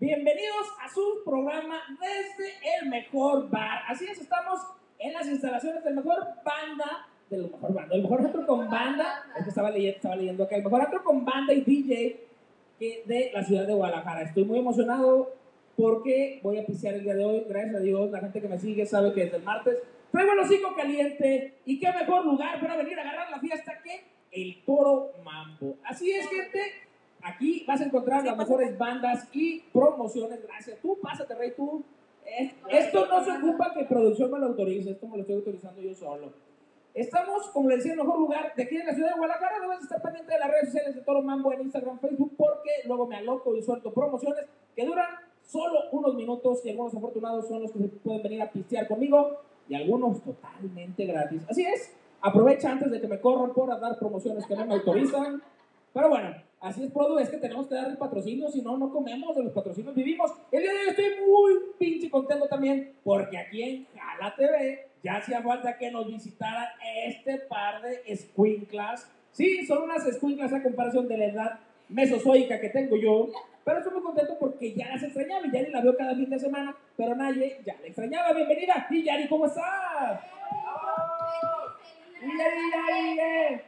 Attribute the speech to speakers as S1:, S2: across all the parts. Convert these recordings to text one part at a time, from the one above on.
S1: Bienvenidos a su programa desde el mejor bar. Así es, estamos en las instalaciones del mejor banda, del mejor banda, el mejor antro con banda, es que estaba leyendo, estaba leyendo acá, el mejor antro con banda y DJ que de la ciudad de Guadalajara. Estoy muy emocionado porque voy a pisear el día de hoy, gracias a Dios, la gente que me sigue sabe que desde el martes traigo el hocico caliente y qué mejor lugar para venir a agarrar la fiesta que el Toro Mambo. Así es, gente. Aquí vas a encontrar las mejores bandas y promociones. Gracias. Tú, pásate, Rey, tú. Eh, Esto no se ocupa que producción me lo autorice. Esto me lo estoy autorizando yo solo. Estamos, como les decía, en el mejor lugar de aquí en la ciudad de Guadalajara. Debes estar pendiente de las redes sociales de Toro Mambo en Instagram, Facebook, porque luego me aloco y suelto promociones que duran solo unos minutos y algunos afortunados son los que se pueden venir a pistear conmigo y algunos totalmente gratis. Así es, aprovecha antes de que me corran por dar promociones que no me autorizan. Pero bueno, así es, Produ, es que tenemos que dar el patrocinio, si no, no comemos, de los patrocinios vivimos. El día de hoy estoy muy pinche contento también, porque aquí en Jala TV ya hacía falta que nos visitaran este par de escuinclas. Sí, son unas escuinclas a comparación de la edad mesozoica que tengo yo, pero estoy muy contento porque ya las extrañaba y ya ni la veo cada fin de semana, pero nadie ya la extrañaba. Bienvenida, y Yari, ¿cómo estás? Y Yari, Yari, Yari.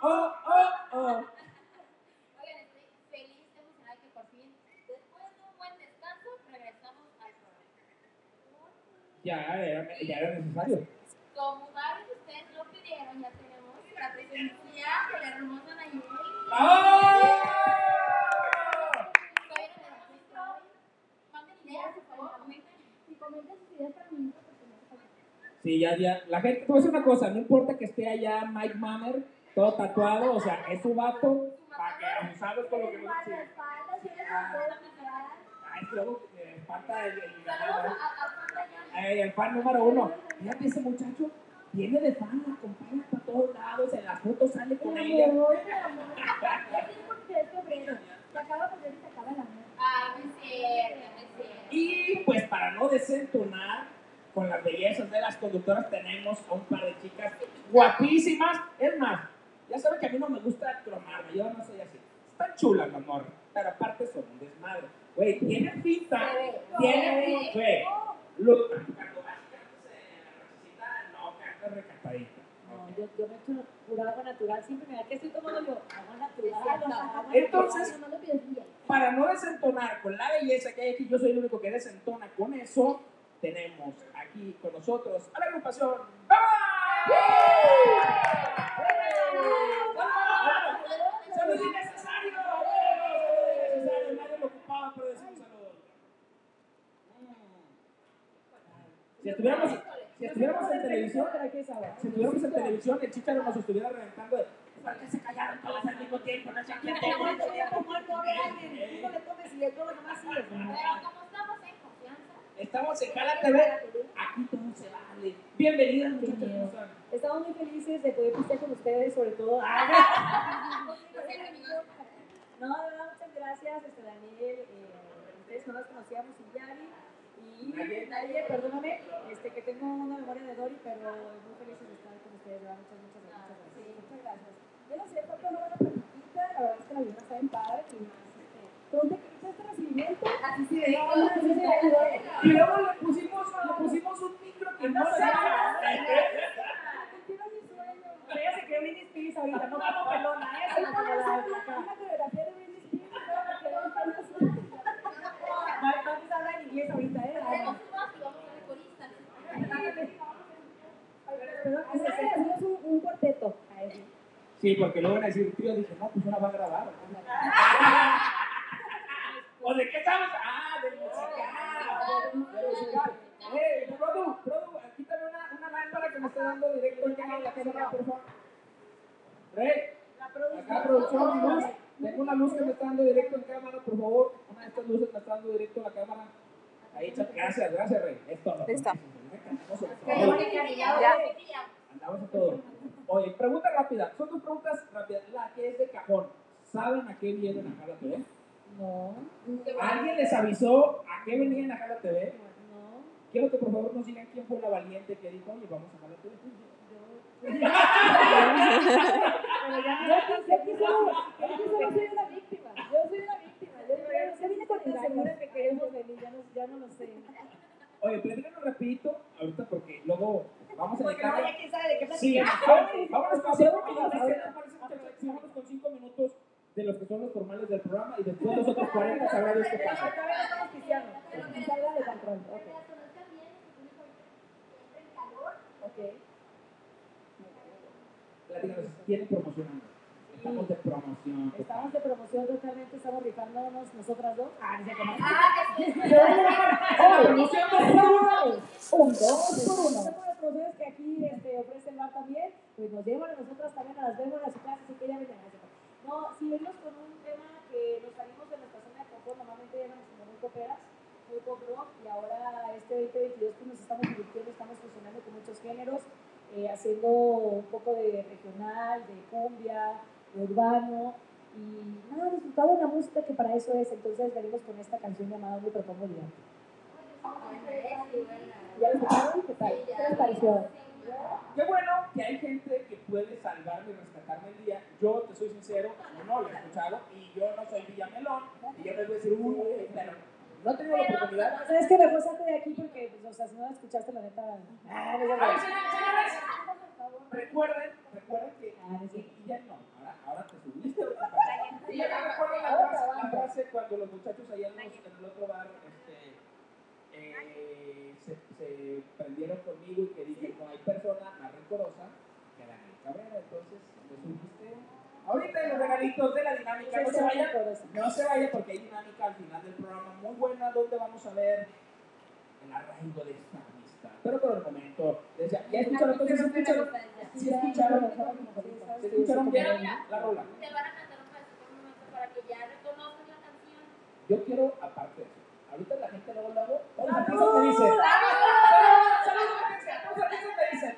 S1: Oh, oh, oh.
S2: Oigan, estoy feliz, emocionada que por fin, después de un buen descanso, regresamos al programa.
S1: Ya era, ya era necesario.
S2: Como varios de ustedes lo pidieron, ya tenemos la presencia de la hermosa Nayeli.
S1: ¡Oh! ¡Bravo!
S2: Soy el hermoso. Manden ideas, por favor, comenten.
S3: Si comentas sus ideas para mí, porque me gusta.
S1: Sí, ya, ya. La gente, te voy a decir una cosa, no importa que esté allá Mike Mamer, todo tatuado, o sea, es su vato, para que abusados con lo que Ah. nos
S3: Espalda,
S1: dice.
S3: espalda, si eres un poco natural.
S1: Ay, luego eh, falta el, el,
S2: Saludos a- a Sandra Yáñez.
S1: Eh, el- el fan número uno. Fíjate, ese muchacho viene de fan, la acompaña para todos lados, en las fotos sale con
S3: El
S1: ella.
S3: amor, el amor. Es porque es febrero. Se acaba febrero y se acaba el amor.
S2: Ay, no es cierto, no es cierto.
S1: Y pues para no desentonar con las bellezas de las conductoras, tenemos a un par de chicas guapísimas. Es más, ya saben que a mí no me gusta cromarme, yo no soy así. Están chulas, mi amor, pero aparte son un desmadre. Güey, tienen pinta, tienen pinta, güey. Look, cuando vas cantándose en la nochecita, no, cantas recatadita.
S4: No, yo, yo me echo pura agua natural, siempre me da que estoy tomando yo agua natural. agua
S1: Entonces-
S3: No lo pides bien.
S1: Para no desentonar con la belleza que hay aquí, yo soy el único que desentona con eso, tenemos aquí con nosotros a la agrupación ¡Vamos! ¡Vamos! ¡Salud innecesario! ¡Salud innecesario! Nadie lo ocupaba, pero decimos salud. Mm. Si estuviéramos, si estuviéramos en televisión, si estuviéramos en televisión, el chicharo nos estuviera reventando de ¿Por qué se callaron todos al mismo tiempo? No se entienden".
S2: Pero como estamos en confianza,
S1: Estamos en Cala TV, aquí todo se vale. Bienvenidas, muchachos. ¿cómo están?
S4: Estamos muy felices de poder pistear con ustedes, sobre todo. Ah,
S2: no sé, amigos,
S4: No, no, no, muchas gracias, este Daniel, eh, ustedes no las conocíamos, y Yari,
S1: Naye.
S4: y Naye, perdóname, este, que tengo una memoria de Dori, pero muy felices de estar con ustedes, ¿verdad? muchas, muchas, muchas gracias.
S2: Ah, sí.
S4: muchas gracias. Yo no sé cuánto no la preguntita, la verdad es que la vida está en padre, y más, este, ¿dónde crees este recibimiento? Así sí, de
S3: no, no, no, no.
S1: Y luego le pusimos, le pusimos un micro
S4: Ah,
S1: que no se
S3: Quiero mi sueño.
S4: Ella se quedó bien Spears ahorita, no como pelona, ¿eh?
S3: Ay,
S4: Así
S3: no,
S4: como
S3: no,
S4: la-
S3: no,
S4: la
S3: no,
S4: acá.
S3: una coreografía de Britney Spears, no, porque era un fantasma.
S4: Va- va a empezar a hablar en inglés ahorita, ¿eh? Ay, no.
S2: tenemos dos y vamos a ver coristas.
S4: Espero que se sepa.
S3: Hacemos un- un cuarteto. Ay, sí.
S1: Sí, porque luego van a decir, tío, dije, no, pues una va a grabar. ¿O de qué estamos? Ah, del
S4: Ah,
S1: musical. Del musical. Eh, Produ, Produ, quítame una, una lámpara que me está dando directo acá en la cámara, por favor. Rey, acá producción, luz. Tengo una luz que me está dando directo en cámara, por favor. Una de estas luces me está dando directo en la cámara. Ahí, cha- gracias, gracias, Rey. Es todo.
S5: Listo.
S2: Pero bueno, ya, ya, ya.
S1: Andamos a todo. Oye, pregunta rápida. Son dos preguntas rápidas. La que es de cajón. ¿Saben a qué vienen a Jala TV?
S4: No,
S1: ¿Alguien les avisó a qué venían a Jala TV?
S4: no.
S1: Quiero que por favor nos digan quién fue la valiente que dijo, oye, vamos a Jala TV.
S3: Yo quise- yo quise- yo quise no ser una víctima. Yo soy una víctima. Yo- yo- yo vine con mis
S4: Segura
S3: ganas.
S4: que queremos ya no, ya no lo sé.
S1: Oye, platícanos rapidito, ahorita porque luego vamos a
S4: Porque no,
S1: dedicar...
S4: ya quién sabe de qué
S1: Sí,
S4: platicar.
S1: vámonos vámonos con cinco
S4: Vamos,
S1: minutos.
S4: ahora.
S1: ¿qué les parece, muchachos? Sí, vámonos con cinco minutos de los que son los formales del programa y después los otros 40 sabrá Dios qué
S4: Ah,
S1: pasa.
S4: todavía no estamos cristianos.
S2: Sí.
S4: Salga de control.
S2: Pero las
S4: Ok.
S2: conozcan bien, se ponen ahorita siempre en calor.
S4: Ok.
S1: Platícanos, ¿quién promocionando? Estamos de promoción.
S4: Estamos de promoción totalmente, estamos rifándonos nosotras dos. Ah, dice que no.
S2: Ah, que sí.
S1: ¡Oh, promoción por uno!
S4: Un, dos, por uno. Somos los productores que aquí este, ofrece el bar también, pues nos llevan a nosotras también a las vemos a su casa si quieren venir a No, si venimos con un tema que nos salimos de nuestra zona de confort, normalmente éramos como muy coperas, muy pop rock, y ahora este 2022 pues nos estamos divirtiendo, estamos funcionando con muchos géneros, eh, haciendo un poco de regional, de cumbia, de urbano, y nada, disfrutado de la música que para eso es, entonces venimos con esta canción llamada Me Propongo Olvidar. ¿Ya lo escucharon? ¿Qué tal? ¿Qué les pareció?
S1: Qué bueno que hay gente que puede salvarme y rescatarme el día. Yo te soy sincero, yo no lo he escuchado y yo no soy Villamelón. Y yo les voy a decir, uy, pero no he tenido la oportunidad.
S4: ¿Sabes que mejor salte de aquí porque, pues, o sea, si no la escuchaste, la neta. Ah, no es
S1: A ver,
S4: verdad.
S1: señores, señores, recuerden, recuerden que
S4: Ah, no es verdad.
S1: y ya no, ahora, ahora te subiste. ¿verdad? Y ya me recuerdo Ah, la frase, la frase cuando los muchachos allá en, los- en el otro bar este, eh, se, se prendieron conmigo y que dije, no hay persona más rencorosa que la Daniel Cabrera. Entonces, me subiste. Ahorita en los regalitos de la dinámica, no se vayan. No se vaya porque hay dinámica al final del programa muy buena donde vamos a ver el arraigo de esta amistad. Pero por el momento, les decía, ya escucharon, entonces ¿sí escucharon, ¿Sí escucharon, ¿Sí escucharon bien la rola.
S2: Te van a cantar un pedacito un momento para que ya reconozcan la canción.
S1: Yo quiero, aparte de eso, ahorita la gente luego luego, todos los artistas me dicen, todos los artistas me dicen,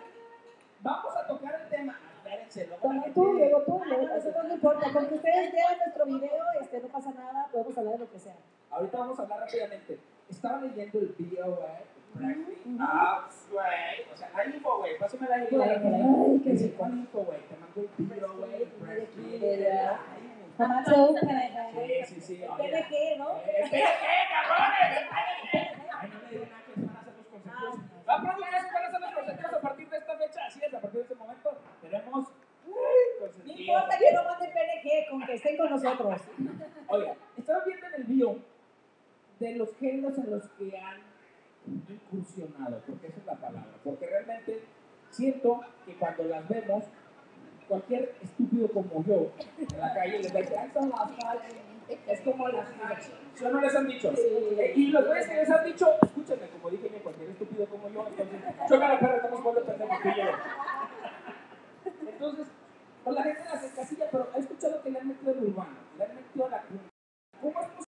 S1: vamos a tocar el tema. Espérense, luego la
S4: Como
S1: gente-
S4: tú, luego tú, luego nosotros no importa, porque ustedes vean nuestro video, este, no pasa nada, podemos hablar de lo que sea.
S1: Ahorita vamos a hablar rápidamente. Estaba leyendo el BOA,
S4: Ujú,
S1: Practice
S4: ujú.
S1: Ups, güey. O sea, la info, güey. Pásame la info.
S4: Ay, caray, qué
S1: Dice,
S4: rico.
S1: ¿cuál info, güey? Te mando el BOA, Practice
S4: Practice.
S1: Ay,
S4: Jamás se
S1: Sí, sí, sí. oye.
S4: ¿Qué de qué, no?
S1: Eh, espera, ¿qué, cabrones? Ay, no le digo nada que se van a hacer los consejos. Va pronto que se van a hacer los consejos a partir de esta fecha. Así es, a partir de este momento tenemos.
S4: No
S1: consentidos.
S4: importa que no manden PNG, con que estén con nosotros.
S1: Oiga, estaba viendo en el bio de los géneros en los que han incursionado, porque esa es la palabra, porque realmente siento que cuando las vemos, cualquier estúpido como yo en la calle les va a decir, "Ay, son las Hatch, es como las Hatch, yo no les han dicho. Eh, Y los güeyes que les han dicho, escúchenme, como dije, que cualquier estúpido como yo, entonces, choca la perra, estamos jugando pendejos tú y yo. Entonces, pues la gente las encasilla, pero he escuchado que le han metido el urbano, le han metido la cumbia. ¿Cómo es posible?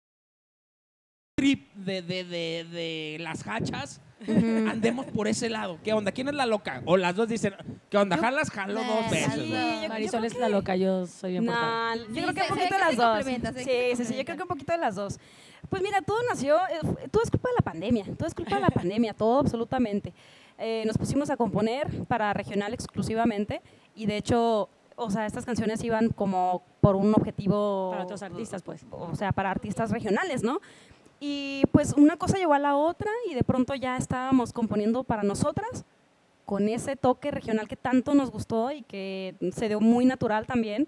S6: trip de, de, de, de las hachas, andemos por ese lado. ¿Qué onda? ¿Quién es la loca? O las dos dicen, ¿qué onda? Jalas, jalo dos
S7: Sí,
S6: veces.
S7: yo
S6: güey.
S7: creo
S8: Marisol
S7: que-
S8: es la loca, yo soy bien portada.
S7: No, yo
S2: se-
S7: creo que un
S2: se ve
S7: poquito de
S2: que
S7: las
S2: se
S7: dos.
S2: complementan, se ve
S7: Sí,
S2: que se
S7: sí, sí, yo
S2: complementan.
S7: creo que un poquito de las dos. Pues mira, todo nació, eh, fu- todo es culpa de la pandemia, todo es culpa de la pandemia, todo absolutamente. Eh, nos pusimos a componer para regional exclusivamente y de hecho, o sea, estas canciones iban como por un objetivo...
S8: Para otros artistas, pues.
S7: O sea, para artistas regionales, ¿no? Y pues una cosa llevó a la otra y de pronto ya estábamos componiendo para nosotras con ese toque regional que tanto nos gustó y que se dio muy natural también.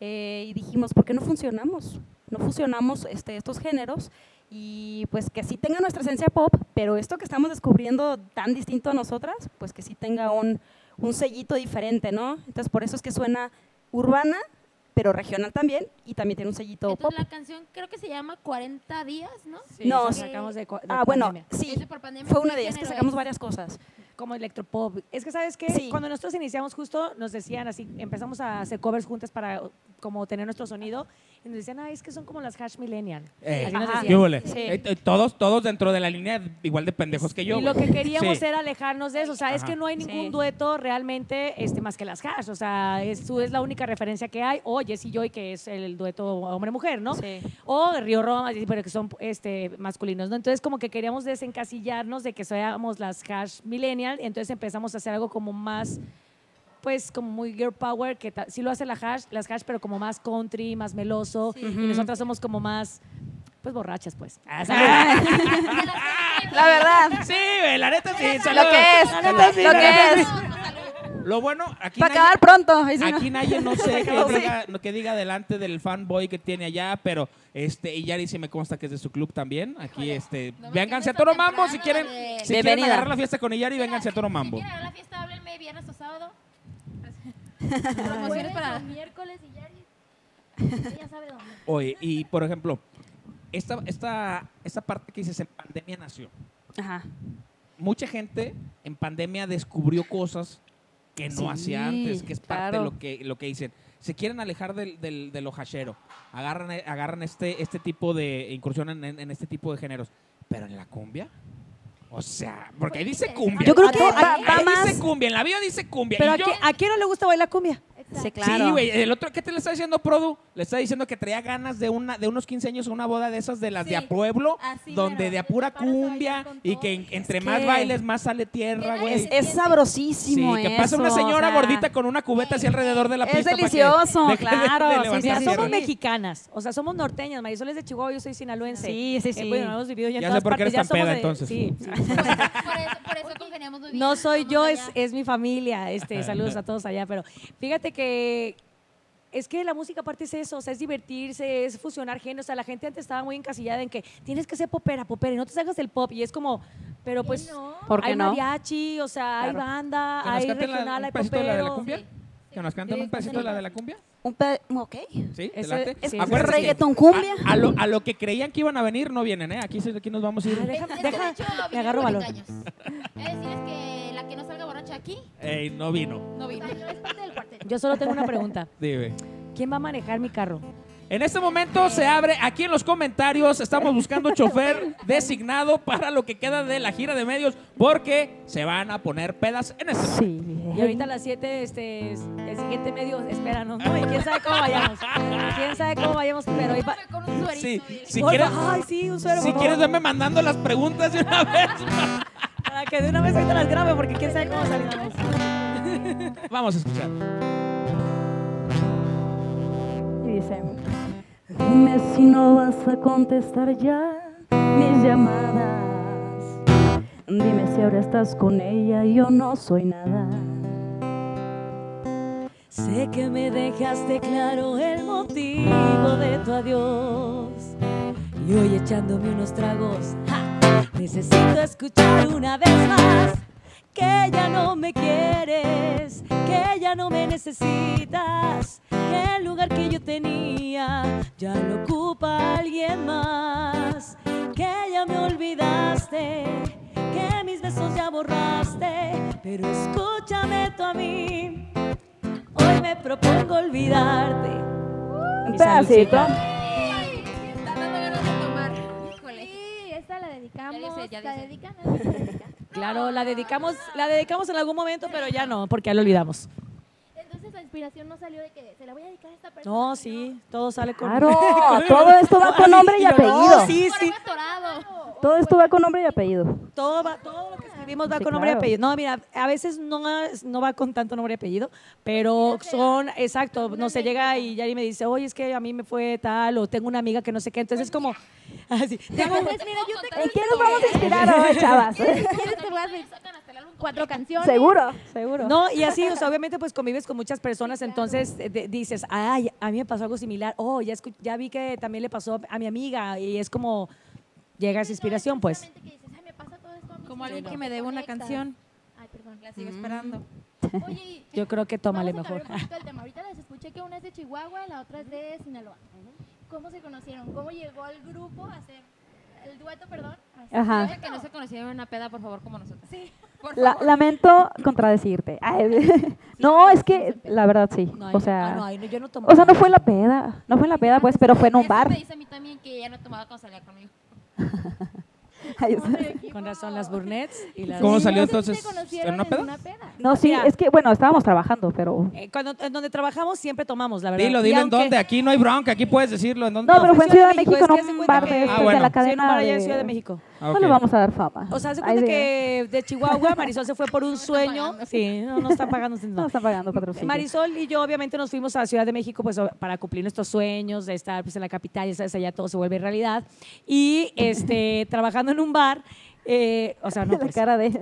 S7: Eh, y dijimos, ¿por qué no funcionamos? No fusionamos este, estos géneros y pues que sí tenga nuestra esencia pop, pero esto que estamos descubriendo tan distinto a nosotras, pues que sí tenga un, un sellito diferente, ¿no? Entonces por eso es que suena urbana, pero regional también y también tiene un sellito pop.
S2: Entonces, la canción creo que se llama 40 días, ¿no?
S7: No,
S8: nos
S7: sí.
S8: sacamos de, cua- de
S7: Ah, bueno,
S8: pandemia.
S7: sí,
S2: Ese por pandemia,
S7: fue una
S2: ¿qué
S7: de ellas que
S2: género
S7: sacamos
S2: es?
S7: varias cosas.
S8: Como electropop. Es que, ¿sabes qué?
S7: Sí.
S8: Cuando nosotros iniciamos justo, nos decían así, empezamos a hacer covers juntas para como tener nuestro sonido, y nos decían, ah, es que son como las hash millennial.
S6: Eh,
S8: Así nos
S7: Ajá.
S8: decían.
S6: ¿qué huele?
S7: Sí.
S6: Eh, eh, todos, todos dentro de la línea igual de pendejos que yo.
S8: y lo
S6: güey.
S8: que queríamos
S6: Sí.
S8: era alejarnos de eso. O sea, es
S6: Ajá.
S8: que no hay ningún
S7: Sí.
S8: dueto realmente este, más que las hash. O sea, es, tú es la única referencia que hay. O Jesse Joy, que es el dueto hombre-mujer, ¿no?
S7: Sí.
S8: O Río Roma, pero que son este, masculinos, ¿no? Entonces, como que queríamos desencasillarnos de que seamos las hash millennial. Entonces empezamos a hacer algo como más pues como muy girl power, que ta- sí lo hace la hash, las hash, pero como más country, más meloso. Y nosotras somos como más, pues
S4: pues borrachas, pues.
S7: La verdad.
S1: Sí, güey, la neta sí.
S7: Lo
S1: saludos.
S7: que es.
S1: La neta sí,
S7: Lo
S1: la
S7: que
S1: neta
S7: es.
S1: sí. Lo bueno, aquí
S7: Para
S1: nadie-
S7: acabar pronto. y si no-
S1: Aquí nadie no sé
S7: acabó,
S1: qué
S7: sí.
S1: diga, no, que diga delante del fanboy que tiene allá, pero este, y Yari sí me consta que es de su club también. Aquí, este,
S8: no me
S1: vénganse a
S8: quemes
S1: Toro
S8: tan
S1: Mambo si quieren,
S8: temprano, Gabriel.
S1: si quieren
S7: Bienvenida.
S1: agarrar la fiesta con Yari, vénganse a Toro Mambo.
S8: Si quieren la fiesta, háblenme viernes o sábado. Promociones para miércoles y ya. Ya sabe dónde.
S1: Oye, y por ejemplo, esta, esta, esta parte que dices en pandemia nació.
S7: Ajá.
S1: Mucha gente en pandemia descubrió cosas que no
S7: Sí,
S1: hacía antes, que es parte de
S7: claro.
S1: lo que, lo que dicen. Se quieren alejar del, del, de lo hashero. Agarran, agarran este, este tipo de. incursionan en, en este tipo de géneros. Pero en la cumbia. O sea, porque ahí dice cumbia.
S4: Yo creo que
S1: Ahí-
S4: va-
S1: ahí
S7: va
S1: dice
S7: más-
S1: cumbia, en la bio dice cumbia.
S4: Pero
S1: y
S4: ¿a,
S1: yo-
S4: qué- ¿a quién no le gusta bailar cumbia?
S7: Sí,
S1: Sí,
S7: claro.
S1: güey. El otro, ¿qué te le está diciendo, Produ? Le está diciendo que traía ganas de una, de unos 15 años, una boda de esas de las de
S8: Sí,
S1: a pueblo,
S8: así
S1: donde
S8: mero,
S1: de a
S8: que te
S1: pura
S8: paras a bailar
S1: cumbia
S8: con
S1: y
S8: todo.
S1: que en- entre
S7: Es
S1: más
S7: que-
S1: bailes más sale tierra,
S8: Que
S1: güey.
S7: Es, es sabrosísimo.
S1: Sí, que pasa una
S7: eso, o
S1: señora
S7: sea,
S1: gordita con una cubeta así alrededor de la
S7: es
S1: pista. para que
S7: delicioso,
S1: deje de- de
S7: claro, sí,
S1: levantar
S7: sí,
S4: Mira,
S7: sí,
S1: tierra.
S4: somos mexicanas, o sea, somos norteñas. Marisol es de Chihuahua, yo soy sinaloense.
S7: Sí, sí,
S4: Eh,
S7: sí.
S4: bueno, hemos vivido ya en
S1: Ya sé
S4: todas
S1: por qué
S4: partes.
S1: eres tan
S4: somos
S1: peda,
S4: de-
S1: entonces.
S4: sí, sí.
S8: Por eso, por eso congeniamos muy bien.
S4: No soy
S8: Vamos
S4: yo,
S8: allá.
S4: es, eh, es mi familia. Este, saludos a todos allá, pero fíjate que es que la música aparte es eso, o sea, es divertirse, es fusionar géneros. O sea, la gente antes estaba muy encasillada en que tienes que ser popera, popera, y no te salgas del pop. Y es como, pero pues
S7: ¿Por qué
S4: hay
S7: no?
S4: mariachi, o sea, hay
S7: Claro.
S4: banda,
S1: Que nos
S4: hay
S1: canten la-
S4: regional,
S1: un
S4: hay
S1: pedacito de la de la
S4: popero.
S1: cumbia. Que nos canten un pedacito de la de la cumbia.
S7: Un pe- ok.
S1: Sí,
S4: Ese-
S1: delante.
S4: es- sí.
S1: Acuérdate que
S7: Reggaetón cumbia.
S1: A, a lo, a lo que creían que iban a venir, no vienen, ¿eh? Aquí, se- aquí nos vamos a
S7: Ah,
S1: ir.
S4: Ay,
S8: Es-
S4: deja-
S8: es que,
S4: deja-
S8: Este, de hecho,
S4: me
S8: vine
S4: agarro
S8: con
S4: valor.
S8: engaños. Es decir, es que la que no salga borracha aquí,
S1: Ey, no vino.
S8: no vino. no es parte del cuartel.
S4: Yo solo tengo una pregunta.
S1: Dime.
S4: ¿Quién va a manejar mi carro?
S1: En este momento se abre aquí en los comentarios. Estamos buscando chofer designado para lo que queda de la gira de medios porque se van a poner pedas en este momento.
S7: Sí.
S4: Y ahorita a las 7, este, es- el siguiente medio, espéranos, ¿no? Y quién sabe cómo vayamos. Quién sabe cómo vayamos, pero ahí va.
S8: Con un suerito.
S1: Sí,
S8: dile.
S1: si
S4: Porfa,
S1: quieres,
S4: Ay, sí, un suero,
S1: si
S4: por favor,
S1: quieres, venme mandando las preguntas de una vez.
S4: Para que de una vez ahorita las grabe, porque quién sabe cómo salimos.
S1: Vamos a escuchar.
S7: Y dice, dime si no vas a contestar ya mis llamadas. Dime si ahora estás con ella, yo no soy nada.
S4: Sé que me dejaste claro el motivo de tu adiós. Y hoy echándome unos tragos, ¡ja! necesito escuchar una vez más que ya no me quieres, que ya no me necesitas, que el lugar que yo tenía ya lo ocupa alguien más, que ya me olvidaste, que mis besos ya borraste, pero escúchame tú a mí. Hoy me propongo olvidarte.
S7: Un
S4: Mi
S7: pedacito.
S4: saludcita.
S8: Está dando ganas de tomar. Híjole.
S6: Sí, esta la dedicamos.
S8: Ya dice, ya
S6: ¿La
S8: dice.
S6: dedican? ¿No se dedica?
S4: Claro, la dedicamos, la dedicamos en algún momento, pero ya no, porque ya lo olvidamos.
S6: Entonces la inspiración no salió de que se la voy a dedicar a esta persona.
S4: No, sí, todo sale con.
S7: Claro, todo esto va con nombre y apellido.
S4: No, sí, sí.
S8: Está atorado.
S7: Todo esto va con nombre y apellido.
S4: Todo, va, todo lo que escribimos va
S7: Sí,
S4: con nombre y
S7: claro.
S4: apellido. No, mira, a veces no, no va con tanto nombre y apellido, pero son, exacto, no se llega y Yari me dice, oye, es que a mí me fue tal, o tengo una amiga que no sé qué, entonces es como, así, tengo,
S6: Pues mira, yo te
S7: ¿En quién nos vamos a inspirar hoy, chavas?
S6: quieres te voy a decir cuatro canciones.
S7: Seguro, seguro.
S4: No, y así, o sea, obviamente pues convives con muchas personas, entonces eh, de- dices, ay, a mí me pasó algo similar, oh, ya, escu- ya vi que también le pasó a mi amiga y es como, llega esa inspiración pues.
S2: Como alguien que me debe una canción.
S6: Ay, perdón.
S2: La sigo esperando.
S6: Oye,
S4: Yo creo que tómale
S6: vamos a
S4: mejor.
S6: cambiar un poquito el tema. Ahorita les escuché que una es de Chihuahua, la otra es de Sinaloa. ¿Cómo se conocieron? ¿Cómo llegó el grupo a hacer el dueto, perdón? a hacer
S7: Ajá.
S6: el
S8: Digan que no
S6: dueto?
S8: se conocieron en una peda, por favor, como nosotros. Sí. Por
S7: La-
S8: favor.
S7: lamento contradecirte. Ay, no, es que la verdad sí.
S4: No, yo-
S7: O
S4: ah, no,
S7: sea,
S4: ay, no, yo no tomo.
S7: o sea, no fue en la peda. No fue en la peda, pues, pero fue en un
S8: Eso
S7: bar.
S8: me dice a mí también que ella no tomaba cuando salía conmigo.
S7: Ay, o sea.
S4: Con razón, las burnets y las...
S1: ¿Cómo
S6: Sí,
S1: salió
S6: no sé si
S1: entonces?
S6: se conocieron
S1: ¿En una peda?
S7: No, sí,
S4: Mira.
S7: es que, bueno, estábamos trabajando, pero...
S4: Eh, cuando, en donde trabajamos siempre tomamos, la verdad.
S1: Dilo,
S4: Y
S1: dilo en
S4: aunque-
S1: dónde. Aquí no hay bronca, aquí puedes decirlo en dónde.
S7: No, pero fue en
S4: Ciudad
S7: Ciudad
S4: de
S7: de
S4: México,
S7: México,
S4: es que
S7: en
S4: se
S7: un
S4: cuenta
S7: bar
S4: que-
S7: de,
S1: Ah,
S7: frente a
S1: bueno.
S4: Sí, en
S7: la
S4: un bar
S7: cadena
S4: allá
S7: de...
S4: en Ciudad de México.
S1: Ah,
S7: No le
S1: ok.
S7: vamos a dar fama.
S4: O sea, se
S7: Ahí
S4: cuenta
S7: de-
S4: que de Chihuahua Marisol se fue por un sueño. Sí, no, no está pagando.
S7: No
S4: No.
S7: están pagando patrocinio.
S4: Marisol y yo obviamente nos fuimos a Ciudad de México pues o- para cumplir nuestros sueños de estar pues en la capital, ya sabes, allá todo se vuelve realidad. Y este trabajando en un bar, eh, o sea, no
S7: la
S4: pues,
S7: cara de ella.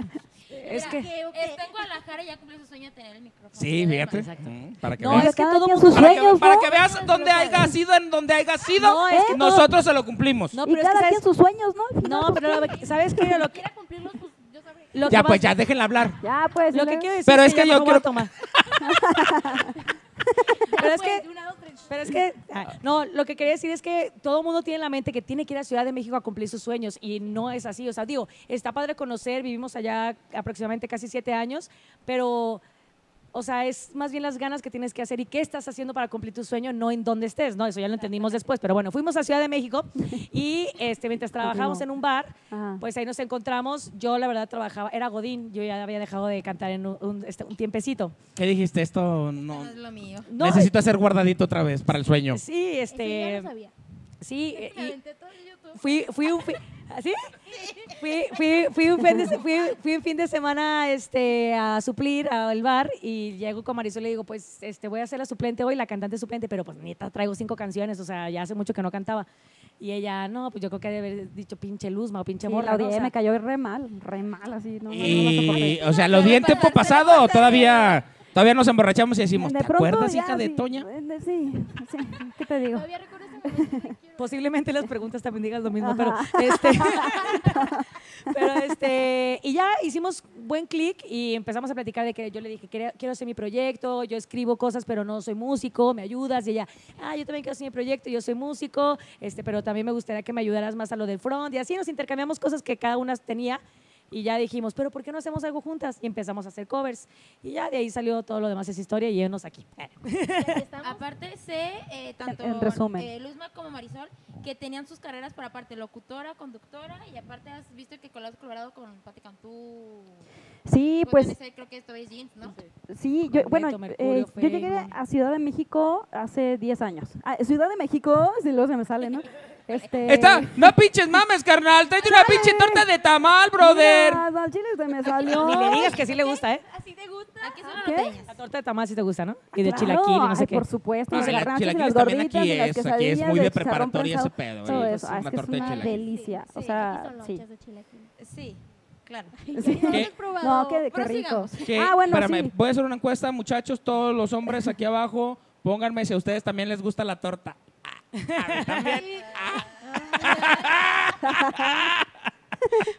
S4: es que
S6: ¿Qué, o qué?
S2: Está en Guadalajara y ya cumplió su sueño de tener el micrófono.
S1: Sí, fíjate. Mm, Para que
S4: No,
S1: veas.
S4: es que
S7: Cada
S4: todo
S7: quien
S4: mundo-
S7: sus
S1: Para que,
S7: sueños,
S1: para
S7: ¿no?
S1: que veas donde haya sido, en donde haya sido,
S4: No, es que
S1: eh, nosotros se lo cumplimos.
S4: no,
S7: y
S4: pero es que
S7: cada
S4: sabes,
S7: quien sus sueños, ¿no? Al final,
S4: no,
S7: pues,
S4: pero lo que- sabes qué? Lo que
S2: Quiera cumplirlos, pues yo sabré.
S4: lo
S1: ya,
S4: que
S1: pues
S4: más-
S1: ya, déjenla hablar.
S7: Ya, pues.
S4: Lo que
S7: y luego-
S4: quiero decir
S1: Pero
S4: es
S1: es
S4: que,
S1: que
S4: ya
S1: yo
S4: no me voy a
S1: quiero-
S4: tomar. pero es que Pero es que, ah, no, lo que quería decir es que todo mundo tiene en la mente que tiene que ir a Ciudad de México a cumplir sus sueños y no es así. O sea, digo, está padre conocer, vivimos allá aproximadamente casi siete años, pero, o sea, es más bien las ganas que tienes que hacer y qué estás haciendo para cumplir tu sueño, no en dónde estés, ¿no? Eso ya lo entendimos después, pero bueno, fuimos a Ciudad de México y este, mientras trabajamos en un bar,
S7: Ajá.
S4: pues ahí nos encontramos. Yo, la verdad, trabajaba, era Godín, yo ya había dejado de cantar en un, un- este, un tiempecito.
S1: ¿Qué dijiste? Esto no.
S9: No es lo mío.
S4: No,
S1: Necesito hacer guardadito otra vez para el sueño.
S4: Sí,
S6: Eso yo ya
S4: este.
S6: lo sabía.
S4: Sí,
S2: Es que me
S4: y-
S2: aventé todo en YouTube.
S4: fui, fui un fin, ¿ah, ¿sí? Fui, fui- fui un fin de, se- fui- fui un fin de semana este, a suplir al bar y llego con Marisol y le digo, pues este, voy a hacer la suplente hoy, la cantante suplente, pero pues neta, traigo cinco canciones, o sea, ya hace mucho que no cantaba. Y ella, no, pues yo creo que ha de haber dicho pinche Luzma o pinche
S7: Sí,
S4: morra.
S7: la
S4: ¿no? O
S7: odié,
S4: sea,
S7: me cayó re mal, re mal, así. No, no, no, no la
S1: Y,
S7: soporté.
S1: o sea, ¿lo vi en tiempo pasado o todavía, todavía nos emborrachamos y decimos, ¿te acuerdas,
S7: ya,
S1: hija de
S7: sí,
S1: Toña?
S7: de- Sí, sí, ¿qué te digo?
S2: Todavía recuerdo ese momento. te quiero.
S4: Posiblemente las preguntas también digas lo mismo, pero este, pero este, y ya hicimos buen clic y empezamos a platicar de que yo le dije, "Quere- quiero hacer mi proyecto, yo escribo cosas, pero no soy músico, me ayudas, y ella, ah, yo también quiero hacer mi proyecto, yo soy músico, este, pero también me gustaría que me ayudaras más a lo del front, y así nos intercambiamos cosas que cada una tenía. Y ya dijimos, pero ¿por qué no hacemos algo juntas? Y empezamos a hacer covers. Y ya de ahí salió todo lo demás, es historia y nos aquí.
S2: Y aquí estamos. Aparte, sé, eh, tanto
S7: en resumen.
S2: eh, Luzma como Marisol, que tenían sus carreras por aparte, locutora, conductora, y aparte has visto que has colaborado con Pati Cantú.
S7: Sí,
S2: con
S7: pues
S2: NSA, creo que esto es jeans, ¿no?
S7: Sí, yo,
S4: Con
S7: bueno,
S4: Beto,
S7: eh,
S4: Mercurio,
S7: yo llegué
S4: Feynman.
S7: a Ciudad de México hace 10 años. Ah, Ciudad de México, si luego se me sale, ¿no? Este,
S1: Está, no pinches mames, carnal, tráete una pinche torta de tamal, brother.
S7: mira, al chile se me salió.
S4: Ni le digas que sí le gusta, ¿eh?
S2: Así te gusta. Aquí
S4: Ah,
S2: son
S7: ¿Qué?
S2: norteñas.
S4: La torta de tamal si te gusta, ¿no? Y de
S7: Claro,
S4: chilaquil y no sé
S7: ay,
S4: qué.
S7: Por supuesto,
S1: No,
S7: las
S1: y la-
S7: garnachas y las
S1: chilaquiles también
S7: gorditas
S1: aquí
S7: y las
S1: es, aquí es
S7: quesadillas
S1: muy
S7: de
S1: de
S7: chicharrón
S1: preparatoria ese
S7: prensado,
S1: pedo,
S7: Todo
S1: ¿eh?
S7: eso,
S1: Es
S7: ah,
S1: una
S7: es que es
S1: torta de
S7: una
S1: chilaquil.
S7: delicia, o
S2: Sí,
S7: sea,
S2: aquí son
S7: sí.
S2: lonchas de chilaquiles.
S9: Sí, claro.
S2: Sí.
S1: ¿Qué?
S2: ¿Has probado?
S7: No, qué, qué rico.
S2: Prosigamos.
S1: ¿Qué?
S7: Ah, bueno,
S1: Espérame,
S7: sí.
S1: voy a hacer una encuesta, muchachos, todos los hombres aquí abajo, pónganme si a ustedes también les gusta la torta.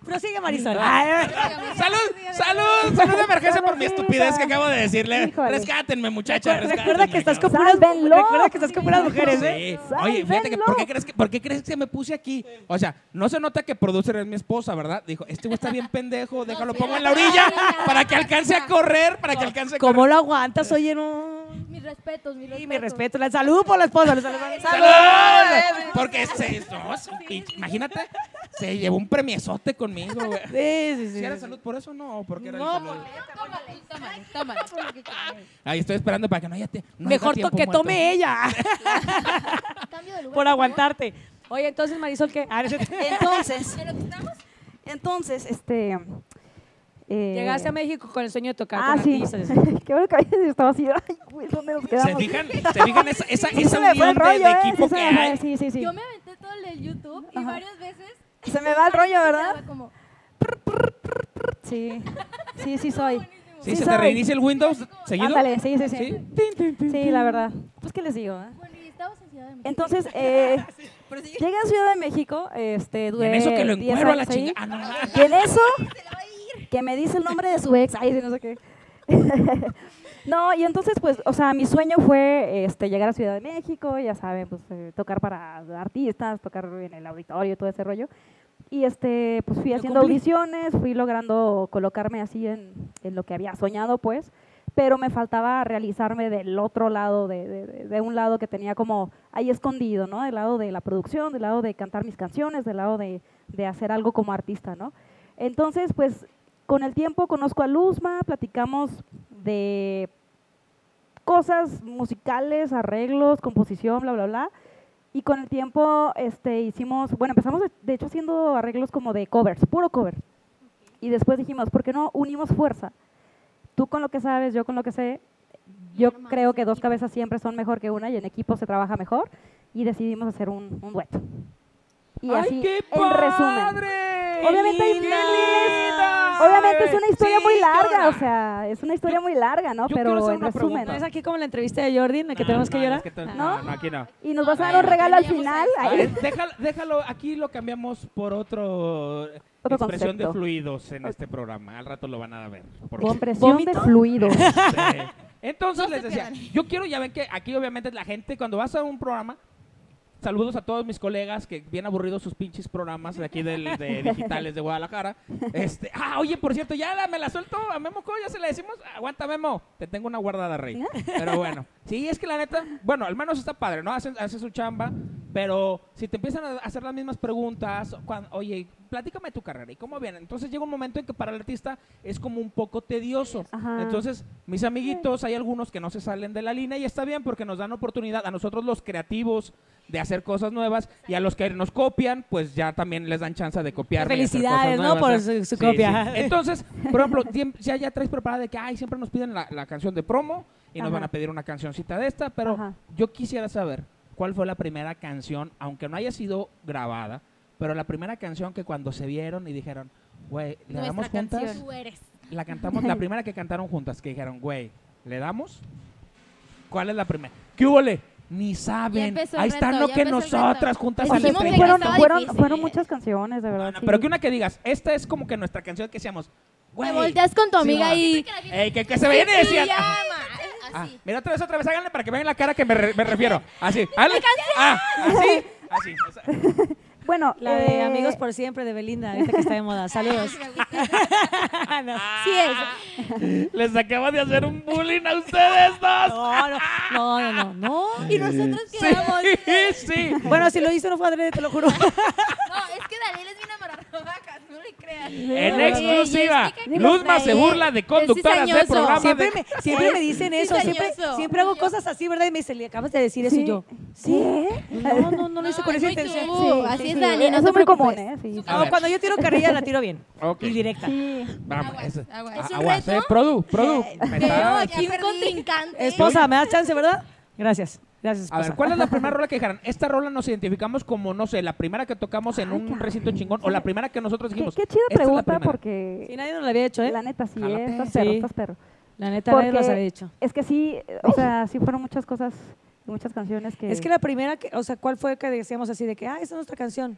S4: Prosigue Marisol.
S1: ¡Salud! ¡Salud! ¡Salud de emergencia por mi
S7: Saludcita.
S1: estupidez que acabo de decirle!
S7: Híjole.
S1: ¡Rescátenme, muchachos!
S4: Recuerda que estás con puras, ¿eh?
S7: ¡Sálvenlo!
S4: recuerda que estás con puras mujeres, ¿eh?
S1: Sí. Oye, fíjate que ¿por qué, crees que ¿por qué crees que me puse aquí? O sea, no se nota que producer es mi esposa, ¿verdad? Dijo, este güey está bien pendejo, déjalo, pongo en la orilla para que alcance a correr, para que alcance a correr.
S4: ¿Cómo lo aguantas? Oye, no.
S6: Mis respetos, mis respetos.
S4: Y mi respeto, la salud por la esposa. la salud.
S1: ¡Salud! Porque se, no, es un pinche- imagínate, se llevó un premiesote conmigo, güey.
S4: Sí, sí, sí.
S1: ¿Si era salud por eso no? ¿O por qué era
S4: No, pues,
S1: salud?
S2: Tómale, tómale, tómale.
S1: Ay, estoy esperando para que no haya te- no
S4: Mejor
S1: haya tiempo
S4: que
S1: muerto.
S4: tome ella
S6: Cambio de lugar,
S4: por
S6: favor.
S4: aguantarte. Oye, entonces Marisol, ¿qué? Ah, no es cierto.
S10: Entonces,
S2: ¿En lo que estamos?
S10: entonces, este,
S7: Este, eh,
S4: Llegaste a México con el sueño de tocar
S7: Ah,
S4: con
S7: sí.
S4: artistas.
S7: qué bueno que habías estado así. Ay, güey, ¿dónde nos
S1: ¿Se
S7: quedamos?
S1: fijan, ¿se fijan esa, esa,
S7: Sí,
S1: esa
S7: se me fue
S1: unión
S7: el
S1: de-
S7: rollo,
S1: de,
S7: ¿eh?
S1: equipo
S7: Sí, se
S1: que
S7: me fue,
S1: hay?
S7: Sí, sí, sí.
S2: Yo me aventé todo el del YouTube y varias veces.
S10: se me va el rollo, ¿verdad?
S2: estaba Como,
S7: Sí, sí, sí soy.
S1: Sí,
S7: Sí
S1: se te
S7: soy.
S1: reinicia el Windows seguido.
S7: Ándale, sí, sí, sí.
S1: Sí.
S7: Sí, la verdad. Pues, ¿qué les digo? eh?
S6: Bueno, y estabas en Ciudad de México.
S7: Entonces, eh,
S9: Prosigue.
S7: llegué a Ciudad de México, este,
S1: Y
S7: duré
S1: en eso que lo
S7: 10
S1: encuero a la
S7: años ahí.
S1: chingada. Ah, no, no.
S7: Y en eso, que me dice el nombre de su ex, ay, sí, no sé qué. no, y entonces, pues, o sea, mi sueño fue este, llegar a Ciudad de México, ya saben, pues, eh, tocar para artistas, tocar en el auditorio, todo ese rollo. Y este, pues fui haciendo
S4: cumplí.
S7: audiciones, fui logrando colocarme así en, en lo que había soñado, pues, pero me faltaba realizarme del otro lado, de, de- de- de un lado que tenía como ahí escondido, ¿no? Del lado de la producción, del lado de cantar mis canciones, del lado de, de hacer algo como artista, ¿no? Entonces, pues, con el tiempo conozco a Luzma, platicamos de cosas musicales, arreglos, composición, bla, bla, bla. Y con el tiempo este, hicimos, bueno, empezamos de, de hecho haciendo arreglos como de covers, puro cover. Y después dijimos, ¿por qué no unimos fuerza? Tú con lo que sabes, yo con lo que sé. Yo
S2: armamos
S7: creo
S2: un
S7: que dos
S2: equipo.
S7: cabezas siempre son mejor que una y en equipo se trabaja mejor. Y decidimos hacer un, un dueto. Y así, en resumen. Obviamente hay
S1: ¡Qué
S7: miles-
S1: linda!
S7: Obviamente es una historia
S1: Sí,
S7: muy larga,
S1: llora.
S7: o sea, es una historia muy larga, ¿no?
S1: yo quiero
S7: Pero
S1: hacer
S7: en
S1: una
S7: resumen.
S1: pregunta.
S4: ¿No es aquí como la entrevista de Jordi en la que
S1: No,
S4: tenemos que
S1: no,
S4: llorar?
S1: es que todo-
S4: Ah.
S1: no, no, aquí no.
S7: Y nos vas a
S1: Ay,
S7: dar un
S1: no.
S7: regalo al
S2: Teníamos
S7: final.
S1: A
S7: Ay,
S1: ver, déjalo, déjalo, aquí lo cambiamos por otro,
S7: Otro
S1: expresión
S7: concepto.
S1: de fluidos en este programa. Al rato lo van a ver. por favor.
S7: compresión de fluidos.
S1: Este, Entonces
S2: No
S1: les
S2: se
S1: decía,
S2: pierdan.
S1: yo quiero, ya ven que aquí obviamente la gente cuando vas a un programa, saludos a todos mis colegas que bien aburridos sus pinches programas de aquí del, de digitales de Guadalajara. Este, ah, oye, por cierto, ya la- me la suelto a Memo Coyo, ya se la decimos, aguanta Memo, te tengo una guardada, Rey. Pero bueno, sí, es que la neta, bueno, al menos está padre, ¿no? Hace, hace su chamba, pero si te empiezan a hacer las mismas preguntas, cuan- oye, platícame tu carrera y cómo viene. Entonces llega un momento en que para el artista es como un poco tedioso.
S7: Ajá.
S1: Entonces, mis amiguitos, hay algunos que no se salen de la línea y está bien porque nos dan oportunidad a nosotros los creativos de hacer cosas nuevas y a los que nos copian, pues ya también les dan chance de copiar.
S4: Felicidades, ¿no? Por su- su copia.
S1: Entonces, por ejemplo, siem- ya, ya traes preparada de que, ay, siempre nos piden la, la canción de promo y nos
S7: Ajá.
S1: van a pedir una cancioncita de esta, pero
S7: Ajá.
S1: yo quisiera saber cuál fue la primera canción, aunque no haya sido grabada, pero la primera canción que cuando se vieron y dijeron, güey, ¿le damos
S9: Nuestra
S1: juntas?
S9: canción.
S2: Tú eres.
S1: La cantamos, la primera que cantaron juntas, que dijeron, güey, ¿le damos? ¿Cuál es la primera? ¿Qué hubo le? Ni
S2: Ya
S1: saben.
S2: empezó el
S1: Ahí están
S2: reto,
S1: lo
S2: ya
S1: que
S2: empezó el reto.
S1: nosotras juntas
S2: Pues
S1: al
S2: dijimos
S1: espejo.
S2: que
S7: fueron,
S2: estaba
S7: fueron,
S2: difícil,
S7: fueron
S2: ¿eh?
S7: muchas canciones, de verdad.
S1: No,
S7: sí.
S1: Pero que una que digas, esta es como que nuestra canción que decíamos, güey.
S6: Te volteas con tu
S1: sí,
S6: amiga
S1: va.
S6: y
S1: Ey, que, que se veían y decían. ah, ah,
S2: Así.
S1: mira, otra vez, otra vez, háganle para que vean la cara que me, re- me refiero. Así, háganle. Ah, así, así. esa.
S7: Bueno,
S4: La de
S7: eh,
S4: Amigos por Siempre de Belinda, ahorita que está de moda. Saludos. No.
S6: sí es.
S1: Les acabo de hacer un bullying a ustedes dos.
S4: No, no, no, no, no, no.
S2: Y nosotros
S1: Sí,
S2: quedamos.
S1: sí.
S4: Bueno, si lo hizo no fue adrede, te lo juro.
S2: No, es que Daniel es bien amarravaca, no le creas.
S1: En
S2: Oye,
S1: exclusiva,
S2: y explica que-
S1: Luzma se burla de conductoras de
S6: cizañoso.
S1: programa.
S4: Siempre
S1: de-
S4: me, siempre me dicen eso, siempre,
S2: engañoso.
S4: siempre hago cosas así, ¿verdad? Y me dice, le acabas de decir eso y yo.
S7: ¿Sí?
S4: No, no, no lo hice
S2: No,
S4: con
S2: es
S4: esa
S2: muy
S4: intención.
S2: tú.
S6: Uh, así
S7: Sí,
S6: es
S7: sí,
S6: Dani, no
S7: eso
S6: se
S7: es muy
S6: preocupes.
S7: común, ¿eh? Sí. pues
S1: A
S4: No,
S1: ver.
S4: cuando yo tiro carrilla la tiro bien.
S1: Ok.
S4: Y directa.
S7: Sí.
S1: Vamos,
S2: Aguas,
S1: ese-
S2: aguas.
S1: a-
S2: Es un
S1: aguas,
S2: reto.
S1: eh, produ, produ. Me está-
S2: aquí un contrincante.
S4: Esposa, ¿me das chance, verdad? Gracias. Gracias,
S1: A
S4: esposa.
S1: ver, ¿cuál es la primera rola que dejaron? Esta rola nos identificamos como, no sé, la primera que tocamos en un recinto chingón o la primera que nosotros
S7: Qué,
S1: dijimos.
S7: qué chida
S1: "Esta es la
S7: pregunta
S1: primera".
S4: Sí,
S7: porque
S4: nadie nos lo había hecho, ¿eh?
S7: la neta sí,
S1: Jálate.
S7: eh, estás perro,
S4: Sí.
S7: estás perro.
S4: La neta, nadie
S7: Porque-
S4: nos había hecho.
S7: Es que sí, eh, o sea, sí fueron muchas cosas, muchas canciones que...
S4: Es que la primera, que, o sea, ¿cuál fue que decíamos así de que, ah, esa es nuestra canción?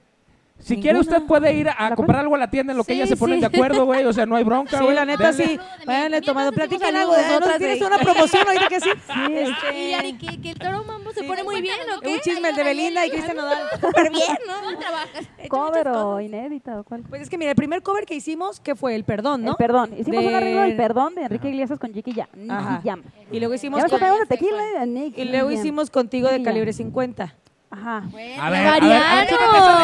S1: Si quiere, usted
S4: Ninguna.
S1: puede ir a
S7: ¿La
S1: comprar algo a la tienda en lo que
S4: Sí,
S1: ellas se ponen
S4: sí.
S1: de acuerdo, güey. O sea, no hay bronca,
S4: Sí,
S1: güey.
S4: la neta,
S1: Denle.
S4: sí. Váyanle
S2: Mientras
S4: tomando,
S2: decimos
S4: platican algo
S2: saludos
S4: de
S2: de
S4: nosotros.
S2: otras
S4: ¿Tienes
S2: de-
S4: una promoción ahorita que sí?
S2: Y Ari,
S4: Este,
S2: que, que el toro mambo se
S4: Sí.
S2: pone muy bien, ¿o qué?
S4: un chisme el de
S2: Ayúdame,
S4: Belinda y
S2: ayúdame.
S4: Cristian Nodal.
S2: Súper bien, ¿no? ¿Cómo trabajas?
S7: ¿Cover o inédita o cuál?
S4: Pues es que mira, el primer cover que hicimos, que fue El Perdón, ¿no?
S7: El perdón. Hicimos un arreglo del
S4: De-
S7: perdón de Enrique Iglesias con Jiki Jam.
S4: Ajá.
S7: Nicky Jam.
S4: Y luego
S7: Ya
S4: hicimos,
S7: nos
S4: con-
S7: compramos la
S2: se fue.
S7: tequila de Nicky
S4: y luego
S7: Jam.
S4: hicimos contigo de
S7: Ya.
S4: calibre 50.
S7: Ajá.
S1: A ver, a ver, a ver, chécate esa de- esa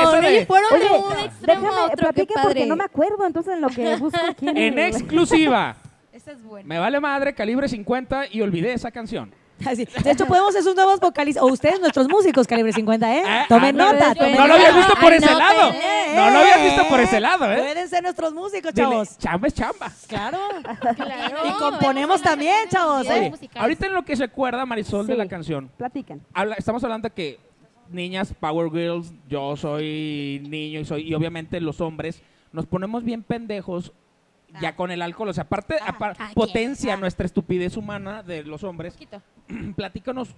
S2: Bueno,
S1: de-
S2: y fueron de
S7: Oye,
S2: un extremo a
S7: déjame,
S2: otro, qué
S7: platiquen porque
S2: padre.
S7: no me acuerdo, entonces en lo que busco quién
S1: En
S7: es.
S1: exclusiva.
S2: Esa es buena.
S1: Me vale madre, calibre 50 y olvidé esa canción.
S4: Así. De hecho, podemos ser sus nuevos vocalistas, o ustedes, nuestros músicos, calibre 50, ¿eh?
S1: Ah,
S4: Tomen
S1: ah,
S4: nota,
S2: yo-
S4: tomen
S1: No lo
S4: nota. Eh,
S1: había visto por ese
S2: Anótenle.
S1: lado. No lo había visto por ese lado, ¿eh?
S4: Pueden ser nuestros músicos,
S1: Dile,
S4: chavos.
S1: chamba es chamba.
S4: Claro.
S2: Ah, Claro.
S4: Y componemos también, chavos.
S2: Oye,
S4: ¿eh?
S1: Oye,
S2: musicales.
S1: ahorita en lo que se acuerda Marisol de
S7: Sí.
S1: la canción,
S7: Platiquen.
S1: habla- estamos hablando que niñas, Power Girls, yo soy niño y soy, y obviamente los hombres, nos ponemos bien pendejos ya con el alcohol. O sea, aparte, apar-
S2: ah,
S1: potencia
S2: yeah, ah.
S1: nuestra estupidez humana de los hombres.
S2: Poquito.
S1: Platícanos.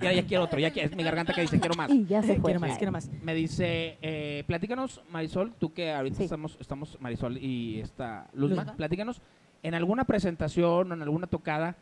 S1: Ya, ya quiero otro, ya quiero, es mi garganta que dice quiero más.
S7: Y ya se fue.
S2: pues
S4: Quiero más, quiero más.
S1: Me dice, eh, platícanos, Marisol, tú que ahorita
S7: Sí.
S1: estamos, estamos Marisol y esta Luzma, platícanos, en alguna presentación o en alguna tocada,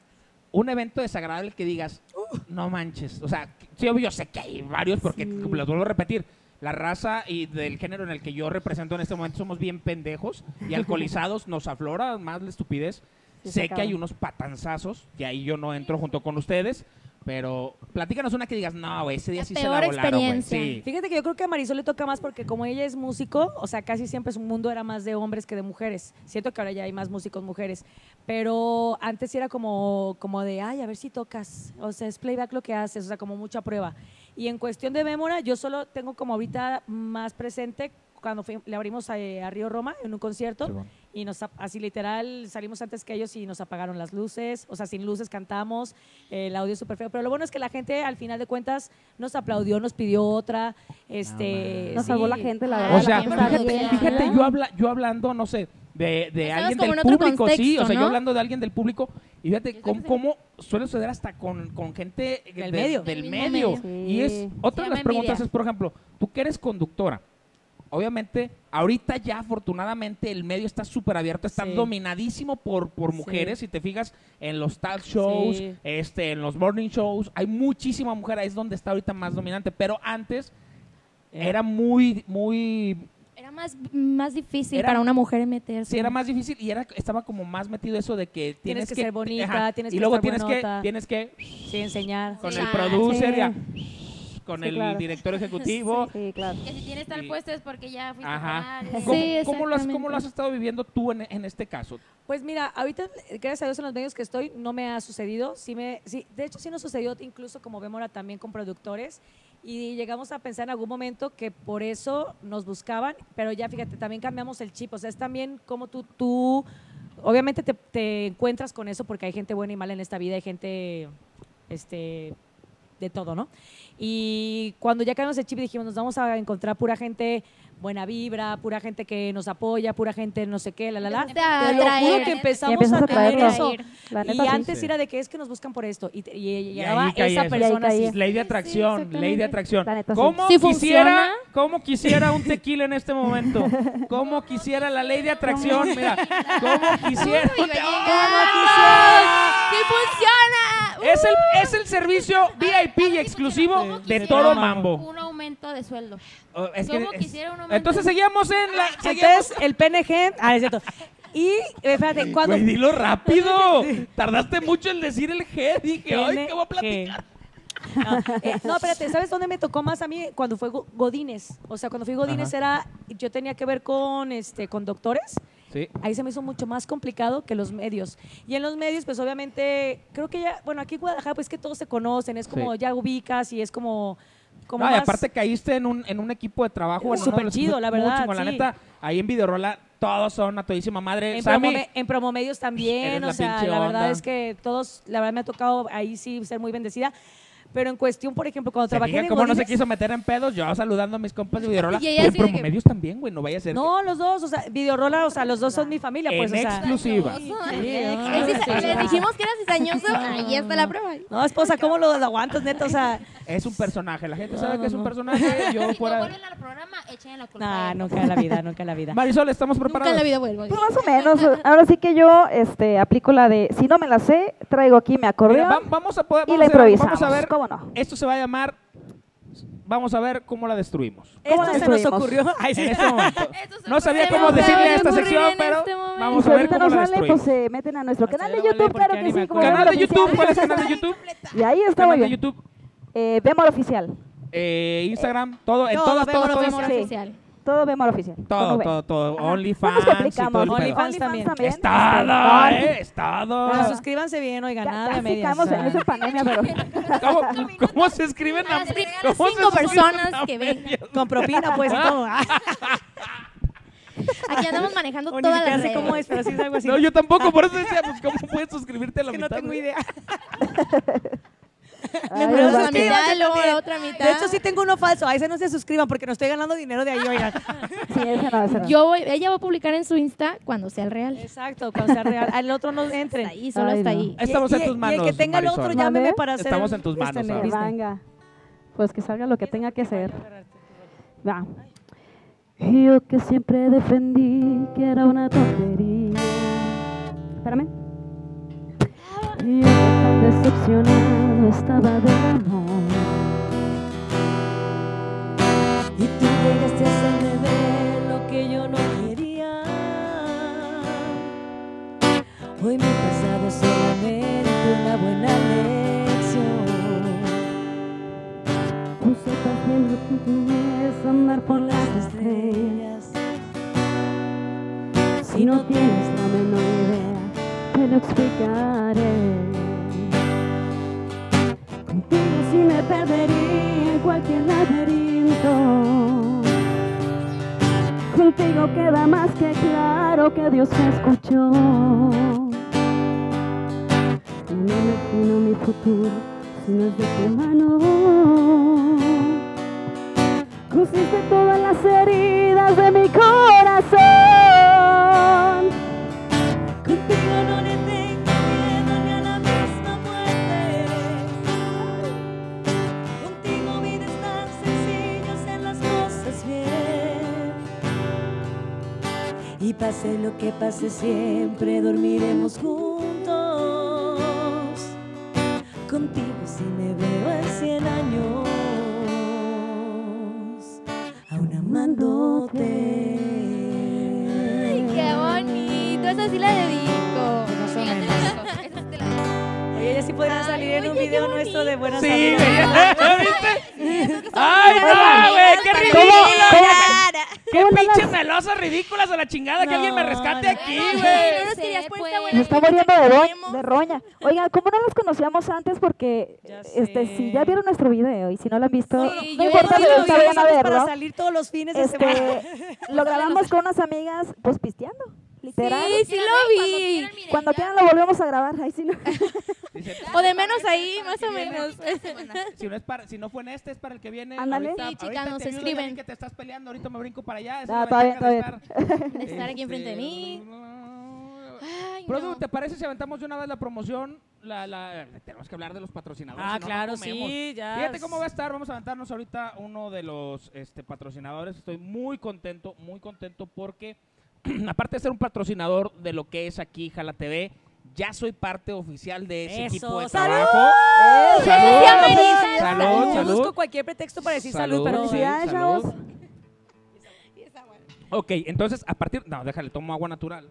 S1: un evento desagradable que digas, no manches, o sea, que- sí, obvio, yo sé que hay varios porque los vuelvo a repetir, la raza y del género en el que yo represento en este momento somos bien pendejos y alcoholizados, nos aflora más la estupidez.
S7: Sí, está
S1: sé que hay
S7: cabrón.
S1: unos patanzazos, que ahí yo no entro junto con ustedes, Pero platícanos una que digas, no, güey, ese día
S2: La
S1: sí se
S2: peor
S1: la volaron, güey.
S2: experiencia.
S1: Sí.
S4: Fíjate que yo creo que a Marisol le toca más porque como ella es músico, o sea, casi siempre su mundo era más de hombres que de mujeres. Siento que ahora ya hay más músicos mujeres, pero antes sí era como, como de, ay, a ver si tocas, o sea, es playback lo que haces, o sea, como mucha prueba. Y en cuestión de Mémora, yo solo tengo como ahorita más presente cuando fui- le abrimos a, a Río Roma en un concierto
S1: Simón.
S4: y nos ap- así literal salimos antes que ellos y nos apagaron las luces, o sea, sin luces cantamos, eh, el audio súper feo, pero lo bueno es que la gente al final de cuentas nos aplaudió, nos pidió otra, este...
S1: mames.
S7: Nos
S4: sí.
S7: salvó la gente, la
S2: Ah,
S7: verdad.
S1: O
S7: la
S1: sea,
S7: gente estaba bien
S2: fíjate,
S7: chida.
S1: Fíjate, yo, habla, yo hablando, no sé, de, de
S2: Estabas
S1: alguien
S2: como
S1: del
S2: en otro
S1: público, sí, o sea,
S2: contexto,
S1: yo
S2: ¿no?
S1: hablando de alguien del público, y fíjate
S2: Yo
S1: cómo,
S2: creo que
S1: cómo suele suceder hasta con, con gente
S4: Del
S1: de-
S4: medio.
S1: del
S2: Del mismo
S1: medio.
S7: medio.
S1: Y es,
S7: Sí.
S1: otra
S2: Se
S1: de las
S2: llama
S1: preguntas
S2: envidia.
S1: es, por ejemplo, tú que eres conductora, obviamente, ahorita ya afortunadamente el medio está súper abierto, está
S4: Sí.
S1: dominadísimo por, por
S4: Sí.
S1: mujeres, si te fijas en los talk shows,
S4: Sí.
S1: este, en los morning shows, hay muchísima mujer, ahí es donde está ahorita más dominante, pero antes
S4: Eh.
S1: era muy, muy
S2: Era más, más difícil
S1: Era-
S2: para una mujer meterse.
S1: Sí, era más difícil y era, estaba como más metido eso de que tienes,
S4: Tienes que ser bonita, tienes
S1: y
S4: que
S1: luego
S4: estar
S1: tienes que
S4: buenota.
S1: tienes que
S4: Sí, enseñar.
S1: con
S2: Sí.
S1: el
S2: Ah,
S1: producer
S7: sí.
S1: ya, con
S7: Sí,
S1: el
S7: claro.
S1: director ejecutivo.
S7: Sí, claro.
S2: Que si tienes
S1: Sí.
S2: tal puesto es porque ya fuiste
S1: Ajá.
S2: mal.
S1: ¿Cómo,
S2: Sí,
S1: cómo lo has, cómo
S2: exactamente.
S1: lo has estado viviendo tú en, en este caso?
S4: Pues mira, ahorita, eh, gracias a Dios, en los medios que estoy, no me ha sucedido. Sí me, sí, de hecho, sí nos sucedió incluso, como vemos ahora, también con productores. Y llegamos a pensar en algún momento que por eso nos buscaban, pero ya fíjate, también cambiamos el chip. O sea, es también como tú, tú obviamente te, te encuentras con eso porque hay gente buena y mala en esta vida, hay gente este, de todo, ¿no? Y cuando ya cambiamos el chip dijimos, nos vamos a encontrar pura gente buena vibra, pura gente que nos apoya, pura gente no sé qué, la, la, la.
S2: Te
S4: Te lo juro
S2: atraer.
S4: que
S7: Y
S4: empezamos
S7: empiezas
S4: a,
S7: a
S4: tener
S7: traerlo.
S4: eso.
S7: La
S4: Y
S7: neta, sí.
S4: antes
S1: Sí.
S4: era de que es que nos buscan por esto. Y, te- y- y
S1: Y
S4: llegaba
S1: ahí caía
S4: esa
S1: eso.
S4: persona.
S7: Y ahí
S4: así,
S7: caía.
S1: Pues, Ley de atracción,
S2: exactamente.
S1: ley de atracción.
S7: La neta, sí.
S1: ¿Cómo,
S2: Sí
S1: quisiera,
S2: funciona.
S1: ¿Cómo quisiera un tequila en este momento? ¿Cómo quisiera la ley de atracción? Mira, ¿cómo quisiera?
S2: Uy, oye, ¡ah! ¡Sí funciona!
S1: Es
S2: Uh.
S1: el, es el servicio
S2: Ah,
S1: VIP y exclusivo
S2: ¿Cómo
S1: de
S2: quisiera
S1: Toro
S2: un-
S1: Mambo.
S2: Un aumento de sueldo.
S1: Oh, es que-
S2: ¿Cómo
S1: es-
S2: quisiera un aumento?
S1: Entonces seguíamos en la. seguíamos-
S4: Entonces, el PNG. Ah, es cierto. Y, eh, fíjate, cuando.
S1: Güey, dilo rápido. Tardaste mucho en decir el G. Dije, ay, ¿qué voy a
S4: PNG.
S1: platicar?
S4: No, eh, no, espérate, ¿sabes dónde me tocó más a mí? Cuando fue Go- Godínez. O sea, cuando fui Godínez era. Yo tenía que ver con, este, con doctores.
S1: Sí.
S4: ahí se me hizo mucho más complicado que los medios. Y en los medios, pues obviamente, creo que ya, bueno, aquí en Guadalajara, pues que todos se conocen, es como
S1: Sí.
S4: ya ubicas y es como. como
S1: No, y
S4: más-
S1: aparte caíste en un, en un equipo de trabajo. bueno,
S4: Súper
S1: no, los-
S4: chido, la
S1: muy
S4: verdad,
S1: chingón. La
S4: sí.
S1: neta, ahí en Videorola todos son a todísima madre.
S4: En,
S1: Eh, Sammy,
S4: promome- en promomedios
S1: Eres
S4: también,
S1: la
S4: o sea,
S1: pinche
S4: la
S1: onda.
S4: verdad es que todos, la verdad me ha tocado ahí sí ser muy bendecida. Pero en cuestión, por ejemplo, cuando
S1: ¿se
S4: trabajé
S1: fijan
S4: en
S1: cómo no se
S4: Godínez-
S1: quiso meter en pedos? Yo saludando a mis compas de Videorola.
S2: Y ella
S1: Pero en
S2: así de que-
S1: promomedios también, güey. No vaya a ser.
S4: No, los dos, o sea, Videorola, o sea, los dos son mi familia,
S1: que-
S4: pues,
S1: en
S4: o sea.
S1: exclusiva.
S2: Es que se- Les dijimos que era cizañoso. Ahí está la prueba.
S4: No, esposa, ¿cómo lo aguantas, neta? O sea,
S1: Es un personaje. La gente sabe que es un personaje. Yo
S2: Si no
S1: fuera.
S2: vuelven al programa, echen la culpa. a
S4: no,
S2: él.
S4: nunca en la vida, nunca en la vida.
S1: Marisol, estamos
S2: Nunca en
S1: preparados.
S2: la vida vuelvo.
S7: Pues más o menos. Ahora sí que yo este, aplico la de, si no me la sé, traigo aquí mi
S1: Mira,
S7: acordeón
S1: va- vamos a poder.
S7: y
S1: Vamos
S7: la
S1: a ver-
S7: improvisamos.
S1: vamos a ver
S7: ¿Cómo no?
S1: Esto se va a llamar. Vamos a ver cómo la destruimos.
S7: ¿Cómo
S4: Esto
S7: la
S4: se nos
S7: destruimos?
S4: ocurrió. Ay, sí.
S1: En este momento.
S2: Esto se
S1: No sabía
S2: me
S1: cómo
S2: acaba de
S1: decirle a esta
S2: ocurrir
S1: sección,
S2: en
S1: pero
S2: este momento.
S1: vamos
S7: Si
S1: a ver
S7: ahorita
S1: cómo
S7: no
S1: la
S7: sale, pues
S1: destruimos.
S7: se meten a nuestro canal de
S4: no vale,
S7: YouTube,
S4: porque
S7: claro
S4: ni
S7: que
S4: me
S7: sí, como
S4: acuerdo.
S7: Vémora
S1: Canal de
S7: Oficial.
S1: YouTube, ¿cuál es el canal de YouTube?
S7: Y ahí está muy
S1: Canal de
S7: bien.
S1: YouTube,
S7: Eh, Vémora Oficial.
S1: eh, Instagram, todo, en
S4: todo,
S1: todas,
S4: vemos,
S1: todas,
S2: Toro
S1: todas.
S2: Mambo
S7: sí.
S2: oficial.
S7: Todo Vémora Oficial.
S1: Todo,
S7: Como ven.
S1: todo, todo.
S7: Ajá.
S1: OnlyFans
S7: No
S1: y
S7: nos
S1: todo
S7: complicamos.
S1: el pedo.
S4: OnlyFans también.
S7: Este,
S1: Es todo, eh, es todo.
S4: Pero suscríbanse bien, oigan,
S7: Ya-
S4: nada de
S7: casi
S4: medias.
S7: caemos
S4: o
S7: en
S4: sea.
S7: eso en pandemia, pero
S1: ¿Cómo, cómo se escriben a
S2: Ah, se regalan
S1: cómo se
S2: cinco
S1: suscriben
S2: personas
S1: a
S2: que vengan.
S1: medias?
S4: Con propina, pues, y todo. Ah,
S2: Aquí andamos manejando
S4: o ni
S2: todas
S4: siquiera
S2: las
S4: sé
S2: redes.
S4: cómo es, pero sí es algo así.
S1: No, yo tampoco, por eso decía, pues, ¿cómo puedes suscribirte a la
S4: que no
S1: mitad?
S4: tengo
S1: güey?
S4: idea.
S7: Ay,
S2: Pero
S7: nos va
S2: la mitad,
S7: a
S4: suscríbanse
S2: luego
S4: también.
S2: la otra mitad.
S4: De hecho, sí tengo uno falso. A ese no se suscriban porque no estoy ganando dinero de ahí, oigan.
S7: Sí, ese no, ese no.
S2: Yo voy, ella va a publicar en su Insta cuando sea el real.
S4: Exacto, cuando sea real. Al otro no entren.
S2: Hasta ahí, solo
S7: Ay,
S2: hasta
S7: no.
S2: ahí.
S1: Estamos
S4: Y-
S1: en
S4: y-
S1: tus
S4: Y
S1: manos.
S4: el que tenga el
S1: Marisol.
S4: otro, llámeme
S7: ¿Mande?
S4: para hacer.
S1: Estamos en tus
S4: este,
S1: manos,
S4: en el
S1: ahora.
S7: Que
S4: business.
S7: venga. Pues que salga lo que tenga que ser. Va. Yo que siempre defendí que era una tontería. Espérame. Yo tan decepcionado estaba del amor.
S4: Y tú llegaste a hacerme ver lo que yo no quería. Hoy me he pasado solamente una buena lección.
S11: quieres andar por las estrellas. Si no tienes la menor idea, te lo explicaré. Contigo sí me perdería en cualquier laberinto. Contigo queda más que claro que Dios me escuchó. No me imagino mi futuro si no es de tu mano. Cosiste todas las heridas de mi corazón. Contigo no le tengo miedo ni a la misma muerte. Contigo vida es tan sencilla, hacer las cosas bien. Y pase lo que pase siempre, dormiremos juntos. Contigo si me veo en cien años, aún amándote.
S6: Ay, qué bonito. Esa sí la dedico.
S4: Más o
S2: Esa te
S4: menos.
S2: la dejo, esa te la dejo.
S11: Oye, ya sí podrían salir en un video nuestro de buenas
S1: Sí,
S11: amigas.
S1: ¿viste? ¡Ay, no, güey! ¡Qué ridícula! ¡Qué pinches melosas ridículas a la chingada! ¡Que alguien me
S11: No,
S1: rescate
S11: no,
S1: aquí,
S2: no, no,
S1: güey!
S2: pues. no nos querías poner esta buena
S7: Se está
S2: dinámica
S7: muriendo
S2: que
S7: de, ro-
S2: tenemos.
S7: de roña. Oigan, ¿cómo no los conocíamos antes? Porque,
S11: Ya
S7: este,
S11: sé.
S7: si ya vieron nuestro video y si no lo han visto,
S2: Sí,
S7: no
S2: yo ya
S7: importa,
S2: vi
S7: pero
S2: el
S7: ahorita
S11: videos
S7: vayan a
S11: antes para
S7: verlo.
S11: salir todos los fines de semana.
S7: Este, lo grabamos con unas amigas, pues pisteando, literal.
S2: Sí, sí lo
S6: Cuando
S2: vi.
S6: quieran,
S7: Cuando quieran lo volvemos a grabar. Ahí sí no.
S2: O de menos ahí, más o
S9: viene
S2: menos.
S1: Si no, es para, si no fue en este, es para el que viene.
S7: Ándale.
S1: Ahorita,
S2: Sí, chicas,
S1: ahorita
S2: nos
S1: te ayudo, ya vi
S2: escriben.
S1: que te estás peleando, ahorita me brinco para allá.
S7: No, todavía,
S2: De estar aquí
S1: este,
S2: enfrente de mí. Ay,
S1: Pero,
S2: no.
S1: ¿te parece si aventamos de una vez la promoción? La, la- tenemos que hablar de los patrocinadores.
S4: Ah,
S1: si no, no
S4: claro,
S1: comemos.
S4: sí, ya.
S1: Fíjate cómo va a estar. Vamos a aventarnos ahorita uno de los este, patrocinadores. Estoy muy contento, muy contento porque, aparte de ser un patrocinador de lo que es aquí Jala TV, ya soy parte oficial de ese
S4: Eso,
S1: equipo de
S4: ¡salud!
S1: trabajo.
S7: ¡Eso!
S1: ¡Salud!
S7: ¡Felicidades!
S1: ¡Salud!
S4: Yo
S1: ¡Salud!
S4: busco cualquier pretexto para decir salud, pero
S1: sí,
S7: Felicidades,
S1: salud.
S7: chavos.
S1: Ok, entonces a partir. No, déjale, tomo agua natural.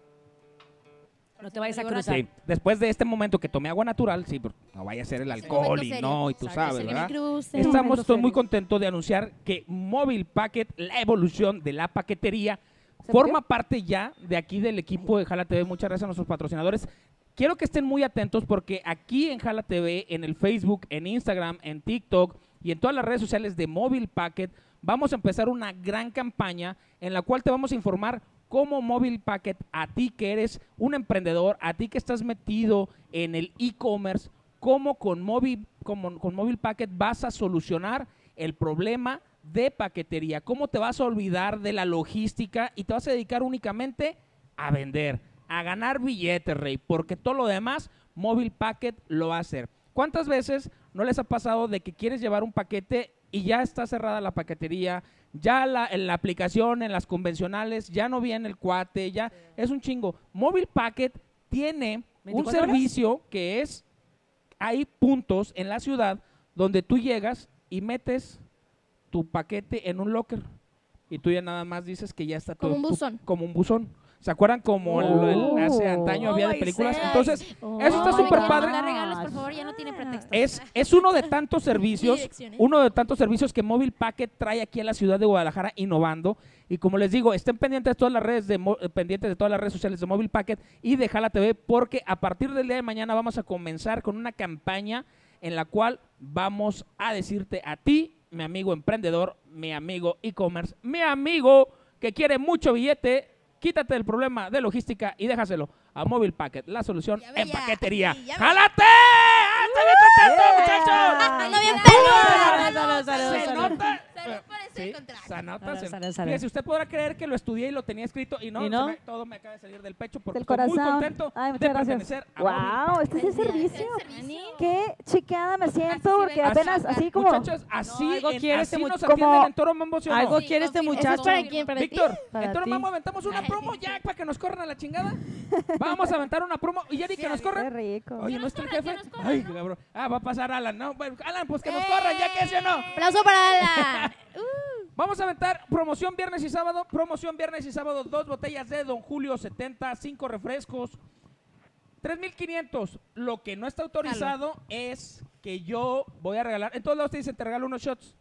S4: no te vayas a
S2: Borracha.
S4: cruzar.
S1: Sí, después de este momento que tomé agua natural, sí, pero no vaya a ser el alcohol y no, y tú sabes, ¿verdad? Estamos,
S7: Momento
S1: estoy muy
S7: serio.
S1: contento de anunciar que Móvil Packet, la evolución de la paquetería,
S7: ¿Se
S1: forma parte ya de aquí del equipo de Jala TV. Muchas gracias a nuestros patrocinadores. Quiero que estén muy atentos porque aquí en Jala TV, en el Facebook, en Instagram, en TikTok y en todas las redes sociales de Móvil Packet, vamos a empezar una gran campaña en la cual te vamos a informar cómo Móvil Packet, a ti que eres un emprendedor, a ti que estás metido en el e-commerce, cómo con Móvil, como con Móvil Packet vas a solucionar el problema de paquetería, cómo te vas a olvidar de la logística y te vas a dedicar únicamente a vender, a ganar billetes, Rey, porque todo lo demás Móvil Packet lo va a hacer. ¿Cuántas veces no les ha pasado de que quieres llevar un paquete y ya está cerrada la paquetería, ya la, en la aplicación, en las convencionales, ya no viene el cuate, ya es un chingo. Móvil Packet tiene un
S4: 24 horas.
S1: servicio que es, hay puntos en la ciudad donde tú llegas y metes tu paquete en un locker y tú ya nada más dices que ya está todo.
S2: Como un
S1: tu-
S2: buzón.
S1: como un buzón. ¿Se acuerdan como el- el- hace antaño
S11: Oh
S1: había de
S11: my
S1: películas?
S11: God.
S1: Entonces, eso está
S2: No,
S1: súper
S2: no,
S1: padre.
S2: no, regalos, por favor, ya no tiene pretexto.
S1: Es, es uno de tantos servicios,
S2: Direcciones.
S1: uno de tantos servicios que Móvil Packet trae aquí en la ciudad de Guadalajara innovando. Y como les digo, estén pendientes de todas las redes de Mo- eh, pendientes de todas las redes sociales de Móvil Packet y de Jala TV, porque a partir del día de mañana vamos a comenzar con una campaña en la cual vamos a decirte a ti, mi amigo emprendedor, mi amigo e-commerce, mi amigo que quiere mucho billete, quítate el problema de logística y déjaselo a Móvil Packet, la solución
S9: Ya
S1: en
S9: veía,
S1: paquetería.
S9: sí, ya veía.
S1: ¡Jálate! ¡Ah, ¡Estoy bien contento, muchachos!
S9: Ando bien perro.
S4: Salud, salud, salud,
S1: Se
S4: salud.
S1: nota.
S2: Salud por ese
S1: Sí,
S2: contrato.
S1: se nota,
S4: Salud,
S1: se-
S4: salud, salud.
S1: Mire, si usted podrá creer que lo estudié y lo tenía escrito y no,
S4: ¿Y no?
S1: se me- todo me acaba de salir del pecho porque
S7: Del
S1: estoy muy
S7: corazón.
S1: contento
S7: Ay, muchas
S1: de
S7: gracias.
S1: pertenecer a Móvil.
S7: ¡Wow! Este es el servicio. Qué chiqueada me siento
S2: sí,
S7: porque
S2: ven.
S7: apenas
S2: Así,
S7: así como.
S1: Muchachos, así,
S4: algo
S1: en-
S4: quiere
S1: así
S4: este
S1: nos
S4: much-
S1: atienden
S7: como-
S1: en Toro Mambo, ¿sí o no?
S4: Algo quiere este
S2: confirmo.
S4: muchacho.
S2: ¿Para quién? ¿Para ti?
S1: Víctor,
S7: Para
S1: en Toro
S7: ti.
S1: Mambo aventamos una promo ya para que nos corran a la chingada. Vamos a aventar una promo y ya ni que nos
S7: ¡Qué
S1: corran.
S7: rico!
S1: Oye,
S2: Que nos
S1: nuestro
S2: corran,
S1: jefe.
S2: que nos corran,
S1: Ay,
S2: ¿no? Eh,
S1: cabrón. Ah, va a pasar Alan, ¿no? Bueno, Alan, pues que nos corran, ya que sí o no.
S2: Aplauso para la.
S1: Vamos a aventar promoción viernes y sábado. Promoción viernes y sábado. Dos botellas de Don Julio 70, cinco refrescos. 3.500. Lo que no está autorizado es que yo voy a regalar. En todos lados te dicen, te regalo unos shots.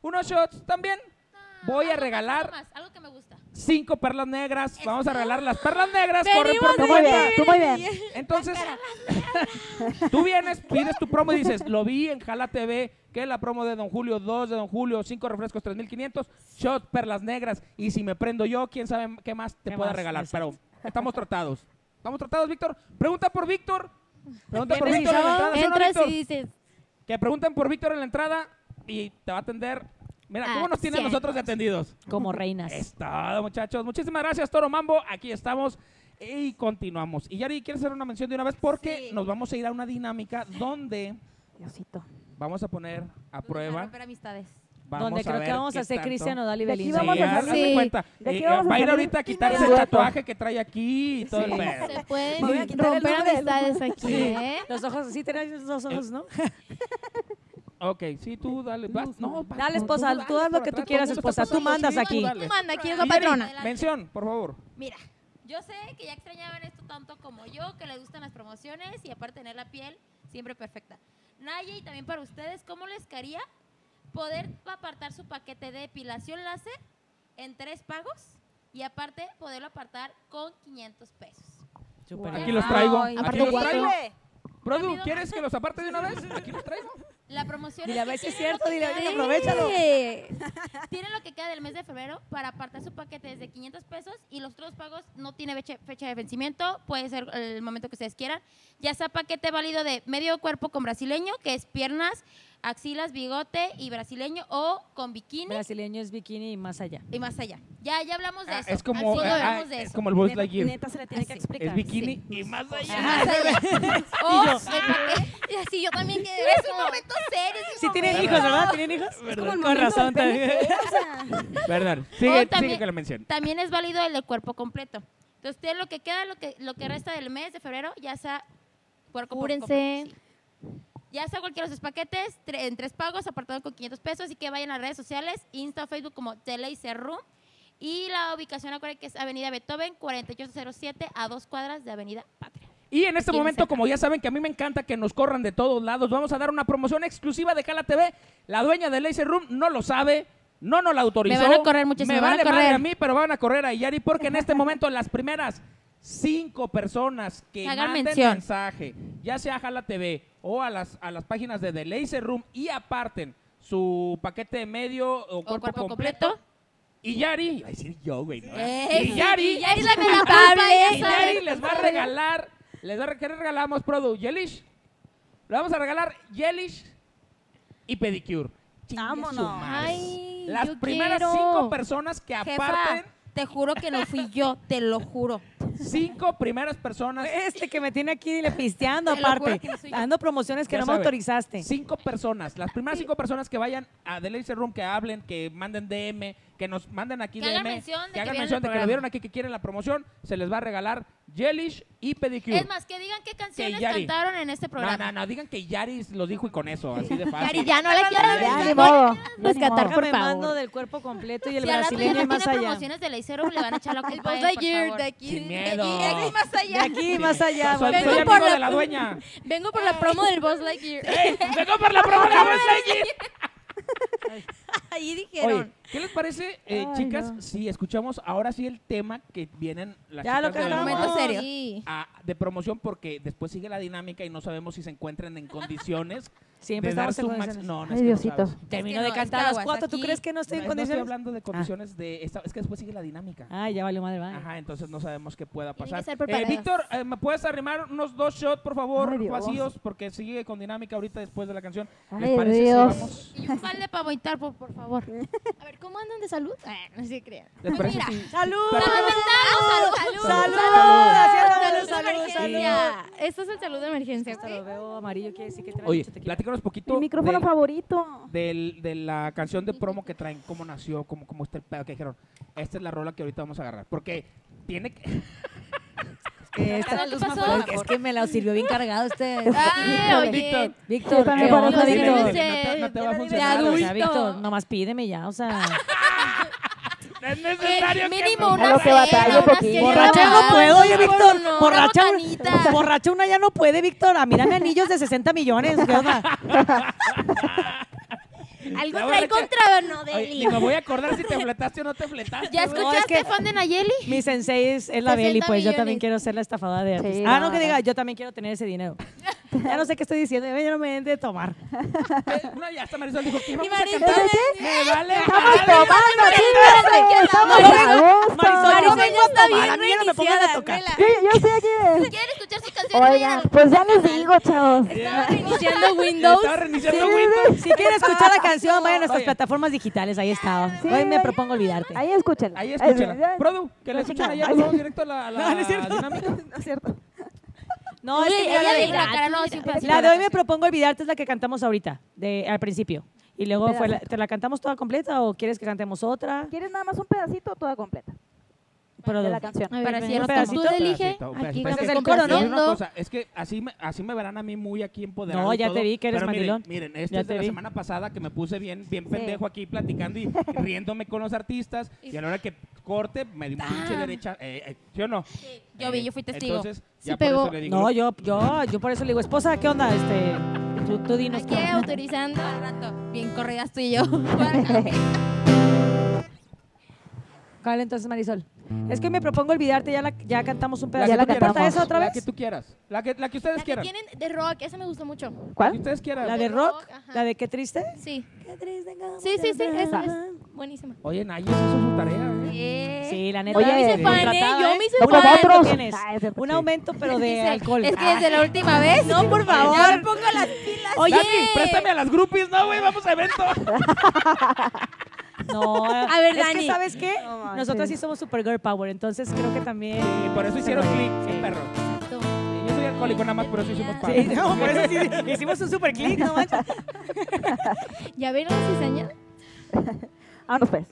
S1: unos shots también.
S8: ah,
S1: Voy a regalar
S2: Más, algo que me gusta.
S1: cinco perlas negras. Vamos a regalar las perlas negras. Corren
S7: Venimos
S1: por
S7: de
S1: tu cuenta.
S7: ver. Tú muy bien.
S1: Entonces, tú vienes, pides tu promo y dices, lo vi en Jala TV, que la promo de Don Julio, dos de Don Julio, cinco refrescos, 3.500, shot, perlas negras. Y si me prendo yo, quién sabe qué más te
S4: ¿Qué
S1: pueda
S4: más?
S1: regalar.
S4: Exacto.
S1: Pero estamos tratados. ¿Estamos tratados, Víctor? Pregunta por Víctor. Pregunta por Víctor en la entrada. ¿sí o no,
S8: Entras
S1: Víctor?
S8: y dices,
S1: Que pregunten por Víctor en la entrada y te va a atender. Mira, ¿cómo
S4: Ah,
S1: nos tienen
S4: cierto.
S1: nosotros de atendidos?
S4: Como reinas.
S1: Es todo, muchachos. Muchísimas gracias, Toro Mambo. Aquí estamos y continuamos. Y Yari, ¿quieres hacer una mención de una vez? Porque nos vamos a ir a una dinámica donde
S7: Diosito.
S1: vamos a poner a prueba.
S9: Romper amistades.
S1: Vamos
S4: Donde
S1: a
S4: creo
S1: ver
S4: que vamos
S1: qué
S4: a hacer
S1: tanto-
S4: Cristian Odal y
S7: De aquí
S4: Belinda.
S7: vamos
S1: Sí,
S7: a
S1: háganme
S7: salir.
S1: cuenta.
S7: De aquí
S1: Eh,
S7: vamos a
S1: va a ir
S7: salir
S1: ahorita a quitarse el
S7: dueto.
S1: tatuaje que trae aquí y todo el pedo.
S8: se pueden
S7: Me voy a quitar el
S8: romper
S7: nombre.
S8: amistades aquí, ¿eh?
S4: Los ojos, sí tenés los ojos, ¿no?
S1: Ok, sí, tú dale. vas. No, vas,
S4: Dale,
S1: no,
S4: esposa, tú haz
S1: por
S4: lo que tú
S1: atrás,
S4: quieras,
S1: todo el mundo está
S4: esposa, tú
S1: pasando
S4: mandas
S1: chido,
S4: aquí.
S1: tú dale.
S8: Tú manda, ¿quién es la
S1: Yari,
S8: patrona?
S2: Adelante.
S1: Mención, por favor.
S2: Mira, yo sé que ya extrañaban esto tanto como yo, que les gustan las promociones y aparte tener la piel siempre perfecta. Naya, y también para ustedes, ¿cómo les caería poder apartar su paquete de depilación láser en tres pagos y aparte poderlo apartar con 500 pesos?
S4: Súper.
S1: Aquí los traigo.
S8: Ay,
S1: Aquí
S8: aparte
S1: los traigo.
S8: guapo.
S1: Produ,
S2: Rápido.
S1: ¿quieres que los aparte de una vez? Aquí los traigo.
S2: La promoción
S4: Dile a
S2: que
S4: ver si es
S2: tienen lo
S4: cierto,
S2: que
S4: dile a
S2: queda
S4: ver si
S2: de-
S4: aprovechalo.
S2: Tienen lo que queda del mes de febrero para apartar su paquete desde 500 pesos y los otros pagos no tiene fecha, fecha de vencimiento, puede ser el momento que ustedes quieran. Ya sea paquete válido de medio cuerpo con brasileño, que es piernas, axilas, bigote y brasileño, o con bikini
S4: Brasileño es bikini y más allá.
S2: y más allá. Ya, ya hablamos de
S1: Ah,
S2: eso.
S1: es
S2: Al
S1: como,
S2: fondo
S1: ah, ah,
S2: hablamos de
S1: es
S2: eso.
S1: como el Buzz
S10: Neta,
S1: Lightyear.
S10: neta se le
S4: Ah,
S10: tiene que explicar.
S1: Es bikini y más allá.
S2: Más allá. O Oh, el paquete-
S8: Y así yo también quedé
S2: Es un
S8: como-
S2: momento serio. es un
S4: Sí tienen
S2: momento-
S4: hijos, ¿verdad? ¿Tienen hijos?
S10: como el
S4: Con
S10: momento del
S4: razón
S10: pene.
S4: también.
S1: Perdón. Sigue, sigue
S2: también-
S1: que la mención.
S2: También es válido el de cuerpo completo. Entonces, tiene lo que queda, lo que, lo que resta del mes de febrero, ya sea cuerpo por
S8: Cúbrense.
S2: completo, sí. Ya sea cualquiera de sus paquetes, tre- en tres pagos, apartado con 500 pesos. Así que vayan a las redes sociales, Insta o Facebook como Teleyser Room. Y la ubicación, acuérdense que es Avenida Beethoven, 4807, a dos cuadras de Avenida Patria.
S1: Y en este
S2: ¿Quién
S1: momento,
S2: será?
S1: como ya saben que a mí me encanta que nos corran de todos lados, vamos a dar una promoción exclusiva de Jala TV. La dueña de Laser Room no lo sabe, no nos la autorizó.
S2: Me van a correr, muchachos,
S1: Me,
S2: me van a
S1: vale madre
S2: correr.
S1: a mí, pero van a correr a Yari porque en este momento las primeras cinco personas que
S2: Que hagan
S1: manden
S2: mención.
S1: mensaje, ya sea a Jala TV o a las, a las páginas de The Laser Room y aparten su paquete de medio o cuerpo,
S2: cuerpo
S1: completo.
S2: completo.
S1: Y Yari, iba a decir yo, güey, no,
S2: Eh,
S1: y Yari,
S2: y Yari la culpable, ya
S1: y
S2: saben.
S1: Yari les va a regalar, les va a, ¿qué le regalamos, Produ? Yelish. Le vamos a regalar Yelish y Pedicure. Chingue su
S10: Vámonos.
S1: madre.
S8: Ay,
S1: Las
S8: yo
S1: primeras
S8: quiero.
S1: cinco personas que aparten,
S2: Jefa, te juro que no fui yo, te lo juro.
S1: cinco primeras personas,
S4: Este que me tiene aquí le pisteando
S2: Te lo juro
S4: aparte,
S2: que no soy yo.
S4: dando promociones que
S1: Ya
S4: no me
S1: sabe.
S4: autorizaste.
S1: cinco personas, las primeras cinco personas que vayan a The Laser Room, que hablen, que manden DM, que nos manden aquí
S2: Que
S1: DM,
S2: hagan mención de que
S1: hagan
S2: vieron
S1: mención de
S2: el
S1: que lo
S2: programa.
S1: vieron aquí, que quieren la promoción, se les va a regalar Yelish y Pedicure.
S2: Es más, que digan qué canciones
S1: Yari.
S2: cantaron en este
S1: No,
S2: programa.
S1: no, no, digan que Yaris los dijo y con eso, así de fácil.
S8: Cari, ya no la
S7: Ya, ni
S8: quiero
S7: modo.
S8: rescatar,
S4: Déjame
S8: por
S4: mando
S8: favor.
S4: del cuerpo completo y el
S2: Si al rato ya
S4: brasileño
S2: no
S4: y más
S2: tiene
S4: allá.
S2: promociones de Leicero, le van a echar la
S8: El
S2: culpa a
S8: Buzz
S2: él, por
S8: Lightyear
S2: favor.
S8: de aquí.
S1: Sin
S8: de-
S1: miedo.
S8: de aquí más
S4: De
S8: allá.
S4: aquí más allá.
S1: Soy,
S4: bueno.
S1: soy amigo
S8: Vengo por
S1: de
S8: la-
S1: la dueña.
S8: Vengo por la promo del Buzz Lightyear.
S1: Vengo por la prueba de Buzz Lightyear.
S8: Ahí dijeron.
S1: Oye, ¿qué les parece, eh,
S7: Ay,
S1: chicas,
S7: no.
S1: si escuchamos ahora sí el tema que vienen las
S4: Ya, lo
S1: chicas
S4: que
S1: de,
S4: estábamos-
S1: la-
S8: No,
S2: momento serio.
S8: sí.
S1: a- de promoción? Porque después sigue la dinámica y no sabemos si se encuentran en condiciones
S4: Siempre
S1: de dar
S4: estamos
S1: su
S4: en
S1: max-
S4: condiciones.
S1: No, no es
S7: Ay,
S1: que no
S7: Diosito.
S1: sabes.
S4: Termino
S9: Es que
S4: de
S9: no,
S4: cantar
S9: es
S4: a las
S9: aguas
S4: cuatro. ¿Tú
S9: aquí.
S4: crees que no estoy
S1: No,
S4: en
S1: no estoy
S4: condiciones?
S1: hablando de condiciones de... esta- es que después sigue la dinámica.
S4: Ah, ya valió madre. bye.
S1: Ajá, entonces no sabemos qué pueda
S8: Tienen que
S1: pasar.
S8: ser
S1: Eh,
S8: preparadas.
S1: Víctor, eh, ¿me puedes arrimar unos dos shots, por favor,
S7: Ay, Dios.
S1: vacíos? Porque sigue con dinámica ahorita después de la canción. ¿Les
S7: Ay,
S1: parece si
S7: Dios.
S1: vamos-
S2: Y un pal de pavo y tarpo, por favor.
S8: A ver, ¿cómo andan de salud? Ah, no se crean.
S1: ¿Les parece
S8: mira,
S1: si-
S4: ¡Salud!
S2: ¡Salud! ¡Salud!
S4: ¡Salud! ¡Salud!
S8: ¡Salud!
S4: ¡Salud! ¡Salud! ¡Salud!
S8: Ya, Esto es el salud de emergencia,
S4: Hasta lo
S8: ¿ok?
S4: veo amarillo, quiere decir que trae
S1: Oye,
S4: mucho tequila.
S1: platícanos poquito
S7: Mi micrófono
S1: del-
S7: favorito.
S1: del- de la canción de promo que traen, cómo nació, cómo, cómo está el pedo que dijeron. Esta es la rola que ahorita vamos a agarrar. Porque tiene que...
S4: Que esta-
S9: Carol, ¿qué pasó?
S4: Porque Es que me la sirvió bien cargado usted.
S8: Ah, oye.
S1: Víctor,
S4: Víctor,
S7: para
S4: ¿qué
S7: mí, para
S4: onda,
S7: mí,
S4: Víctor?
S1: no
S8: Víctor.
S1: te- no te va a
S4: O
S1: funcionar.
S4: sea,
S8: adulto.
S4: Víctor, nomás pídeme ya, o sea.
S1: Es necesario que
S2: Eh, Mínimo
S7: A lo
S2: una
S7: que batalla
S2: cena, una
S7: poquillo.
S2: cena.
S4: Borracha no puedo, oye, Víctor.
S8: ah, no, una
S4: borracha, un-
S8: botanita.
S4: borracha una ya no Ah, puede, Víctor. A mí dame anillos de 60 millones. ¿qué onda?
S8: Algo
S1: La voy a
S8: trae
S1: rechazar.
S8: contra no
S1: Oye, Ni me voy a acordar si te fletaste o no te fletaste.
S2: ¿Ya
S1: güey.
S2: escuchaste fan de Nayeli?
S4: Mi sensei es, es la
S2: 60
S4: Beli, pues yo también
S2: millones.
S4: quiero ser la estafada de artistas.
S7: Sí,
S4: ah,
S7: no,
S4: no, que
S7: no.
S4: diga, yo también quiero tener ese dinero. ya no sé qué estoy diciendo, ya no me den de tomar.
S1: No, ya hasta Marisol dijo que vamos a
S4: Marisol,
S1: cantar.
S4: ¿qué?
S1: Me vale.
S7: Estamos tomando, chicos, estamos a
S4: Marisol,
S7: gusto.
S4: no vengo a tomar, a mí ya no me pongan a tocar.
S7: Yo, yo estoy aquí.
S2: ¿Quieren escuchar su
S7: de-
S2: canción?
S7: Oigan, pues ya les digo, chavos.
S4: Reiniciando Windows.
S1: Estaba reiniciando Windows.
S4: Si quieren escuchar la canción, vayan a nuestras
S1: Oye.
S4: plataformas digitales, ahí está.
S7: Sí,
S4: Hoy me
S7: ahí-
S4: propongo olvidarte.
S7: Ahí escúchenla.
S1: Ahí
S7: Ahí-
S1: escúchala.
S7: ya-
S1: Produ, que la
S7: Lo
S1: escuchan allá.
S7: checamos.
S1: Nos vamos directo a la, a la
S4: No, no es cierto.
S1: dinámica.
S7: No es cierto.
S4: No, es
S2: Oye,
S4: que mira,
S2: ella
S4: la, de,
S2: dijo la cara, no, sí, un pedacito
S4: la de hoy me
S2: canción.
S4: propongo olvidarte es la que cantamos ahorita, de, al principio. Y luego fue la- ¿te la cantamos toda completa o quieres que cantemos otra?
S7: ¿Quieres nada más un pedacito o toda completa
S4: Pero
S7: de la canción?
S8: A ver,
S2: Para
S8: ven,
S2: cierro
S8: un
S4: todo.
S8: pedacito. Tú elige.
S1: Pedacito,
S8: Aquí
S1: pedacito.
S8: vamos
S1: Es
S4: el coro,
S1: Te voy a
S4: ¿no?
S1: decir Una
S8: haciendo.
S1: cosa, es que así me, así me verán a mí muy aquí empoderado.
S4: No,
S1: y
S4: ya
S1: todo,
S4: te vi que eres
S1: pero
S4: mandilón.
S1: Miren, miren esto
S4: Ya
S1: es de
S4: te
S1: la
S4: vi.
S1: semana pasada que me puse bien, bien pendejo aquí platicando y riéndome con los artistas. Y a la hora que corte, me di un pinche derecha. Eh, eh, ¿Sí o no?
S2: Yo vi,
S1: Eh,
S2: yo fui testigo.
S1: Entonces,
S8: Sí
S1: ya por eso
S8: pegó.
S1: le digo.
S4: No, yo, yo, yo por eso le digo, esposa, ¿qué onda? Este, tú, tú dinos.
S8: Aquí
S4: ¿qué onda?
S8: autorizando.
S2: Al rato. Bien corridas tú y yo. Guárdame.
S4: ¿Cuál entonces, Marisol? Es que me propongo olvidarte, ya, la, ya cantamos un
S1: La
S4: pedacito.
S1: que
S7: la
S1: tú
S4: ¿Te importa
S7: cantamos.
S4: esa otra
S1: La que
S4: vez?
S1: tú quieras. La que, la que ustedes
S8: La que
S1: quieran.
S8: tienen de rock, esa me gustó mucho.
S1: La que
S7: ¿Cuál?
S1: ustedes quieran.
S4: ¿La de rock?
S8: rock, ajá.
S4: ¿La de qué triste?
S8: Sí. Sí, sí, sí, esa es buenísima.
S1: Oye, Nayi, eso es su tarea, ¿eh?
S2: Eh,
S4: Sí, la neta.
S7: Oye, Yo me hice
S4: sí.
S7: fan,
S8: ¿eh?
S4: Contratada,
S8: Yo me hice
S4: Un
S7: fan.
S4: aumento
S7: Otros.
S4: tienes.
S7: Ah, es cierto,
S4: Un
S7: sí.
S4: aumento, pero de
S2: dice,
S4: alcohol.
S2: Es que desde la última vez.
S4: No, por favor.
S2: Ya me pongo las pilas.
S4: Oye.
S1: Dani, préstame a las groupies, no, güey, vamos a evento.
S4: No. eh.
S8: A
S4: Es
S8: ver,
S4: que,
S8: Dani.
S4: ¿sabes qué?
S7: No manches.
S4: Nosotros sí somos super girl power, entonces creo que también...
S1: Y por eso hicieron clic, sí, perro.
S8: Exacto.
S1: Sí, Yo soy alcohólico nada más, por eso hicimos
S4: Sí,
S1: padre.
S4: no, por eso sí, hicimos un super click, no manches.
S8: ¿Ya vieron la cizaña?
S7: Vámonos pues.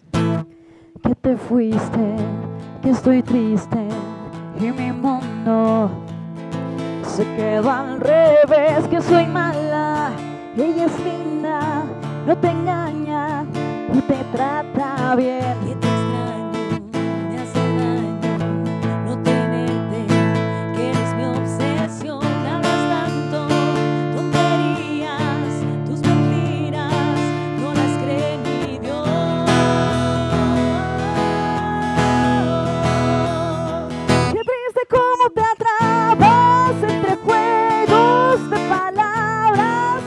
S7: Que te fuiste, que estoy triste y mi mundo se quedó al revés, que soy mala, ella es linda, no te engaña y te trata bien.
S11: Que te extraño, me hace daño no tenerte, que eres mi obsesión. Hablas tanto, tonterías, tus mentiras, no las cree ni Dios.
S7: Qué triste cómo te atrapas entre juegos de palabras.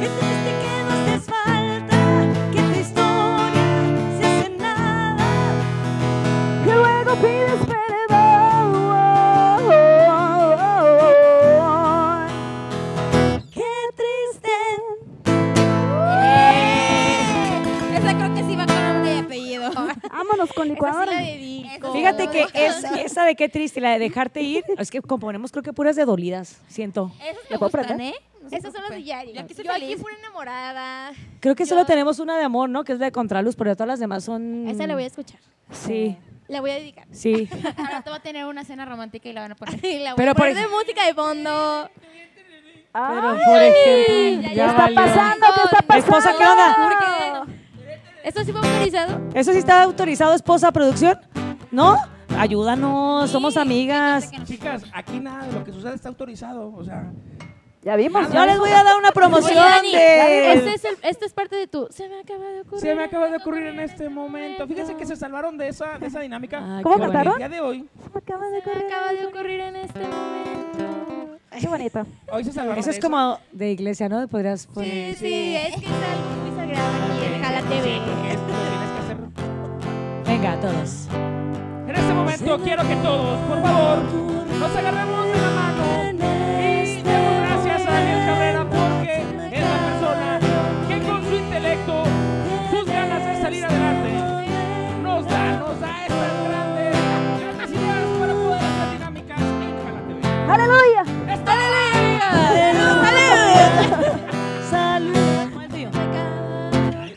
S11: Qué triste que no haces falta, que tu historia se hace nada.
S7: que luego pides perdón.
S11: Qué triste.
S2: Eh, Esa creo que sí va con nombre y apellido.
S7: Vámonos con
S8: Esa sí
S7: licuadora.
S8: la dedico.
S4: Fíjate que es, esa de qué triste, la de dejarte ir, es que componemos creo que puras de dolidas, siento.
S2: Esas me
S7: ¿Le puedo
S2: gustan,
S7: prender?
S2: ¿eh?
S8: Esas son las de Yari.
S2: Yo aquí soy
S8: Yo aquí
S2: feliz.
S8: fui una enamorada.
S4: Creo que
S8: Yo-
S4: solo tenemos una de amor, ¿no? Que es la de Contraluz, pero todas las demás son...
S8: Esa la voy a escuchar.
S4: Sí,
S8: La voy a dedicar.
S4: sí.
S2: Al rato va a tener una cena romántica y la van a poner.
S8: La voy
S4: Pero
S8: a poner
S4: por-
S8: de música de fondo.
S4: Pero, por ejemplo,
S7: ¿Qué
S4: ya
S7: está
S4: valió.
S7: pasando? ¿Qué está pasando?
S4: Esposa, ¿qué onda?
S8: ¿Esto sí fue autorizado?
S4: ¿Eso sí está autorizado, esposa, producción? ¿No? Ayúdanos, somos amigas.
S1: Chicas, aquí nada de lo que sucede está autorizado, o sea.
S7: Ya vimos.
S4: Yo les voy a dar una promoción
S8: Este
S4: de...
S8: es el- esta es parte de tu. Se me acaba de ocurrir.
S1: Se me acaba de ocurrir en este momento. Fíjense que se salvaron de esa, de esa dinámica.
S4: Ah,
S7: ¿Cómo
S4: qué
S1: Porque el
S7: cantaron?
S1: día de hoy,
S7: Acaba de
S8: Se me
S7: correr.
S8: acaba de ocurrir en este momento.
S7: Qué bonito.
S1: hoy se salvaron
S4: Eso
S1: de
S4: es como de iglesia, ¿no? Podrías poner...
S8: Sí, sí, es que es algo muy sagrado aquí en Jala TV.
S1: Esto lo tienes que hacer.
S4: Venga, todos.
S1: En este momento quiero que todos, por favor, nos agarremos de la mano
S8: Este,
S1: y demos gracias a Daniel Cabrera porque es la persona que con su intelecto, sus ganas de salir adelante, nos da, nos da estas grandes, grandes ideas para poder hacer dinámicas en Jala TV.
S7: ¡Aleluya!
S4: Salud.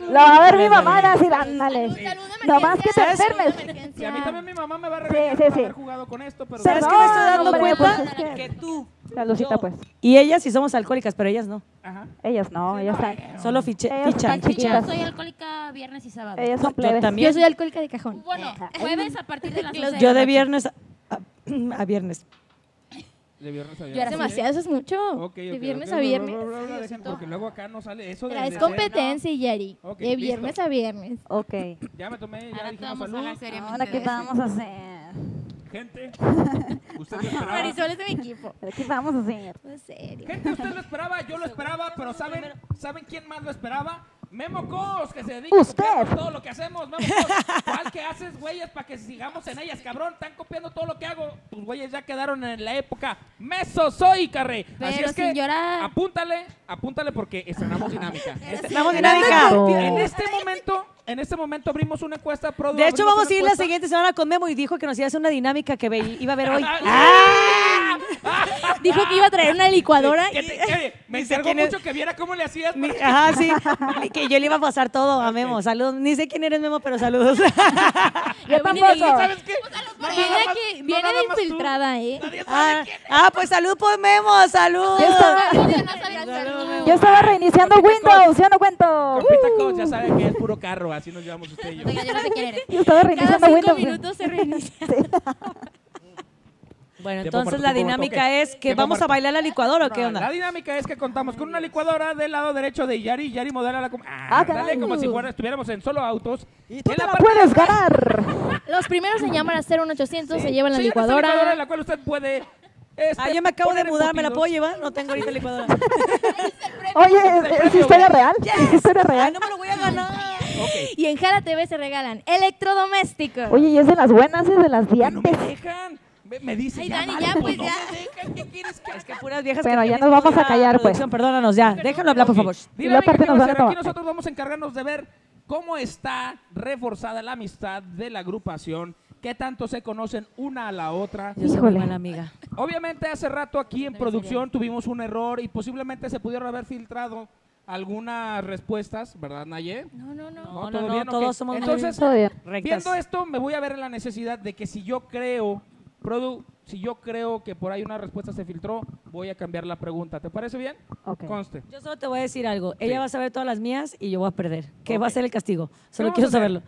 S7: La va a ver mi mamá, Nancy, ándale.
S8: Salud de
S7: Nomás que te
S8: emergencia, salud de
S7: enfermes.
S1: Y a mí también mi mamá me va a
S7: Sí,
S1: regañar
S7: sí,
S1: por
S7: sí.
S1: haber jugado con esto, pero
S4: ¿Sabes
S7: Perdón,
S4: qué me estoy dando
S7: hombre,
S4: cuenta?
S7: pues, es que-
S4: tú.
S7: La lucita,
S4: yo-
S7: pues.
S4: Y ellas sí somos alcohólicas, pero ellas no.
S1: Ajá.
S7: Ellas no, ellas están.
S4: Solo fiche,
S7: Ellas
S4: fichan.
S7: están
S2: Yo
S7: chiquitas.
S2: soy alcohólica viernes y sábado.
S7: Ellas son
S4: Yo
S7: plebes.
S4: también.
S8: Yo soy alcohólica de cajón.
S2: Bueno, jueves a partir de las 11
S4: Yo
S2: la
S4: de
S2: noche.
S4: viernes a, a- a viernes.
S1: De viernes a viernes.
S8: Yo era demasiado, eso es mucho.
S1: Ok,
S8: de
S1: ok,
S8: viernes
S1: ok, bla,
S8: a
S1: bla,
S8: viernes.
S1: bla, bla,
S8: Sí,
S1: bla,
S8: yo
S1: dejen,
S8: siento-
S1: porque luego acá no sale eso de...
S8: Traes
S1: de-
S8: competencia, Jerry.
S1: Ok,
S8: de
S1: listo.
S8: viernes a viernes.
S7: Ok.
S1: Ya me tomé, ya
S8: Ahora
S1: dijimos
S8: vamos a
S1: salud.
S8: hablar seriamente
S7: Ahora, ¿qué
S8: de eso.
S7: vamos a hacer?
S1: Gente, usted lo esperaba.
S8: Marisol es de mi equipo.
S7: ¿Qué vamos a hacer?
S8: En serio.
S1: Gente, usted lo esperaba, yo lo esperaba, pero ¿saben, ¿saben quién más lo esperaba? Memo Cos, que se dedica a copiar todo lo que hacemos. Memo Cos, ¿cuál que haces, güeyes, para que sigamos en ellas, cabrón? Están copiando todo lo que hago. Tus güeyes ya quedaron en la época mesozoica, rey. Así
S2: Pero
S1: es que
S2: sin llorar.
S1: apúntale, apúntale porque estrenamos dinámica. este
S4: Estrenamos dinámica.
S1: En este momento, en este momento abrimos una encuesta. Produ,
S4: De hecho,
S1: abrimos
S4: vamos a
S1: una
S4: ir la
S1: encuesta.
S4: siguiente semana con Memo y dijo que nos iba a hacer una dinámica que ve- iba a ver
S1: Ah,
S4: hoy. Ah.
S8: Dijo que iba a traer una licuadora.
S1: Que te- que me encargó
S4: quién es.
S1: mucho que viera cómo le hacías.
S4: Ni-
S1: porque-
S4: Ajá, sí. Y Que yo le iba a pasar todo a Memo. Saludos. Ni sé quién eres, Memo, pero saludos.
S8: Yo tampoco.
S1: ¿Sabes qué?
S8: Viene, que, viene
S1: nada
S8: de
S1: más tú.
S8: infiltrada, ¿eh?
S4: Ah, ah, pues salud por Memo. Salud.
S7: Yo estaba, yo estaba reiniciando Windows, ya no cuento.
S1: Compita Coach, ya sabe que es puro carro, así nos llevamos usted y yo.
S2: Oiga, yo no sé quién eres.
S7: Yo estaba
S8: Cada
S7: reiniciando
S8: cinco
S7: Windows.
S8: minutos se reinicia.
S4: Bueno,
S1: Tiempo
S4: entonces
S1: muerto,
S4: la
S1: tiempo muerto,
S4: dinámica
S1: ok.
S4: es que
S1: Tiempo
S4: vamos a
S1: muerto.
S4: bailar la licuadora o qué
S1: La
S4: onda.
S1: dinámica es que contamos con una licuadora del lado derecho de Yari. Yari modela la como,
S7: Ah,
S1: ah, dale,
S7: caray.
S1: como si fuera, estuviéramos en solo autos. Y
S7: ¡Tú
S1: en
S7: te la
S1: parte-
S7: puedes ganar!
S8: Los primeros en llamar a 01800 se llevan la
S1: Sí, en esta
S8: licuadora.
S1: en la cual usted puede. este,
S4: Ah, yo me acabo de
S1: poner
S4: mudar, ¿me la
S1: embutidos.
S4: puedo llevar? No tengo ahorita licuadora.
S7: Oye, ¿es, es historia real? ¿Es
S1: Ah,
S7: historia
S4: Ay,
S7: real?
S4: no me lo voy a ganar.
S1: Ok.
S8: Y en Jara TV se regalan electrodomésticos.
S7: Oye, ¿y es de las buenas? ¿Es de las
S1: No me
S7: dientes?
S1: dejan. Me, me dice.
S2: Ay, Dani,
S1: vale,
S2: ya, pues,
S1: no
S2: ya.
S1: me dejan, ¿Qué quieres que
S4: Es que puras viejas
S7: Bueno,
S4: que
S7: ya
S4: tienen
S7: nos vamos a
S4: toda
S7: callar, pues.
S4: producción, Perdónanos ya. Déjalo hablar, por favor.
S7: Y luego
S1: Dinámica
S7: aparte
S1: que va a
S7: nos van a
S1: ser aquí
S7: tomar.
S1: nosotros vamos a encargarnos de ver cómo está reforzada la amistad de la agrupación, qué tanto se conocen una a la otra.
S4: Yo soy muy
S7: Híjole.
S4: mala amiga.
S1: Obviamente hace rato aquí en producción tuvimos un error y posiblemente se pudieron haber filtrado algunas respuestas, ¿verdad, Naye?
S8: No,
S4: No,
S8: no, no.
S1: No,
S4: no,
S1: todo
S4: no,
S1: bien, ok.
S4: todos somos muy
S1: Entonces,
S7: Todo bien.
S4: rectas.
S1: Viendo esto, me voy a ver en la necesidad de que si yo creo, Produ, si yo creo que por ahí una respuesta se filtró, voy a cambiar la pregunta. ¿Te parece bien?
S7: Ok.
S1: Conste.
S4: Yo solo te voy a decir algo. Ella
S1: Sí.
S4: va a saber todas las mías y yo voy a perder. ¿Qué va a
S1: Ok.
S4: ser el castigo? Solo
S1: vamos
S4: quiero
S1: a hacer?
S4: saberlo.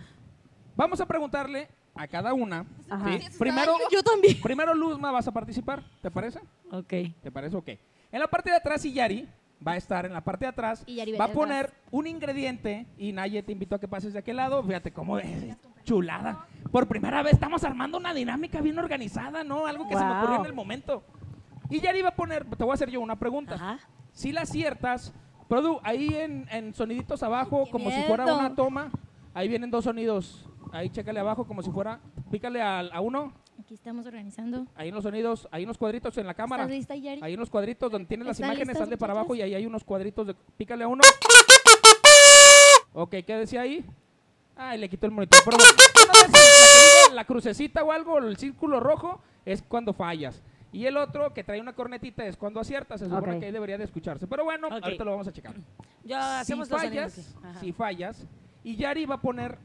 S1: Vamos a preguntarle a cada una.
S7: Ajá.
S1: ¿sí? Primero,
S8: Yo también.
S1: primero Luzma vas a participar, ¿te parece?
S4: Ok.
S1: ¿Te parece? Ok. En la parte de atrás, Yari va a estar en la parte de atrás.
S8: Y Yari,
S1: va a
S8: vete
S1: poner un ingrediente y Naye te invito a que pases de aquel lado. Fíjate cómo es. Chulada. Por primera vez estamos armando una dinámica bien organizada, ¿no? Algo que se me
S7: Wow.
S1: ocurrió en el momento. Y Yari va a poner, te voy a hacer yo una pregunta.
S4: Ajá.
S1: Si la aciertas, Produ, ahí en, en soniditos abajo, como si fuera
S8: miedo.
S1: una toma, ahí vienen dos sonidos. Ahí chécale abajo, como si fuera, pícale al- a, uno,
S8: Aquí estamos organizando.
S1: ahí en los sonidos, ahí en los cuadritos en la cámara.
S8: ¿Estás lista, Yari?
S1: Ahí en los cuadritos donde tienes las
S8: ¿Están
S1: imágenes,
S8: listas,
S1: hazle para
S8: muchachas?
S1: abajo y ahí hay unos cuadritos de. Pícale a uno. Ok, ¿qué decía ahí? Ay, le quitó el monitor. Pero bueno, una vez que te diga la crucecita o algo, el círculo rojo, es cuando fallas. Y el otro que trae una cornetita es cuando aciertas. Se supone
S7: Ok.
S1: que ahí debería de escucharse. Pero bueno,
S4: Ok.
S1: ahorita lo vamos a checar.
S7: Ah,
S4: Ya
S1: Si
S4: hacemos los
S1: fallas,
S4: sonidos, ok. Ajá.
S1: si fallas, y Yari va a poner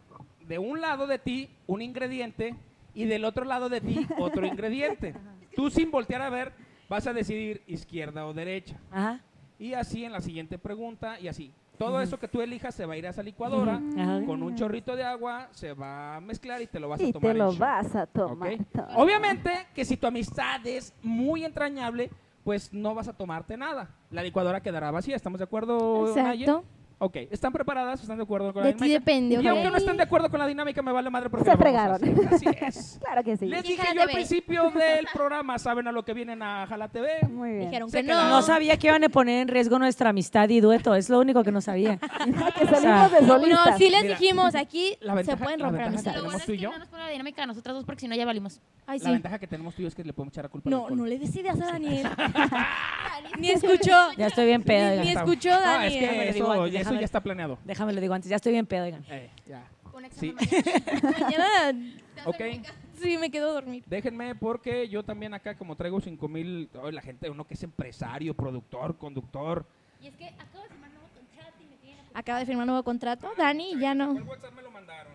S1: de un lado de ti un ingrediente y del otro lado de ti otro ingrediente. Tú sin voltear a ver vas a decidir izquierda o derecha.
S4: Ajá.
S1: Y así en la siguiente pregunta y así. Todo eso que tú elijas se va a ir a esa licuadora
S4: Ujú. Ajá.
S1: con un chorrito de agua, se va a mezclar y te lo vas a
S7: Ah. Y
S1: tomar.
S7: te
S1: en
S7: lo
S1: shot.
S7: vas a tomar.
S1: ¿ok?
S7: todo.
S1: Obviamente que si tu amistad es muy entrañable, pues no vas a tomarte nada. La licuadora quedará vacía, ¿estamos de acuerdo? Naye?
S8: Exacto.
S1: Ok, ¿están preparadas? ¿Están de acuerdo con la
S8: De ti
S1: dinámica?
S8: depende,
S1: Y aunque
S8: ojalá.
S1: no estén de acuerdo con la dinámica, me vale madre porque
S7: Se
S1: lo vamos a
S7: fregaron.
S1: hacer. Así es.
S7: Claro que sí.
S1: Les
S2: Y
S1: dije
S2: Jala
S1: yo al
S2: TV.
S1: principio del programa, saben a lo que vienen a Jala TV.
S7: Muy bien.
S2: Dijeron
S1: Se
S2: que
S1: quedaron.
S2: no.
S4: No sabía que iban a poner en riesgo nuestra amistad y dueto. Es lo único que no sabía.
S7: Que salimos de solistas.
S8: No, sí les
S1: Mira,
S8: dijimos, aquí
S1: la ventaja-
S8: se pueden
S1: la
S8: romper
S1: ventaja
S8: amistades.
S2: Lo
S1: ¿Tenemos
S2: bueno es
S1: tú y
S2: que
S1: yo?
S2: no nos pone la dinámica a nosotras dos porque si no ya valimos.
S8: Ay,
S1: La
S8: sí.
S1: ventaja que tenemos tú y yo es que le podemos echar la culpa al
S8: No,
S1: alcohol.
S8: no le decidas a Daniel. Ni escuchó.
S4: Ya estoy bien pedo.
S8: Ni
S4: oigan.
S1: Está-
S8: escuchó,
S1: No,
S8: Dani,
S1: es
S8: eh.
S1: que
S4: Déjame
S1: eso,
S4: digo antes,
S1: eso
S4: déjame-
S1: ya está planeado.
S4: Déjame lo digo antes. Ya estoy bien pedo, oigan.
S1: Eh, ya.
S2: Un
S1: Sí.
S2: examen mañana.
S8: Mañana
S1: Ok,
S8: sí me quedo a dormir.
S1: déjenme porque yo también acá como traigo 5 mil, ay, la gente, uno que es empresario, productor, conductor.
S2: Y es que acabo de firmar nuevo contrato y me tienen la
S8: Acaba de firmar nuevo contrato, Dani, ya no.
S1: ¿Cuál WhatsApp me lo mandaron?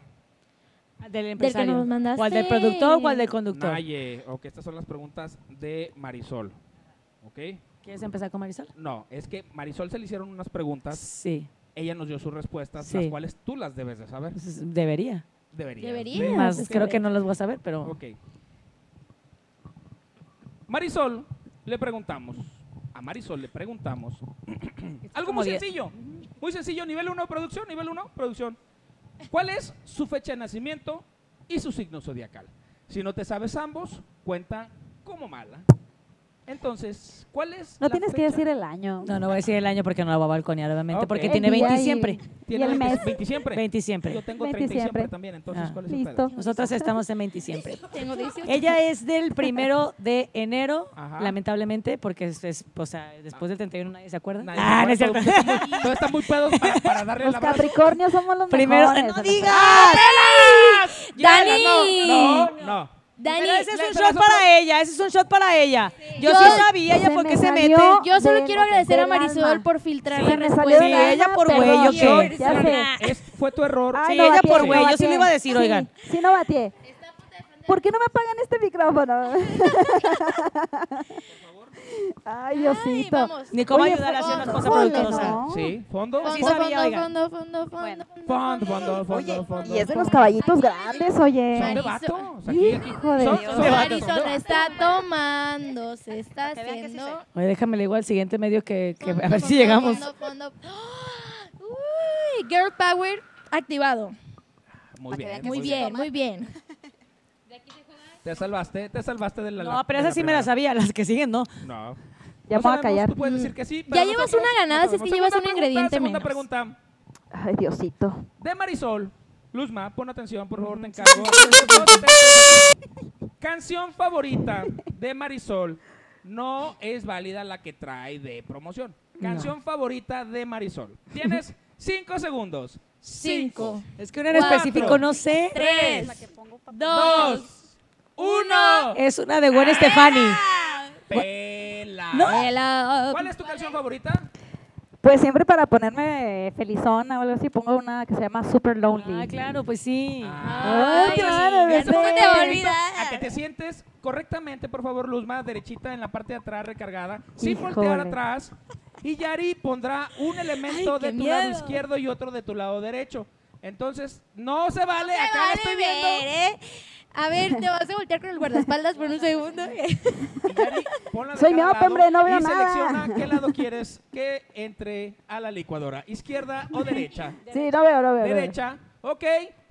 S4: Del
S8: que
S4: empresario.
S8: nos mandaste.
S4: ¿Cuál del productor o al del conductor?
S1: Naye, ok, estas son las preguntas de Marisol. ¿Ok?
S4: ¿Quieres empezar con Marisol?
S1: No, es que Marisol se le hicieron unas preguntas,
S4: Sí.
S1: ella nos dio sus respuestas,
S4: Sí.
S1: las cuales tú las debes de saber.
S4: Pues, Debería.
S1: Debería.
S8: Debería.
S1: De-
S4: Más
S8: pues,
S4: creo
S8: sí.
S4: que no las voy a saber, pero.
S1: Ok. Marisol le preguntamos, a Marisol le preguntamos, algo
S4: como
S1: muy
S4: die-
S1: sencillo, muy sencillo, nivel 1 producción, nivel 1 producción. ¿Cuál es su fecha de nacimiento y su signo zodiacal? Si no te sabes ambos, cuenta como mala. Entonces, ¿cuál es
S7: No
S1: la
S7: tienes que
S1: fecha?
S7: decir el año.
S4: No, no voy a decir el año porque no la voy a balconear, obviamente,
S1: Ok.
S4: porque
S1: El
S4: tiene
S7: día
S4: 20
S7: y-
S4: siempre.
S7: y el mes.
S1: 20 siempre.
S4: 20 siempre.
S1: Yo tengo
S7: 20
S1: 30 siempre.
S7: siempre.
S1: también, entonces,
S4: Ah.
S1: ¿cuál es el
S7: Listo.
S1: pedo?
S4: Nosotras estamos en 20 siempre.
S8: Tengo 18.
S4: Ella es del primero de enero,
S1: Ajá.
S4: lamentablemente, porque es, es- o sea, después del 31 nadie se acuerda.
S1: Nadie
S4: ah, no es
S1: se
S4: cierto.
S1: acuerda. Todos están muy pedos para, para darle
S7: Los
S1: la abrazo.
S7: Capricornios somos los
S4: Primero,
S7: mejores.
S4: no
S7: Alejandra.
S4: digas. ¡Ah,
S2: ¡Dani!
S1: No, no.
S2: ¡Dani!
S4: Pero ese es
S2: la-
S4: un shot para ella, ese es un shot para ella. Yo,
S8: Yo-
S4: sí sabía ella
S7: Se
S4: por
S7: me
S4: qué se
S7: salió
S4: mete.
S8: Yo solo
S7: del-
S8: quiero agradecer a
S7: del
S8: Marisol
S7: alma.
S8: por filtrar
S7: Se
S8: la
S7: me salió
S8: respuesta.
S7: del
S4: Sí, ella
S7: alma,
S4: por
S7: perdón.
S4: güey, yo qué.
S7: Ya sé.
S1: Es, fue tu error.
S7: Ay,
S4: Sí, ella
S7: batié,
S4: por güey, yo sí
S7: batié.
S4: lo iba a decir,
S7: Sí,
S4: oigan.
S7: Sí, no batié. ¿Por qué no me apagan este micrófono? Ay,
S8: Ay,
S7: Diosito.
S8: vamos.
S4: Nico va a
S7: Oye,
S4: ayudar a hacer
S8: fue-
S4: una cosa
S7: Oye,
S4: provechosa.
S7: no.
S1: Sí, fondo.
S4: Sí
S8: Fondo,
S4: sabía,
S8: fondo,
S4: oiga.
S8: fondo, fondo, fondo,
S1: Fondo, fondo, fondo, fondo.
S7: Y es de los caballitos grandes,
S1: Son
S7: oye.
S1: de
S8: Marisol.
S1: vatos. Aquí, aquí.
S7: Hijo de
S1: Son,
S7: Dios.
S1: son de vatos, son de
S8: Marisol
S1: vatos.
S8: está tomando, se está
S9: Para que vean que sí
S8: haciendo.
S4: Oye, déjame le digo al siguiente medio que, que- a
S8: Fondo,
S4: ver si
S8: fondo,
S4: llegamos.
S8: fondo, fondo. ¡Ah! Uy, Girl Power activado.
S1: Muy bien,
S8: Muy bien, muy bien.
S1: Te salvaste, te salvaste de la
S4: No, pero esas sí me las
S1: la
S4: sabía, las que siguen no.
S1: primera. No. No
S7: Ya me voy a
S1: sabemos,
S7: callar.
S1: Tú puedes decir que sí,
S8: Ya llevas
S1: nosotros
S8: una ganada,
S1: no
S8: si es que
S1: sabemos.
S8: llevas un
S1: Segunda
S8: ingrediente
S1: pregunta, Segunda
S8: menos.
S1: pregunta.
S7: Ay, Diosito.
S1: De Marisol, Luzma, pon atención, por favor, te encargo. Atención, por favor, te encargo. Canción favorita de Marisol no es válida la que trae de promoción. Canción favorita de Marisol. Tienes cinco segundos.
S8: Cinco,
S4: Es que uno en específico no sé.
S8: tres, dos,
S1: Dos, uno.
S4: Es una de Gwen Stefani.
S1: Pela.
S8: Ela,
S1: ¿Cuál es tu canción favorita?
S7: Pues siempre para ponerme felizona o algo así, pongo una que se llama Super Lonely.
S4: Ah, claro, pues sí.
S7: Ay, claro,
S8: ya no
S7: bebé.
S8: se te va a olvidar.
S1: A que te sientes correctamente, por favor, Luzma, derechita en la parte de atrás recargada, sin
S7: Híjole.
S1: voltear atrás. Y Yari pondrá un elemento
S8: Ay, qué
S1: de tu lado
S8: miedo.
S1: izquierdo y otro de tu lado derecho. Entonces, no se vale,
S8: Se
S1: acá la
S8: vale
S1: estoy viendo.
S8: ver, ¿eh? A ver, te vas a voltear con el guardaespaldas por un segundo.
S1: Y Yari, ponla de
S7: Soy
S1: cada
S7: miope,
S1: lado
S7: hombre, no veo
S1: y
S7: nada.
S1: selecciona qué lado quieres que entre a la licuadora, izquierda o derecha.
S7: Sí, no veo, no veo. no veo.
S1: Derecha, ok.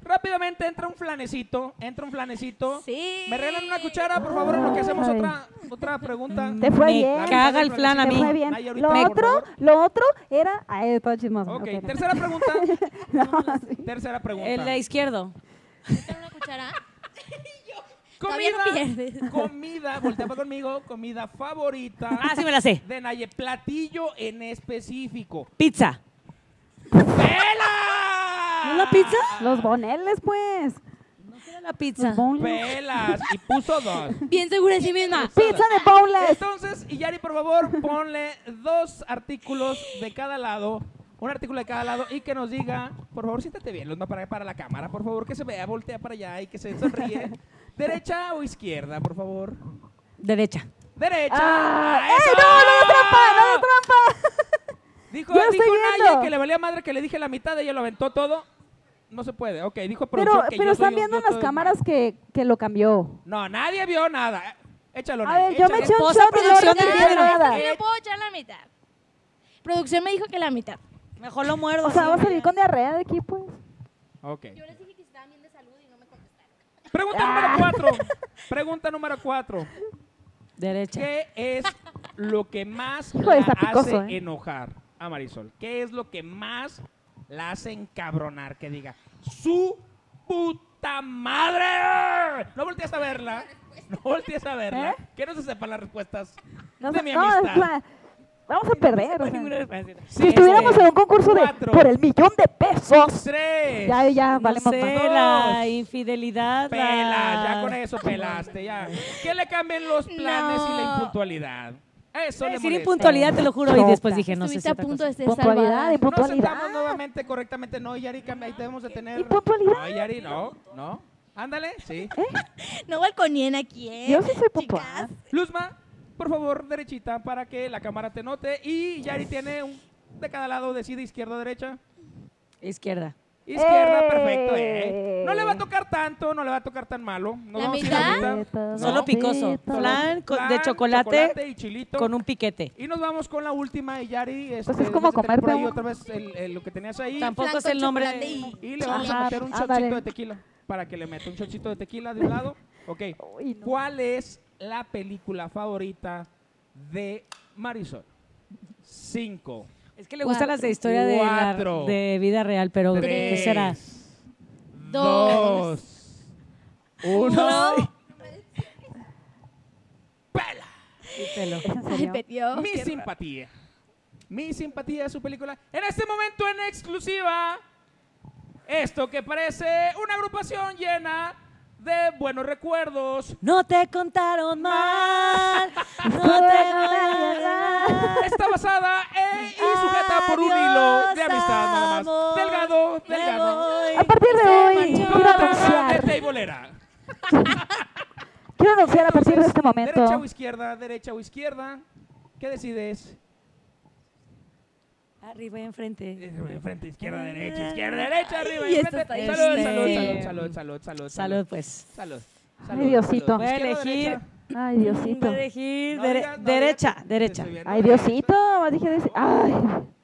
S1: Rápidamente entra un flanecito, entra un flanecito.
S8: Sí.
S1: ¿Me regalan una cuchara, por favor, en lo que hacemos
S7: Ay.
S1: otra, otra pregunta?
S7: Te fue
S4: Me
S7: bien.
S4: caga el flan a
S7: Te
S4: mí.
S7: fue bien.
S1: Naya, ahorita,
S7: Lo
S1: por
S7: otro,
S1: favor.
S7: lo otro era. Ay, todo chismoso.
S1: Ok,
S7: Ok, no.
S1: tercera pregunta. Tercera
S4: El de
S1: pregunta.
S4: izquierdo.
S8: una cuchara? Todavía no
S1: Comida,
S8: pierdes.
S1: comida, voltea para conmigo, comida favorita
S4: Ah, sí me la sé.
S1: de Naye, platillo en específico.
S4: Pizza.
S1: ¡Pelas!
S4: ¿No la pizza?
S7: Los boneles, pues.
S4: Era La pizza.
S7: Boneless.
S1: ¡Pelas! Y puso dos.
S8: Bien segura de sí misma.
S1: Pues,
S7: Pizza de boneless.
S1: Entonces, Yari, por favor, ponle dos artículos de cada lado. Un artículo de cada lado y que nos diga, por favor, siéntate bien, Luzma, para, para la cámara, por favor, que se vea, voltea para allá y que se sonríe. ¿Derecha o izquierda, por favor?
S4: Derecha.
S1: ¡Derecha!
S7: Ah,
S1: ¡Eso!
S7: ¡Ey, no, no hagas trampa! ¡No hagas trampa!
S1: Dijo,
S7: Yo lo
S1: dijo
S7: estoy
S1: Naya
S7: viendo.
S1: que le valía madre que le dije la mitad, ella lo aventó todo. No se puede, ok, dijo
S7: Pero,
S1: producción que
S7: pero
S1: yo soy
S7: están
S1: un-
S7: viendo
S1: yo
S7: en las
S1: soy-
S7: cámaras que, que lo cambió.
S1: No, nadie vio nada. Échalo,
S7: A
S1: Naya,
S7: ver, yo me
S1: échale.
S7: eché un
S4: Esposa,
S7: shot y yo
S4: producción
S7: no
S4: de
S7: entendí
S4: piedra.
S7: nada.
S8: Yo no puedo echar la mitad. Producción me dijo que la mitad.
S4: Mejor lo muerdo.
S7: O sea,
S4: así.
S7: va a salir con diarrea de aquí, pues.
S1: Ok.
S8: les dije que estaban bien de salud y no me contestaron.
S1: Pregunta
S7: Ah.
S1: número cuatro. Pregunta número cuatro.
S4: Derecha.
S1: ¿Qué es lo que más la
S7: Híjole, está picoso,
S1: hace
S7: ¿eh?
S1: enojar a Marisol? ¿Qué es lo que más la hace encabronar? Que diga, ¡su puta madre! No voltees a verla. No voltees a verla.
S7: ¿Eh?
S1: Que no se sepan las respuestas
S7: No,
S1: de
S7: sé-
S1: mi
S7: no, es
S1: amistad.
S7: la- vamos a perder. o sea.
S1: Sí,
S7: Si estuviéramos
S1: este,
S7: en un concurso de
S1: cuatro.
S7: por el millón de pesos.
S1: Tres.
S7: Ya,
S8: Ah,
S7: ya,
S4: No
S7: vale,
S4: sé,
S7: mamá.
S4: la infidelidad. la-
S1: Pelas, ya con eso pelaste, ya. Que le cambien los planes y la
S8: No.
S1: impuntualidad. Eso
S4: Iba a
S1: le molesta.
S4: Decir impuntualidad, te lo juro. Y
S7: Choca.
S4: después dije, no sé si
S8: Estuviste a
S4: otra
S8: punto
S4: cosa.
S8: de ser
S7: Puntualidad
S8: salvada.
S7: y
S1: No sentamos
S7: puntualidad.
S1: nuevamente correctamente. No, Yari, cambia. Ahí debemos de tener...
S7: ¿Y puntualidad?
S1: No, Yari, no. No. Ándale, sí.
S7: ¿Eh?
S8: No balconien aquí, ¿eh?
S7: Yo sí soy
S8: Chicas,
S7: puntual.
S1: Luzma, por favor, derechita para que la cámara te note. Y Yari tiene un... De cada lado, decide izquierda o derecha.
S4: Izquierda.
S1: Izquierda,
S7: ¡Eh!
S1: perfecto, ¿eh? No le va a tocar tanto, no le va a tocar tan malo. No
S2: ¿La
S1: vamos a ir
S2: mitad?
S1: ahorita.
S4: Solo
S1: No.
S4: picoso. Flan con- de chocolate
S1: y chilito.
S4: con un piquete.
S1: Y nos vamos con la última, y Yari. Este,
S7: Pues es como
S1: debes de tener por
S7: comerte
S1: ahí
S7: un-
S1: otra vez el- el- lo que tenías ahí.
S4: Tampoco es el nombre.
S1: Y, le vamos a
S7: Ajá,
S1: meter un
S7: ah,
S1: shotcito
S7: vale.
S1: de tequila. Para que le meta un shotcito de tequila de un lado. Ok. ¿Cuál es la película favorita de Marisol? Cinco.
S4: Es que le gustan las de historia de, la-
S1: Cuatro.
S4: de vida real, pero ¿qué
S1: Tres.
S4: será?
S1: Dos. Uno. ¡Pela!
S4: Pelo.
S8: Ay, petió.
S1: Mi simpatía. Mi simpatía es su película. En este momento en exclusiva. Esto que parece una agrupación llena de buenos recuerdos.
S4: No te contaron mal. No te contaron mal.
S1: Está basada en- y sujeta por un hilo de amistad nada más.
S4: amor,
S1: Delgado,
S4: me
S1: delgado.
S4: voy.
S7: A partir de hoy,
S4: marchó.
S7: quiero
S1: Barra
S7: anunciar,
S1: de teibolera.
S7: quiero anunciar a partir de este
S1: Derecha o
S7: momento.
S1: izquierda, derecha o izquierda. ¿Qué decides?
S4: Arriba y enfrente.
S1: Enfrente, Eh, izquierda, derecha, izquierda, derecha, arriba.
S8: Y
S1: enfrente.
S8: esto está
S1: Salud, salud,
S4: difícil.
S1: salud, salud, salud, salud,
S4: Salud, pues.
S1: Salud.
S7: Ay, Diosito.
S4: Voy a
S1: Izquierda,
S4: elegir-
S1: derecha.
S7: Ay, Diosito.
S4: Voy a elegir
S1: No
S4: dere-
S1: digas, no
S4: derecha,
S1: digas.
S4: derecha.
S1: Estoy viendo
S7: Ay,
S1: derecha.
S7: Diosito, más dije Dios- Ay,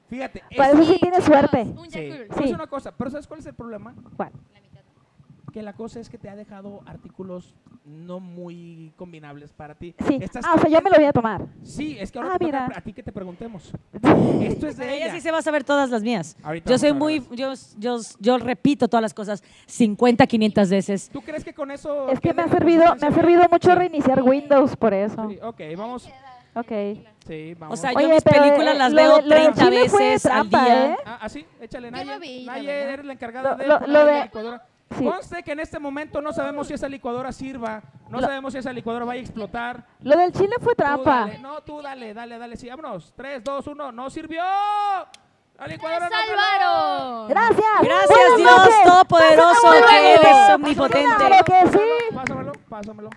S1: Fíjate,
S7: para
S1: es-
S7: eso sí tienes suerte.
S2: Un
S1: sí.
S2: Jack
S1: Es
S7: Sí.
S1: una cosa, pero ¿sabes cuál es el problema?
S7: ¿Cuál?
S1: Que la cosa es que te ha dejado artículos no muy combinables para ti.
S7: Sí.
S1: Estas-
S7: Ah, o sea, yo me lo voy a tomar.
S1: Sí, es que ahora
S7: Ah,
S1: te toca
S7: mira.
S1: a ti que te preguntemos. Esto es de
S4: Ella
S1: ella.
S4: sí se va a saber todas las mías.
S1: Ahorita
S4: Yo
S1: vamos
S4: soy
S1: a ver.
S4: muy, yo, yo, yo repito todas las cosas 50, 500 veces.
S1: ¿Tú crees que con eso...
S7: Es que
S1: queda
S7: me ha
S1: la
S7: servido, me
S1: consistencia
S7: ha
S1: bien?
S7: servido mucho
S1: Sí.
S7: reiniciar Windows por eso.
S1: Sí, ok, vamos.
S7: Ok.
S1: Sí, vamos.
S4: O sea,
S7: Oye,
S4: yo mis
S7: pero,
S4: películas
S7: eh,
S4: las
S7: lo
S4: veo
S7: de- lo de
S4: 30
S7: Chile fue
S4: veces al
S7: trampa,
S4: día.
S7: ¿eh?
S1: Ah, así, échale,
S2: Yo
S1: Naye.
S2: lo vi, la
S1: Naye,
S2: verdad.
S1: eres la encargada
S7: Lo-
S1: de
S7: lo-
S1: poner
S7: lo
S1: ahí la
S7: de-
S1: licuadora.
S7: sí.
S1: Conste que en este momento no sabemos si esa licuadora sirva, no
S7: Lo-
S1: sabemos si esa licuadora va a explotar.
S7: Lo del chile fue
S1: Tú
S7: trampa.
S1: dale, no, tú dale, dale, dale, sí, vámonos. 3, 2, 1, no sirvió. La licuadora no
S2: Álvaro!
S7: Gracias.
S4: Gracias
S7: Buenas
S4: Dios
S7: noches.
S4: Todopoderoso
S7: Pásenla muy
S4: que
S7: bien.
S4: eres omnipotente.
S7: Claro que sí.
S1: Pásamelo, pásamelo.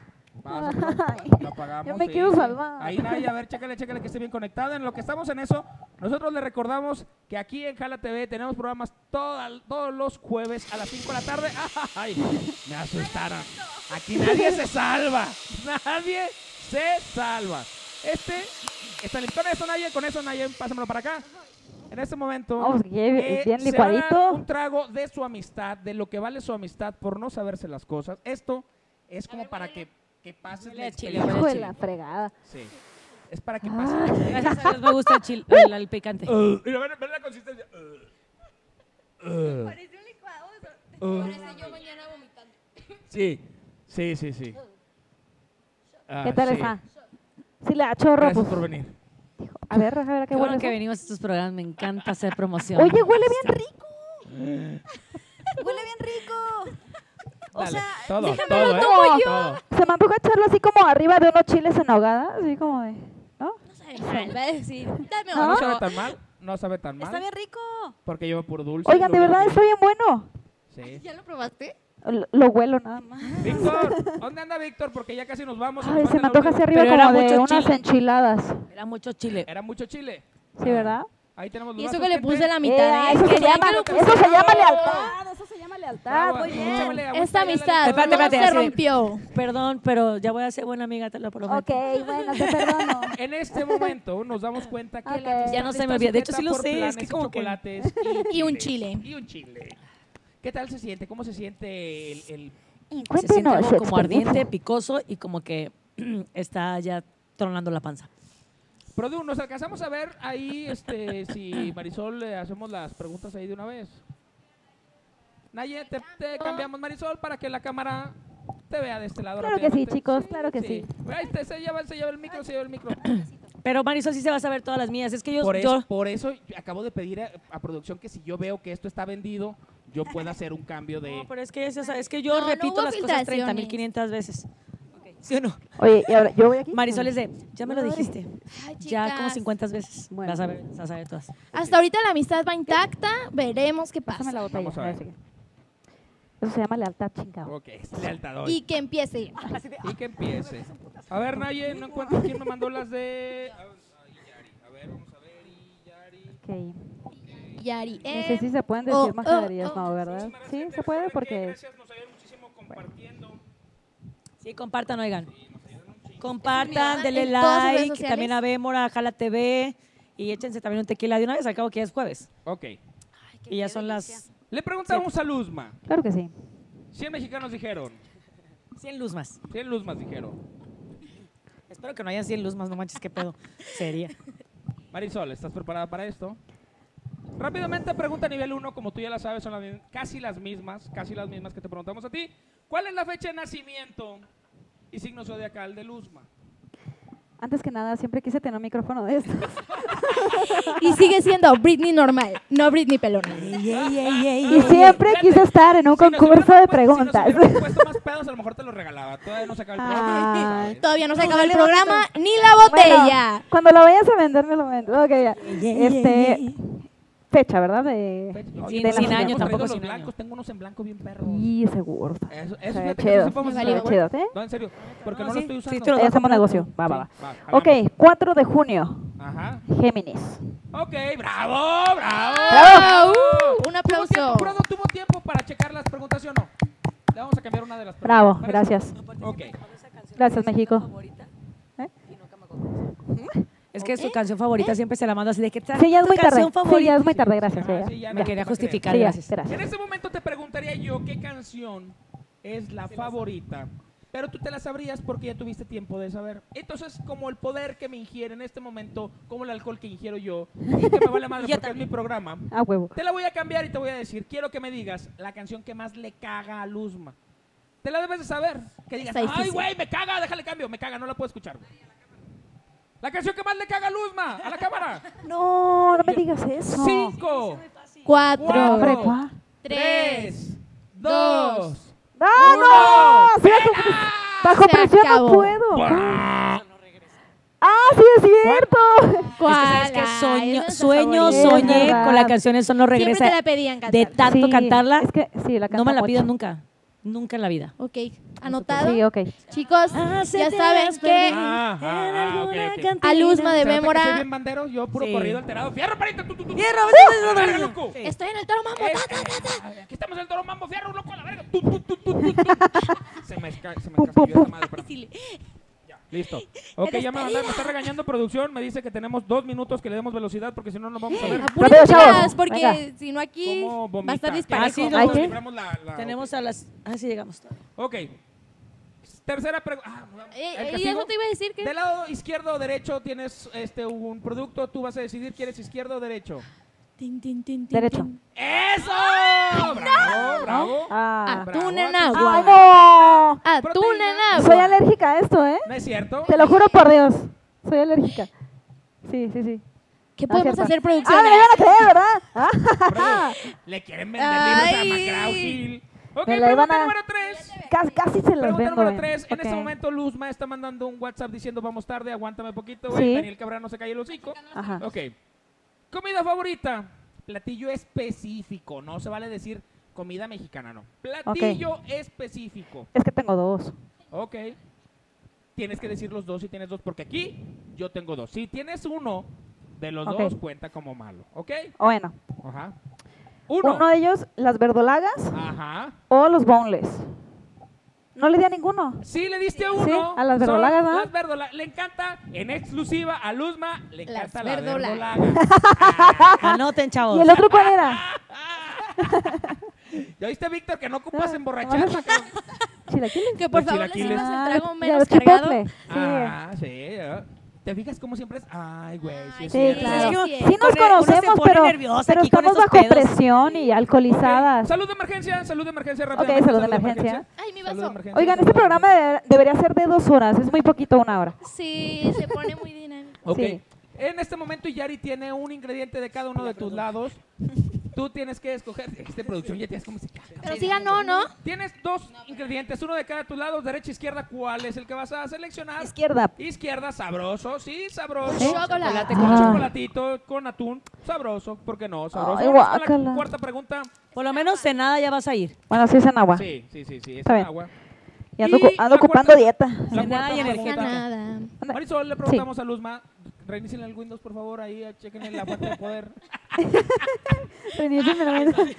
S1: Pásamelo. Lo apagamos,
S7: Yo me
S1: sí,
S7: quiero
S1: sí.
S7: salvar.
S1: Ahí, Naye, a ver, chécale, chécale que esté bien conectada. En lo que estamos en eso, nosotros le recordamos que aquí en Jala TV tenemos programas toda- todos los jueves a las 5 de la tarde. ¡Ay! Me asustaron. Aquí nadie se salva. Nadie se salva. Este, está listo con eso, Naye, con eso, Naye, pásamelo para acá. En este momento,
S7: Vamos, que lleve-
S1: eh,
S7: bien
S1: se van a dar
S7: licuadito.
S1: un trago de su amistad, de lo que vale su amistad por no saberse las cosas. Esto es como para que, que pases la
S4: Huele a chile,
S1: experiencia.
S7: Hijo de la fregada.
S1: Sí. Es para que pases la experiencia.
S4: Gracias a Dios me gusta el, chil- el- el picante.
S1: Uh, mira, ven, ven la consistencia. Uh. Uh. Uh.
S2: Por eso yo mañana vomitando.
S1: Sí, sí, sí, sí. Ah,
S7: ¿Qué tal
S1: sí.
S7: está? Si la chorro,
S1: Gracias
S7: pues.
S1: por venir.
S7: A ver, a ver, a qué
S4: Qué bueno
S7: huele.
S4: que
S7: eso?
S4: venimos a estos programas, me encanta hacer promoción.
S7: Oye, huele bien rico.
S9: Huele bien rico.
S1: Dale, todo,
S9: déjame
S1: todo,
S9: lo
S1: ¿eh?
S9: tomo yo.
S1: Todo.
S7: Se me antoja echarlo así como arriba de unos chiles en ahogada, así como de. ¿No?
S9: No sabe mal, va a decir. Dame
S1: No
S9: otro.
S1: sabe tan mal, no sabe tan
S9: Está
S1: mal,
S9: bien rico.
S1: porque lleva puro dulce.
S7: Oigan,
S1: lo
S7: de verdad
S1: veo
S7: está bien bueno.
S1: bien. Sí.
S2: ¿Ya lo probaste?
S7: Lo, lo huelo nada más.
S1: Víctor, ¿dónde anda Víctor? Porque ya casi nos vamos. nos
S7: Ay,
S1: falta
S7: se me
S1: la
S7: antoja hacia
S1: última.
S7: arriba
S4: Pero era
S7: como de
S4: mucho
S7: unas
S4: chile.
S7: enchiladas.
S4: Era mucho chile.
S1: Era mucho chile.
S7: ¿Sí, verdad?
S1: Ahí tenemos los
S8: Y eso
S1: vasos,
S8: que le
S1: gente.
S8: puse la
S7: Eh,
S8: mitad, ¿eh?
S7: eso, se
S8: Quería
S7: llama,
S8: que lo
S7: eso se llama lealtad. Eso se llama lealtad.
S1: Bravo,
S7: Muy bien.
S1: échale agüita,
S8: Esta
S1: ya la
S8: amistad
S1: licuadora.
S4: Espérate, espérate,
S8: no se
S4: así de-
S8: rompió.
S4: Perdón, pero ya voy a ser buena amiga, te lo prometo.
S7: Ok, bueno, te perdono.
S1: En este momento nos damos cuenta que la
S7: Ok.
S1: amistad
S4: Ya no se
S1: está
S4: me olvida. De hecho,
S1: sujeta
S4: sí lo
S1: por
S4: sé, es
S1: planes
S4: que
S1: y
S4: como que-
S1: chocolates y,
S8: Y un
S1: chiles.
S8: chile.
S1: Y un chile. ¿Qué tal se siente? ¿Cómo se siente el, el-
S4: Se siente
S7: Cuéntenos
S4: algo
S7: su
S4: como
S7: experiencia.
S4: ardiente, picoso y como que está ya tronando la panza.
S1: Produ, ¿nos alcanzamos a ver ahí este, si Marisol le hacemos las preguntas ahí de una vez? Naye, te, te cambiamos Marisol para que la cámara te vea de este lado.
S7: Claro que sí,
S1: rápidamente.
S7: chicos, claro que sí.
S1: Ahí está, se lleva, se lleva el micro, se lleva el micro.
S4: Pero Marisol sí se va a saber todas las mías. Es que yo,
S1: Por
S4: yo-
S1: eso, por eso yo acabo de pedir a, a producción que si yo veo que esto está vendido, yo pueda hacer un cambio de...
S4: No, pero es que, es, o sea, es que yo
S8: No, no
S4: repito
S8: hubo
S4: las cosas 30.500
S8: filtraciones.
S4: veces. ¿Sí o no?
S7: Oye, y ahora, ¿yo voy aquí?
S4: Marisol es de, ya me lo dijiste.
S8: Ay,
S4: Ya como
S8: chicas.
S4: 50 veces.
S7: Bueno.
S4: Vas a ver, vas a ver todas.
S8: Hasta ahorita la amistad va intacta, veremos qué
S7: Pásame
S8: pasa.
S7: la botella.
S1: Vamos a ver.
S7: ahora sí. Eso se llama lealtad, chingado.
S1: Ok, es lealtad hoy.
S8: Y que empiece.
S1: Y que empiece. A ver, Naye, no encuentro quién me mandó las de... A ver, vamos a ver, Yari.
S7: Ok.
S8: Yari.
S7: No sé si se pueden decir majaderías, no, ¿verdad? Sí, se puede porque...
S4: Sí, compartan, oigan. Compartan, denle
S8: en todas sus redes
S4: like,
S8: sociales.
S4: también a Bémora, Jala TV y échense también un tequila de una vez, al cabo que ya es jueves.
S1: Ok.
S4: Y ya son las
S1: Le preguntamos a Luzma.
S7: Claro que sí.
S1: 100 mexicanos dijeron.
S4: 100 Luzmas.
S1: 100 Luzmas dijeron.
S4: Espero que no hayan 100 luz más, no manches, qué pedo. Sería.
S1: Marisol, ¿estás preparada para esto? Rápidamente, pregunta nivel 1, como tú ya la sabes, son las mi- casi las mismas, casi las mismas que te preguntamos a ti. ¿Cuál es la fecha de nacimiento y signo zodiacal de Luzma?
S7: Antes que nada, siempre quise tener un micrófono de estos.
S8: Y sigue siendo Britney normal, no Britney pelona.
S7: Y siempre quise estar en un concurso de preguntas.
S1: Puesto más pedos, a lo mejor te lo regalaba. Todavía no se acaba el programa.
S7: Ay.
S8: Todavía no se acaba el
S7: Dale, Maxito.
S8: programa ni la botella.
S7: Bueno, cuando lo vayas a vender, me lo vendo. Ok, ya.
S8: yeah,
S7: Este, fecha, ¿verdad? De,
S1: Oye,
S7: de
S1: no,
S7: nacimiento.
S1: hemos traído los blancos, tengo unos en blanco bien perros.
S7: Y seguro.
S1: Eso,
S7: Se
S1: eso
S7: ve
S1: fíjate que
S7: chido.
S1: sí podemos
S7: Se
S1: hacer,
S7: ve
S1: güey.
S7: chido, ¿eh?
S1: No, en serio, porque no,
S4: No,
S1: lo
S4: sí,
S1: estoy
S4: sí,
S1: usando.
S4: te lo
S7: Eh, hacemos negocio. Va, va, va. Ok, 4 de junio.
S1: Ajá.
S7: Géminis.
S1: Ok, bravo, bravo.
S7: Bravo.
S8: Un aplauso.
S1: Prado tuvo tiempo para checar las preguntas, ¿sí o no? Le vamos a cambiar una de las
S7: Bravo,
S1: preguntas.
S7: gracias.
S1: Ok.
S7: Gracias, México.
S4: Es que su canción favorita siempre se la manda así de que tal.
S7: Sí, ya es
S4: tu
S7: muy tarde.
S4: canción
S7: Sí, ya
S4: favorita.
S7: es muy tarde, gracias. sí, ya.
S1: sí, ya
S7: Ya.
S4: Me quería justificar,
S7: Sí, ya,
S4: gracias.
S7: gracias.
S1: En este momento te preguntaría yo qué canción es la favorita, pero tú te la sabrías porque ya tuviste tiempo de saber. Entonces, como el poder que me ingiere en este momento, como el alcohol que ingiero yo, y que me vale madre porque es mi programa,
S7: A Ah, huevo.
S1: te la voy a cambiar y te voy a decir, quiero que me digas la canción que más le caga a Luzma. Te la debes de saber. Que digas,
S8: Está
S1: ay,
S8: difícil.
S1: güey, me caga, déjale cambio. Me caga, no la puedo escuchar. güey. La canción que más le caga a Luzma, a la cámara.
S7: No, no me digas eso.
S1: Cinco,
S7: No, hombre,
S8: Cuatro.
S7: ¿cuá?
S1: tres, dos,
S7: ¡No, ¡Ah, no! Sí, bajo, bajo
S8: Se
S7: presión no
S8: acabó.
S7: puedo. ¡Ah, sí es cierto!
S8: ¿Cuál?
S4: Es que sueño,
S8: Ay, es
S4: sueño,
S8: nuestra favorita.
S4: soñé
S7: verdad.
S4: con la canción Eso no
S8: Siempre te
S4: regresa.
S8: la pedían
S4: De
S8: cantar.
S4: tanto
S7: Sí,
S4: cantarla,
S7: Es que sí, la
S4: no me la
S7: canta
S4: pido
S7: mucho.
S4: nunca. Nunca en la vida.
S8: Ok, anotado.
S7: Sí, ok.
S8: Chicos,
S4: Ah, se
S8: ya
S4: te
S8: saben
S4: has
S8: que
S1: Ah, ah,
S4: En
S1: ah,
S4: alguna
S1: ok, ok.
S4: cantina.
S8: a Luzma de
S1: ¿Se nota que soy
S8: Mémora.
S1: bien bandero? Yo puro
S4: Sí.
S1: corrido alterado. ¡Fierro, parita! ¡Tú, tú, tú!
S4: Fierro,
S1: ¡Uh! ¡Verga, loco!
S8: Estoy en el toro mambo.
S1: Eh,
S8: ta, ta, ta, ta.
S1: eh, Aquí estamos en el toro mambo, fierro, loco, a la verga. ¡Tú, tú, tú, tú, tú, tú! Se me esca- se me escapó esta madre. espérame. Ya, listo. Ok, ya me, mandaron, me está regañando producción. Me dice que tenemos dos minutos que le demos velocidad porque si no nos vamos a ver.
S8: Apúrense,
S7: Rápido, chavos.
S8: chicas, porque
S7: Venga.
S8: si no aquí
S1: ¿Cómo
S8: va a
S1: vomita?
S8: estar
S1: Ah, sí,
S8: disparejo.
S1: no,
S7: Ay,
S1: nos
S7: ¿qué?
S1: libramos la- la-
S4: Tenemos a las. Ah, sí, llegamos. todavía.
S1: Ok. Tercera pregunta. Ah, no,
S2: Eh,
S1: el
S2: eh, y
S1: castigo.
S2: eso te iba a decir que
S1: Del lado izquierdo o derecho tienes este un producto, tú vas a decidir quieres izquierdo o derecho.
S7: Derecho.
S2: Ah.
S1: ¡Eso! ¡Bravo, bravo!
S7: Ah.
S1: Bravo,
S8: Atún en
S1: atún.
S8: agua.
S7: ¡Ay, no!
S8: Atún en
S1: Proteína.
S4: Ah,
S8: agua.
S4: pues.
S7: Soy alérgica a esto, ¿eh?
S1: ¿No es cierto?
S7: Te lo juro por Dios. Soy alérgica. Sí, sí, sí.
S8: ¿Qué
S7: No es
S8: podemos
S7: cierto.
S8: hacer, producción?
S7: Ah, me lo van a creer, ¿verdad? Ah,
S1: Le quieren vender libros a
S8: Ay.
S1: McGraw Hill. Ok,
S7: Me la
S1: pregunta
S7: iban a-
S1: número 3.
S7: casi, casi se los
S1: Pregunta
S7: vendo.
S1: número
S7: ¿eh?
S1: 3. En
S7: Ok.
S1: este momento Luzma está mandando un WhatsApp diciendo vamos tarde, aguántame poquito,
S7: Sí.
S1: güey. Daniel Cabrera no se cae el hocico.
S7: Ajá.
S1: Ok. Comida favorita. Platillo específico. No se vale decir comida mexicana, no. Platillo específico.
S7: Es que tengo dos.
S1: Ok. Tienes que decir los dos si tienes dos, porque aquí yo tengo dos. Si tienes uno de los
S7: Ok.
S1: dos, cuenta como malo. ¿Ok?
S7: Bueno,
S1: Ajá.
S7: uno.
S1: Uno.
S7: de ellos, las verdolagas
S1: Ajá.
S7: o los boneless. No le di a ninguno.
S1: Sí, le diste a uno.
S7: a las
S1: Son
S7: verdolagas, ¿verdad?
S1: Las verdolagas. Le encanta, en exclusiva, a Luzma, le
S8: Las
S1: encanta la
S8: verdolagas.
S1: verdolaga.
S4: Anoten, chavos.
S7: ¿Y el otro cuál era?
S1: ¿Ya viste, Víctor, que no ocupas
S7: No,
S1: emborracharse? cabrón?
S7: Chilaquiles.
S8: Que por
S1: Los
S8: favor les
S1: chilaquiles.
S8: sirvas el
S7: Ah,
S8: trago
S7: y
S8: menos
S7: los chipotle.
S8: cargado.
S7: Sí.
S1: Ah, sí. ¿eh? ¿Te fijas cómo siempre es? Ay, güey, sí,
S8: Ay,
S1: es
S7: Sí,
S1: cierto.
S7: claro.
S8: es
S7: Sí, nos
S8: cierto.
S4: Con el- uno se
S7: conocemos,
S4: pone
S7: pero,
S4: nerviosa
S7: pero
S4: aquí con
S7: estamos
S4: esos
S7: bajo
S4: pedos.
S7: presión y alcoholizadas.
S1: Salud de emergencia, salud de emergencia
S7: Ok,
S1: rápidamente.
S7: salud de emergencia.
S2: Ay, mi
S1: Salud de
S2: vaso.
S1: emergencia,
S7: Oigan,
S1: salud
S7: este
S1: de
S7: programa de- debería ser de dos horas. Es muy poquito, una hora.
S2: sí se pone muy dinámico.
S1: Ok.
S7: Sí.
S1: En este momento Yari tiene un ingrediente de cada uno de tus lados. Tú tienes que escoger. Esta producción ya tienes como se caga.
S8: Pero sí ganó, ¿no?
S1: Tienes dos ingredientes, uno de cada de tus lados, derecha, izquierda. ¿Cuál es el que vas a seleccionar?
S7: Izquierda.
S1: Izquierda, sabroso, sí, sabroso.
S8: Chocolate.
S1: Con
S7: Ah.
S1: chocolatito, con atún, sabroso, ¿por qué no? Sabroso.
S7: Ay,
S1: Vámonos con la
S7: guácala.
S1: cuarta pregunta.
S4: Por lo menos en nada ya vas a ir.
S7: Bueno, sí es en agua.
S1: Sí, sí, sí, sí, es
S7: Está bien.
S1: agua.
S7: Y ando,
S1: Y
S7: ocu-
S1: la
S7: ando ocupando
S1: cuarta-
S7: dieta.
S1: La
S4: Cenada
S1: cuarta
S4: y
S1: pregunta.
S4: energética.
S8: Nada.
S1: Marisol, le preguntamos a Luzma reinicien el Windows, por favor, ahí, chequen la fuente de poder.
S7: Reinícienme la mente.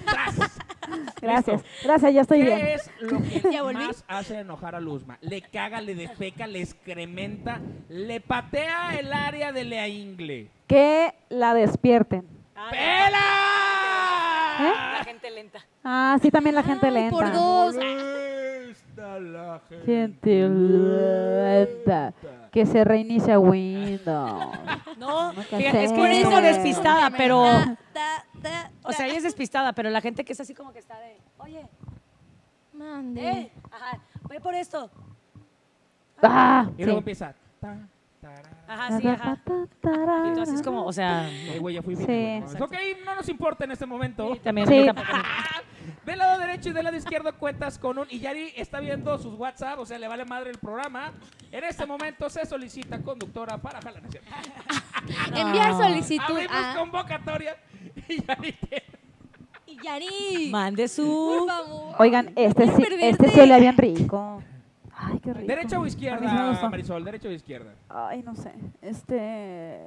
S7: Gracias, gracias, ya estoy
S1: ¿Qué
S7: bien.
S1: es lo que
S7: Ya volví.
S1: más hace enojar a Luzma? Le caga, le defeca, le excrementa, le patea el área de Lea Ingle.
S7: Que la despierten.
S1: ¡Pela!
S12: La gente lenta.
S7: Ah, sí, también ¿Eh? la gente lenta.
S12: por dos.
S1: Molesta la gente.
S7: Gente lenta. Que se reinicia Windows.
S4: No,
S7: que
S4: fíjate, es
S7: sé.
S4: que ella es como
S7: Por eso.
S4: despistada, pero. O sea, ella es despistada, pero la gente que es así como que está de. Oye.
S8: Mande.
S4: Eh, ajá, voy por esto.
S7: Ah,
S1: Y luego
S7: sí.
S1: empieza. ta,
S4: Ajá, sí, ajá. Y tú así es como, o sea.
S1: Eh, güey, ya fui
S4: Sí.
S1: bien, güey. Ok, no nos importa en este momento.
S4: también, Sí. yo
S1: Del lado derecho y del lado izquierdo cuentas con un... Y Yari está viendo sus WhatsApp, o sea, le vale madre el programa. En este momento se solicita conductora para jalar. ¿no es cierto?
S8: Enviar
S4: Ah,
S8: solicitud
S1: Abrimos
S8: a-
S1: convocatoria y Yari...
S8: Y Yari.
S4: Mande su.
S8: Por favor.
S7: Oigan, este
S8: Bien
S7: sí,
S8: perverde.
S7: este sí olía bien rico. Ay, qué rico.
S1: ¿Derecha o
S7: A mí sí me
S1: izquierda,
S7: gusta.
S1: Marisol? ¿Derecha o izquierda?
S7: Ay, no sé. Este.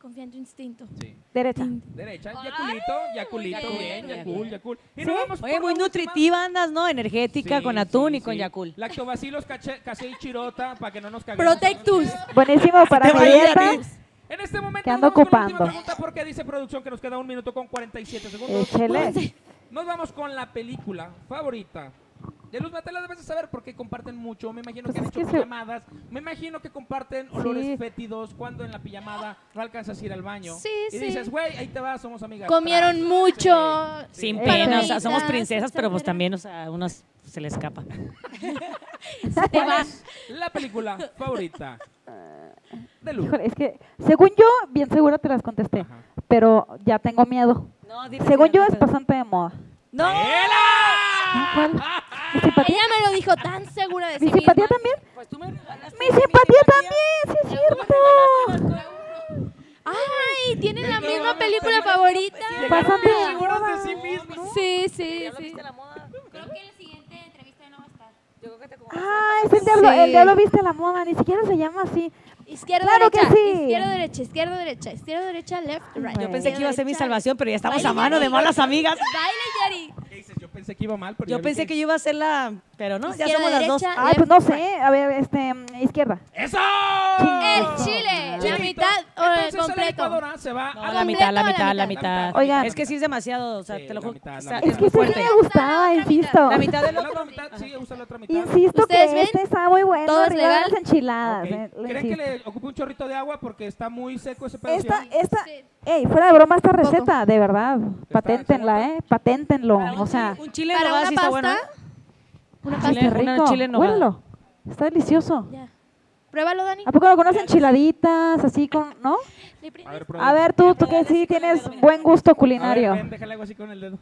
S8: Confía en tu instinto.
S1: Sí.
S7: Derecha.
S1: Derecha, ya culito, ya culito,
S4: muy
S1: bien,
S4: bien,
S1: ya
S4: muy
S1: cool,
S4: bien.
S1: ya cool. Y
S4: Sí.
S1: nos vamos
S4: Oye,
S1: por
S4: muy
S1: la última.
S4: nutritiva andas, ¿no? Energética,
S1: Sí,
S4: con atún
S1: sí,
S4: y con
S1: sí.
S4: Yakul.
S1: Lactobacilos caché- casei chirota para que no nos caguemos.
S8: Protectus.
S7: Buenísimo para
S1: Te
S7: mi
S1: vale a
S7: dieta.
S1: ti. En este momento
S7: Que ando
S1: nos vamos con la última
S7: ocupando.
S1: pregunta porque dice producción que nos queda un minuto con 47 segundos.
S7: Échele.
S1: Nos vamos con la película favorita. De Luz Matela debes de saber porque comparten mucho. Me imagino que han hecho
S7: Pues que se-
S1: pijamadas. Me imagino que comparten olores
S7: Sí.
S1: fétidos cuando en la pijamada no alcanzas a ir al baño.
S8: Sí,
S1: y
S8: sí.
S1: dices, güey, ahí te vas, somos amigas.
S8: Comieron
S1: Tras.
S8: mucho.
S4: Sin
S8: Eh,
S4: pena, o sea,
S8: palomitas,
S4: somos princesas, pero pues también, o sea, a unos se le escapa.
S1: ¿Cuál es la película favorita de Luz?
S7: Híjole, es que, según yo, bien segura te las contesté. Pero ya tengo miedo.
S4: No,
S7: según yo, es pasante de moda.
S4: ¡No!
S7: ¿Cuál? ¿Mi simpatía?
S8: Ella me lo dijo tan segura de sí
S7: ¿Mi simpatía
S8: misma.
S7: también?
S4: Pues tú me
S7: ¡Mi simpatía también! ¡Sí, es cierto!
S8: Ay, tienen la
S4: No,
S8: misma
S4: no,
S8: película
S4: no,
S8: favorita.
S7: Pasan de
S1: seguras de sí mismas.
S8: Sí, sí, sí.
S2: Creo que la siguiente entrevista no va a estar.
S4: Yo creo que te
S7: Ah, es el diablo, el
S8: Sí.
S7: diablo viste a la moda, ni siquiera se llama así.
S8: Izquierda,
S7: Claro que
S8: derecha,
S7: sí.
S8: izquierda, derecha, izquierda, derecha, izquierda, derecha, left, right.
S4: Yo pensé que iba a ser mi
S8: Izquierda,
S4: salvación, pero ya estamos
S8: Baile,
S4: a mano de
S8: Yari.
S4: malas amigas.
S8: Baile, Yari.
S1: ¿Qué dices? Yo pensé que iba mal, pero ya
S4: Yo
S1: vi
S4: pensé que yo iba a ser la... Pero no, ya
S8: Izquierda,
S4: somos las dos. Ah,
S8: derecha.
S7: Ay, pues no sé, a ver, este, mm, izquierda.
S1: ¡Eso!
S8: El chile, la
S1: Chilito.
S8: mitad o
S1: Entonces,
S8: el
S1: la
S8: completo.
S1: licuadora se va
S4: No,
S1: a
S4: la mitad, la mitad, la
S1: La
S4: mitad.
S1: mitad. Oigan.
S4: Es que sí es demasiado, o sea, te lo
S1: la
S4: juro.
S1: mitad, la
S4: está-
S1: mitad.
S7: Es que este sí
S4: fuerte.
S7: me gustaba, insisto.
S4: La mitad de
S1: La
S4: lo
S1: otra mitad, sí, usa la otra mitad.
S7: Insisto que
S8: ¿Ustedes ven?
S7: este está muy bueno,
S8: Todo es
S7: arriba de
S8: legal.
S7: las enchiladas.
S1: Ok.
S7: eh, lo
S1: ¿Creen que
S7: insisto.
S1: le ocupe un chorrito de agua porque está muy seco ese pedazo?
S7: Esta, esta, ey, fuera de broma esta receta, de verdad, paténtenla, eh, paténtenlo, o sea,
S4: Un chile en
S8: Para
S4: nogada
S8: una
S4: sí está bueno.
S8: pasta,
S7: una
S4: chile-
S7: pasta
S4: una
S7: rico,
S4: chile en nogada.
S7: huélelo, está delicioso.
S8: ya. Pruébalo, Dani.
S7: ¿A poco no conoces enchiladitas, así con, no?
S8: Le prendes.
S1: A ver, produ.
S7: A ver, tú, tú que sí tienes buen gusto
S1: A ver,
S7: culinario.
S1: ven, déjale algo así con el dedo.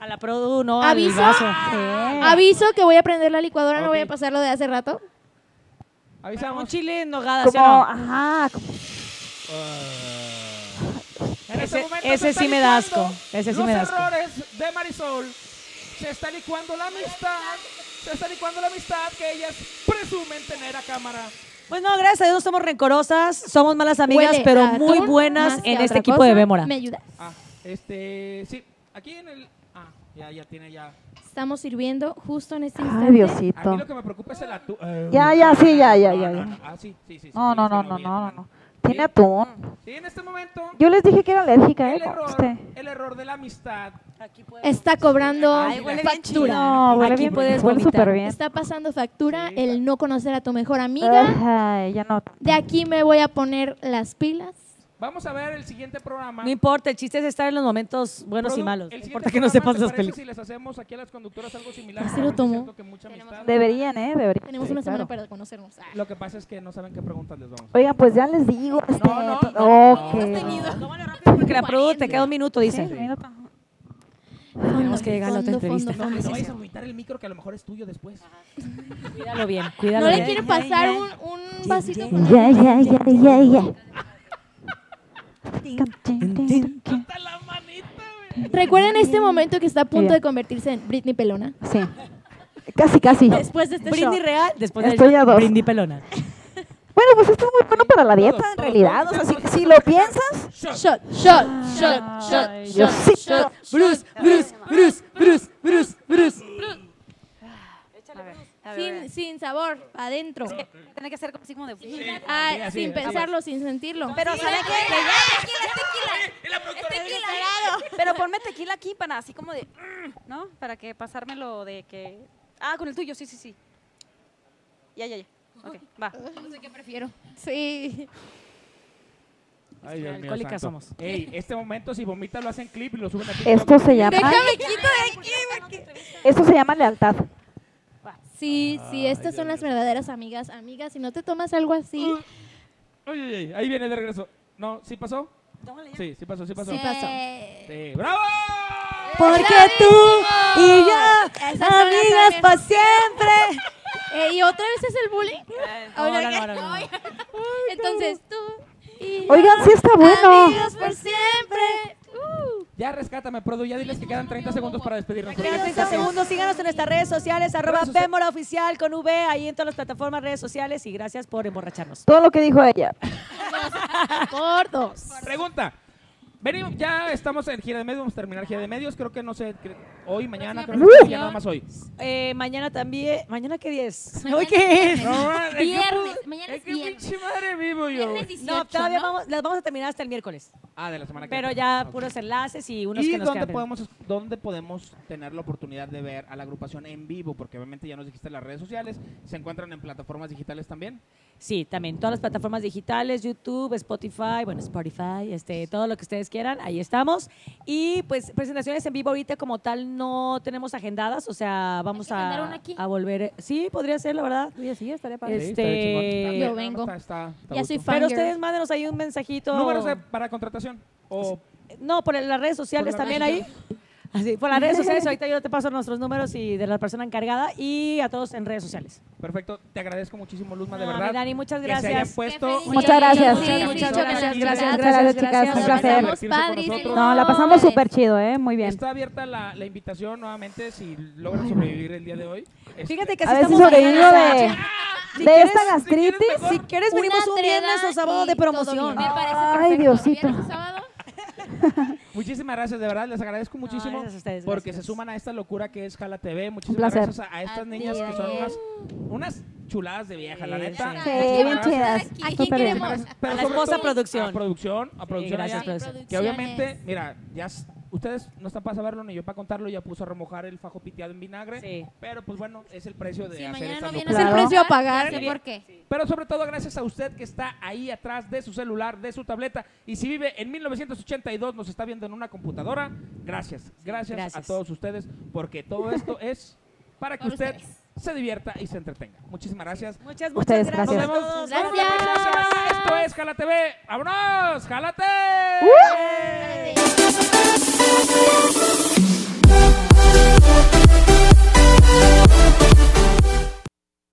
S4: A la produ, no, al
S8: ¿Aviso?
S4: vaso.
S7: Ah.
S8: Aviso que voy a prender la licuadora, no voy a
S1: Ok.
S8: pasar lo de hace rato.
S4: Un
S1: Avisamos.
S4: chile en nogada, ¿sí o
S7: Como,
S4: no?
S7: ajá, como-
S1: En este
S4: Ese-
S1: momento
S4: ese
S1: se está
S4: sí me da
S1: licuando
S4: asco, ese sí
S1: los
S4: me da asco.
S1: errores de Marisol. Se está licuando la amistad. Se está licuando la amistad que ellas presumen tener a cámara.
S4: Pues no, gracias a Dios somos rencorosas, somos malas amigas,
S8: Huele
S4: pero
S8: a
S4: muy
S8: atún,
S4: buenas
S8: más que
S4: en
S8: a
S4: este
S8: otra
S4: equipo
S8: cosa.
S4: de Bémora.
S8: ¿Me ayudas?
S1: Ah, este, sí, aquí en el... Ah, ya, ya tiene ya.
S8: Estamos sirviendo justo en este instante.
S7: ay,
S1: A mí
S7: Diosito.
S1: lo que me preocupa es el atún.
S7: Ya, ya, sí, ya, ya, ya, ya.
S1: Ah, sí, sí, sí. sí,
S7: No,
S1: sí,
S7: no,
S1: está
S7: no,
S1: muy
S7: no,
S1: bien,
S7: no,
S1: hermano.
S7: no, tiene atún.
S1: Sí, en este momento,
S7: Yo les dije que era alérgica,
S1: el
S7: eh,
S1: error,
S7: Este.
S1: el error de la amistad.
S8: Está cobrando
S1: Ay, huele bien
S8: factura.
S7: No, huele
S4: Aquí
S7: bien,
S4: puedes
S7: huele
S4: vomitar.
S7: súper bien.
S8: Está pasando factura
S1: Sí,
S8: el no conocer a tu mejor amiga.
S7: Ay, ya no.
S8: De aquí me voy a poner las pilas.
S1: Vamos a ver el siguiente programa.
S4: No importa, el chiste es estar en los momentos buenos
S1: Produ-
S4: y malos. No
S1: el
S4: importa
S1: siguiente
S4: que no
S1: programa,
S4: sepas
S1: ¿te
S4: las
S1: parece
S4: películas.
S1: Si les hacemos aquí a las conductoras algo similar.
S8: Ya se
S1: Porque
S8: lo
S1: es cierto
S8: tomó.
S1: que mucha amistad.
S7: Deberían, ¿eh? Deberían.
S8: Tenemos
S7: Sí,
S8: una semana
S7: claro.
S8: para conocernos. Ah.
S1: Lo que pasa es que no saben qué preguntas les vamos a
S7: Oigan, pues ya les digo. Este,
S1: no,
S7: to-
S1: no,
S7: ok.
S4: Tómalo rápido porque la produ te queda un minuto,
S7: Sí,
S4: dice.
S7: minuto.
S4: Tenemos que llegar a la otra
S8: Fondo,
S4: entrevista.
S8: fondo,
S1: hacer.
S8: fondo.
S1: No vayas a vomitar el micro que a lo mejor es tuyo después.
S4: Cuídalo bien, cuídalo
S8: No le
S4: bien.
S8: quieren pasar un, un vasito con
S7: Ya, ya, ya, ya, ya.
S1: ¡Hasta la manita!
S8: Recuerden este momento que está a punto de convertirse en Britney Pelona.
S7: Sí. Casi, casi.
S8: Después de este
S4: Britney
S8: show.
S4: Real, después
S7: Estoy
S4: del
S7: a dos.
S4: Britney Pelona.
S7: Bueno, pues esto es muy bueno para la dieta, en realidad. O sea, si, si lo piensas.
S8: Shot, shot, shot, shot,
S7: yo sí,
S8: shot, shot.
S13: Bruce, Bruce, Bruce, Bruce, Bruce, Bruce.
S8: Sin, sin sabor, adentro.
S2: Tiene que ser como signo de...
S8: Ah,
S2: Sí, así,
S8: sin
S2: así.
S8: pensarlo, sin sentirlo.
S2: Pero ¿sabe qué?
S14: tequila.
S2: Pero ponme tequila aquí para así como de, mm, ¿no? Para que pasármelo de que... Ah, con el tuyo, sí, sí, sí. Ya, ya, ya. Ok, va.
S14: No sé qué prefiero.
S8: Sí.
S1: Ay, Dios mío
S13: Alcohólicas
S1: santo.
S13: somos.
S1: Ey, este momento, si vomitas, lo hacen clip y lo suben a TikTok.
S7: Esto se llama.
S8: Déjame quito de aquí.
S7: Esto se llama lealtad.
S8: Sí, sí, estas son las verdaderas amigas. Amigas, si no te tomas algo así,
S1: Ay, ay, ay, ahí viene de regreso. No, ¿sí pasó? Sí, sí pasó, sí pasó.
S8: Sí pasó.
S1: Sí, ¡Bravo!
S4: Porque tú y yo,
S8: Esas son las
S4: amigas
S8: amigas.
S4: para siempre.
S8: Eh, ¿Y otra vez es el bullying? Ahora
S13: no,
S8: que-
S13: no, no, no, no.
S8: Entonces tú y yo,
S7: Oigan, sí está bueno.
S8: Amigos por siempre. Uh,
S1: Ya rescátame, Produ, ya diles que quedan 30 segundos para despedirnos.
S13: Quedan
S4: 30 segundos, síganos en nuestras redes sociales, arroba
S1: Redes sociales.
S4: Fémora Oficial con V, ahí en todas las plataformas, redes sociales y gracias por emborracharnos.
S7: Todo lo que dijo ella.
S8: por dos.
S1: Pregunta. Venimos, ya estamos en gira de medios, vamos a terminar gira de medios, creo que no sé, cre- hoy, mañana, creo
S14: Próxima
S1: que ya
S14: presentación.
S1: nada más hoy.
S4: Eh, mañana también, ¿mañana qué día es?
S14: Mañana
S4: ¿Hoy qué es?
S14: es
S1: No, man,
S14: Viernes,
S1: es que,
S14: mañana
S1: es
S14: es
S1: que
S14: viernes.
S1: pinche madre vivo yo.
S14: Viernes 18,
S4: No, todavía
S14: ¿no?
S4: Vamos, las vamos a terminar hasta el miércoles,
S1: Ah, de la semana que
S4: pero
S1: entra.
S4: ya
S1: Ok.
S4: puros enlaces y unos
S1: ¿Y
S4: que nos
S1: dónde
S4: quedan.
S1: podemos, dónde podemos tener la oportunidad de ver a la agrupación en vivo? Porque obviamente ya nos dijiste las redes sociales, se encuentran en plataformas digitales también.
S4: Sí, también todas las plataformas digitales, YouTube, Spotify, bueno, Spotify, este, todo lo que ustedes quieran, ahí estamos. Y pues presentaciones en vivo ahorita como tal no tenemos agendadas, o sea, vamos
S14: que agendar
S4: a,
S14: una aquí.
S4: a volver. eh, Sí, podría ser, la verdad.
S7: Oye, sí, estaría
S4: padre.
S1: Sí, está bien chingón. Está
S4: Este,
S1: bien,
S8: yo vengo.
S1: está- está- está
S8: Ya
S1: gusto.
S8: soy fan.
S4: Pero
S8: girl.
S4: ustedes mándenos ahí un mensajito.
S1: Números de- para contratación. O
S4: No, por las redes sociales
S1: Por las
S4: también
S1: redes
S4: ahí. Así, por las redes sociales, ahorita yo te paso nuestros números y de la persona encargada y a todos en redes sociales.
S1: perfecto, te agradezco muchísimo, Luzma, de
S4: No, mi
S1: verdad.
S4: Dani, muchas
S1: que se hayan
S4: gracias.
S1: puesto.
S14: felicidad.
S7: Muchas gracias.
S1: Sí,
S4: Muchas, muchas gracias,
S1: gracias,
S4: gracias,
S7: gracias,
S4: gracias,
S7: chicas,
S4: gracias.
S7: un placer.
S1: divertirse con
S14: Padres,
S1: nosotros.
S14: feliz
S7: No, la pasamos súper chido, ¿eh? Muy bien.
S1: Está abierta la, la invitación nuevamente si logran sobrevivir el día de hoy. Este,
S4: Fíjate que
S7: A
S4: si
S7: ver si
S4: estamos
S7: sobrevivo
S4: organizadas. Si
S7: de, de
S1: si
S4: quieres-
S7: esta
S1: quieres
S7: gastritis.
S1: mejor,
S4: Si quieres,
S14: Una
S4: venimos un
S14: treda
S4: viernes o sábado
S14: y
S4: de
S14: todo
S4: promoción.
S14: bien. Me parece
S7: Ay,
S14: perfecto.
S7: Diosito.
S14: Viernes y sábado.
S1: Muchísimas gracias, de verdad, les agradezco muchísimo
S4: gracias a ustedes,
S1: porque
S4: gracias.
S1: se suman a esta locura que es Jala TV. Muchísimas
S7: placer.
S1: gracias a, a estas
S14: A ti,
S1: niñas que son
S14: Daniel.
S1: unas, unas chuladas de vieja, la
S4: Sí,
S1: neta.
S4: sí.
S7: Sí,
S1: Muchísimas
S7: bien
S1: gracias.
S7: chidas.
S14: ¿A quién
S7: Súper bien.
S14: queremos?
S1: Pero
S4: A la
S1: sobre
S4: esposa
S1: todo,
S4: producción.
S1: A producción, a producción
S4: gracias,
S1: allá,
S4: producción.
S1: Que obviamente, mira, ya s- ustedes no están para saberlo ni yo para contarlo, ya puso a remojar el fajo piteado en vinagre.
S4: Sí.
S1: Pero pues bueno, es el precio de
S14: Si
S1: hacer
S14: mañana
S1: estas
S14: no
S1: locuras.
S14: vienes
S7: Claro.
S14: el precio a pagar.
S4: Sí.
S14: ¿Por qué?
S1: Pero sobre todo gracias a usted que está ahí atrás de su celular, de su tableta. Y si vive en 1982, nos está viendo en una computadora. Gracias. Gracias, a
S4: gracias.
S1: todos ustedes porque todo esto es para que
S14: Por
S1: usted
S14: ustedes.
S1: se divierta y se entretenga. Muchísimas gracias.
S4: Muchas, muchas
S7: Ustedes,
S4: gracias.
S7: gracias.
S4: a
S1: Nos vemos.
S4: todos.
S1: Nos vemos la próxima semana. Esto es Jala TV. ¡Eh! ¡Vámonos! ¡Jálate!
S14: Espérate.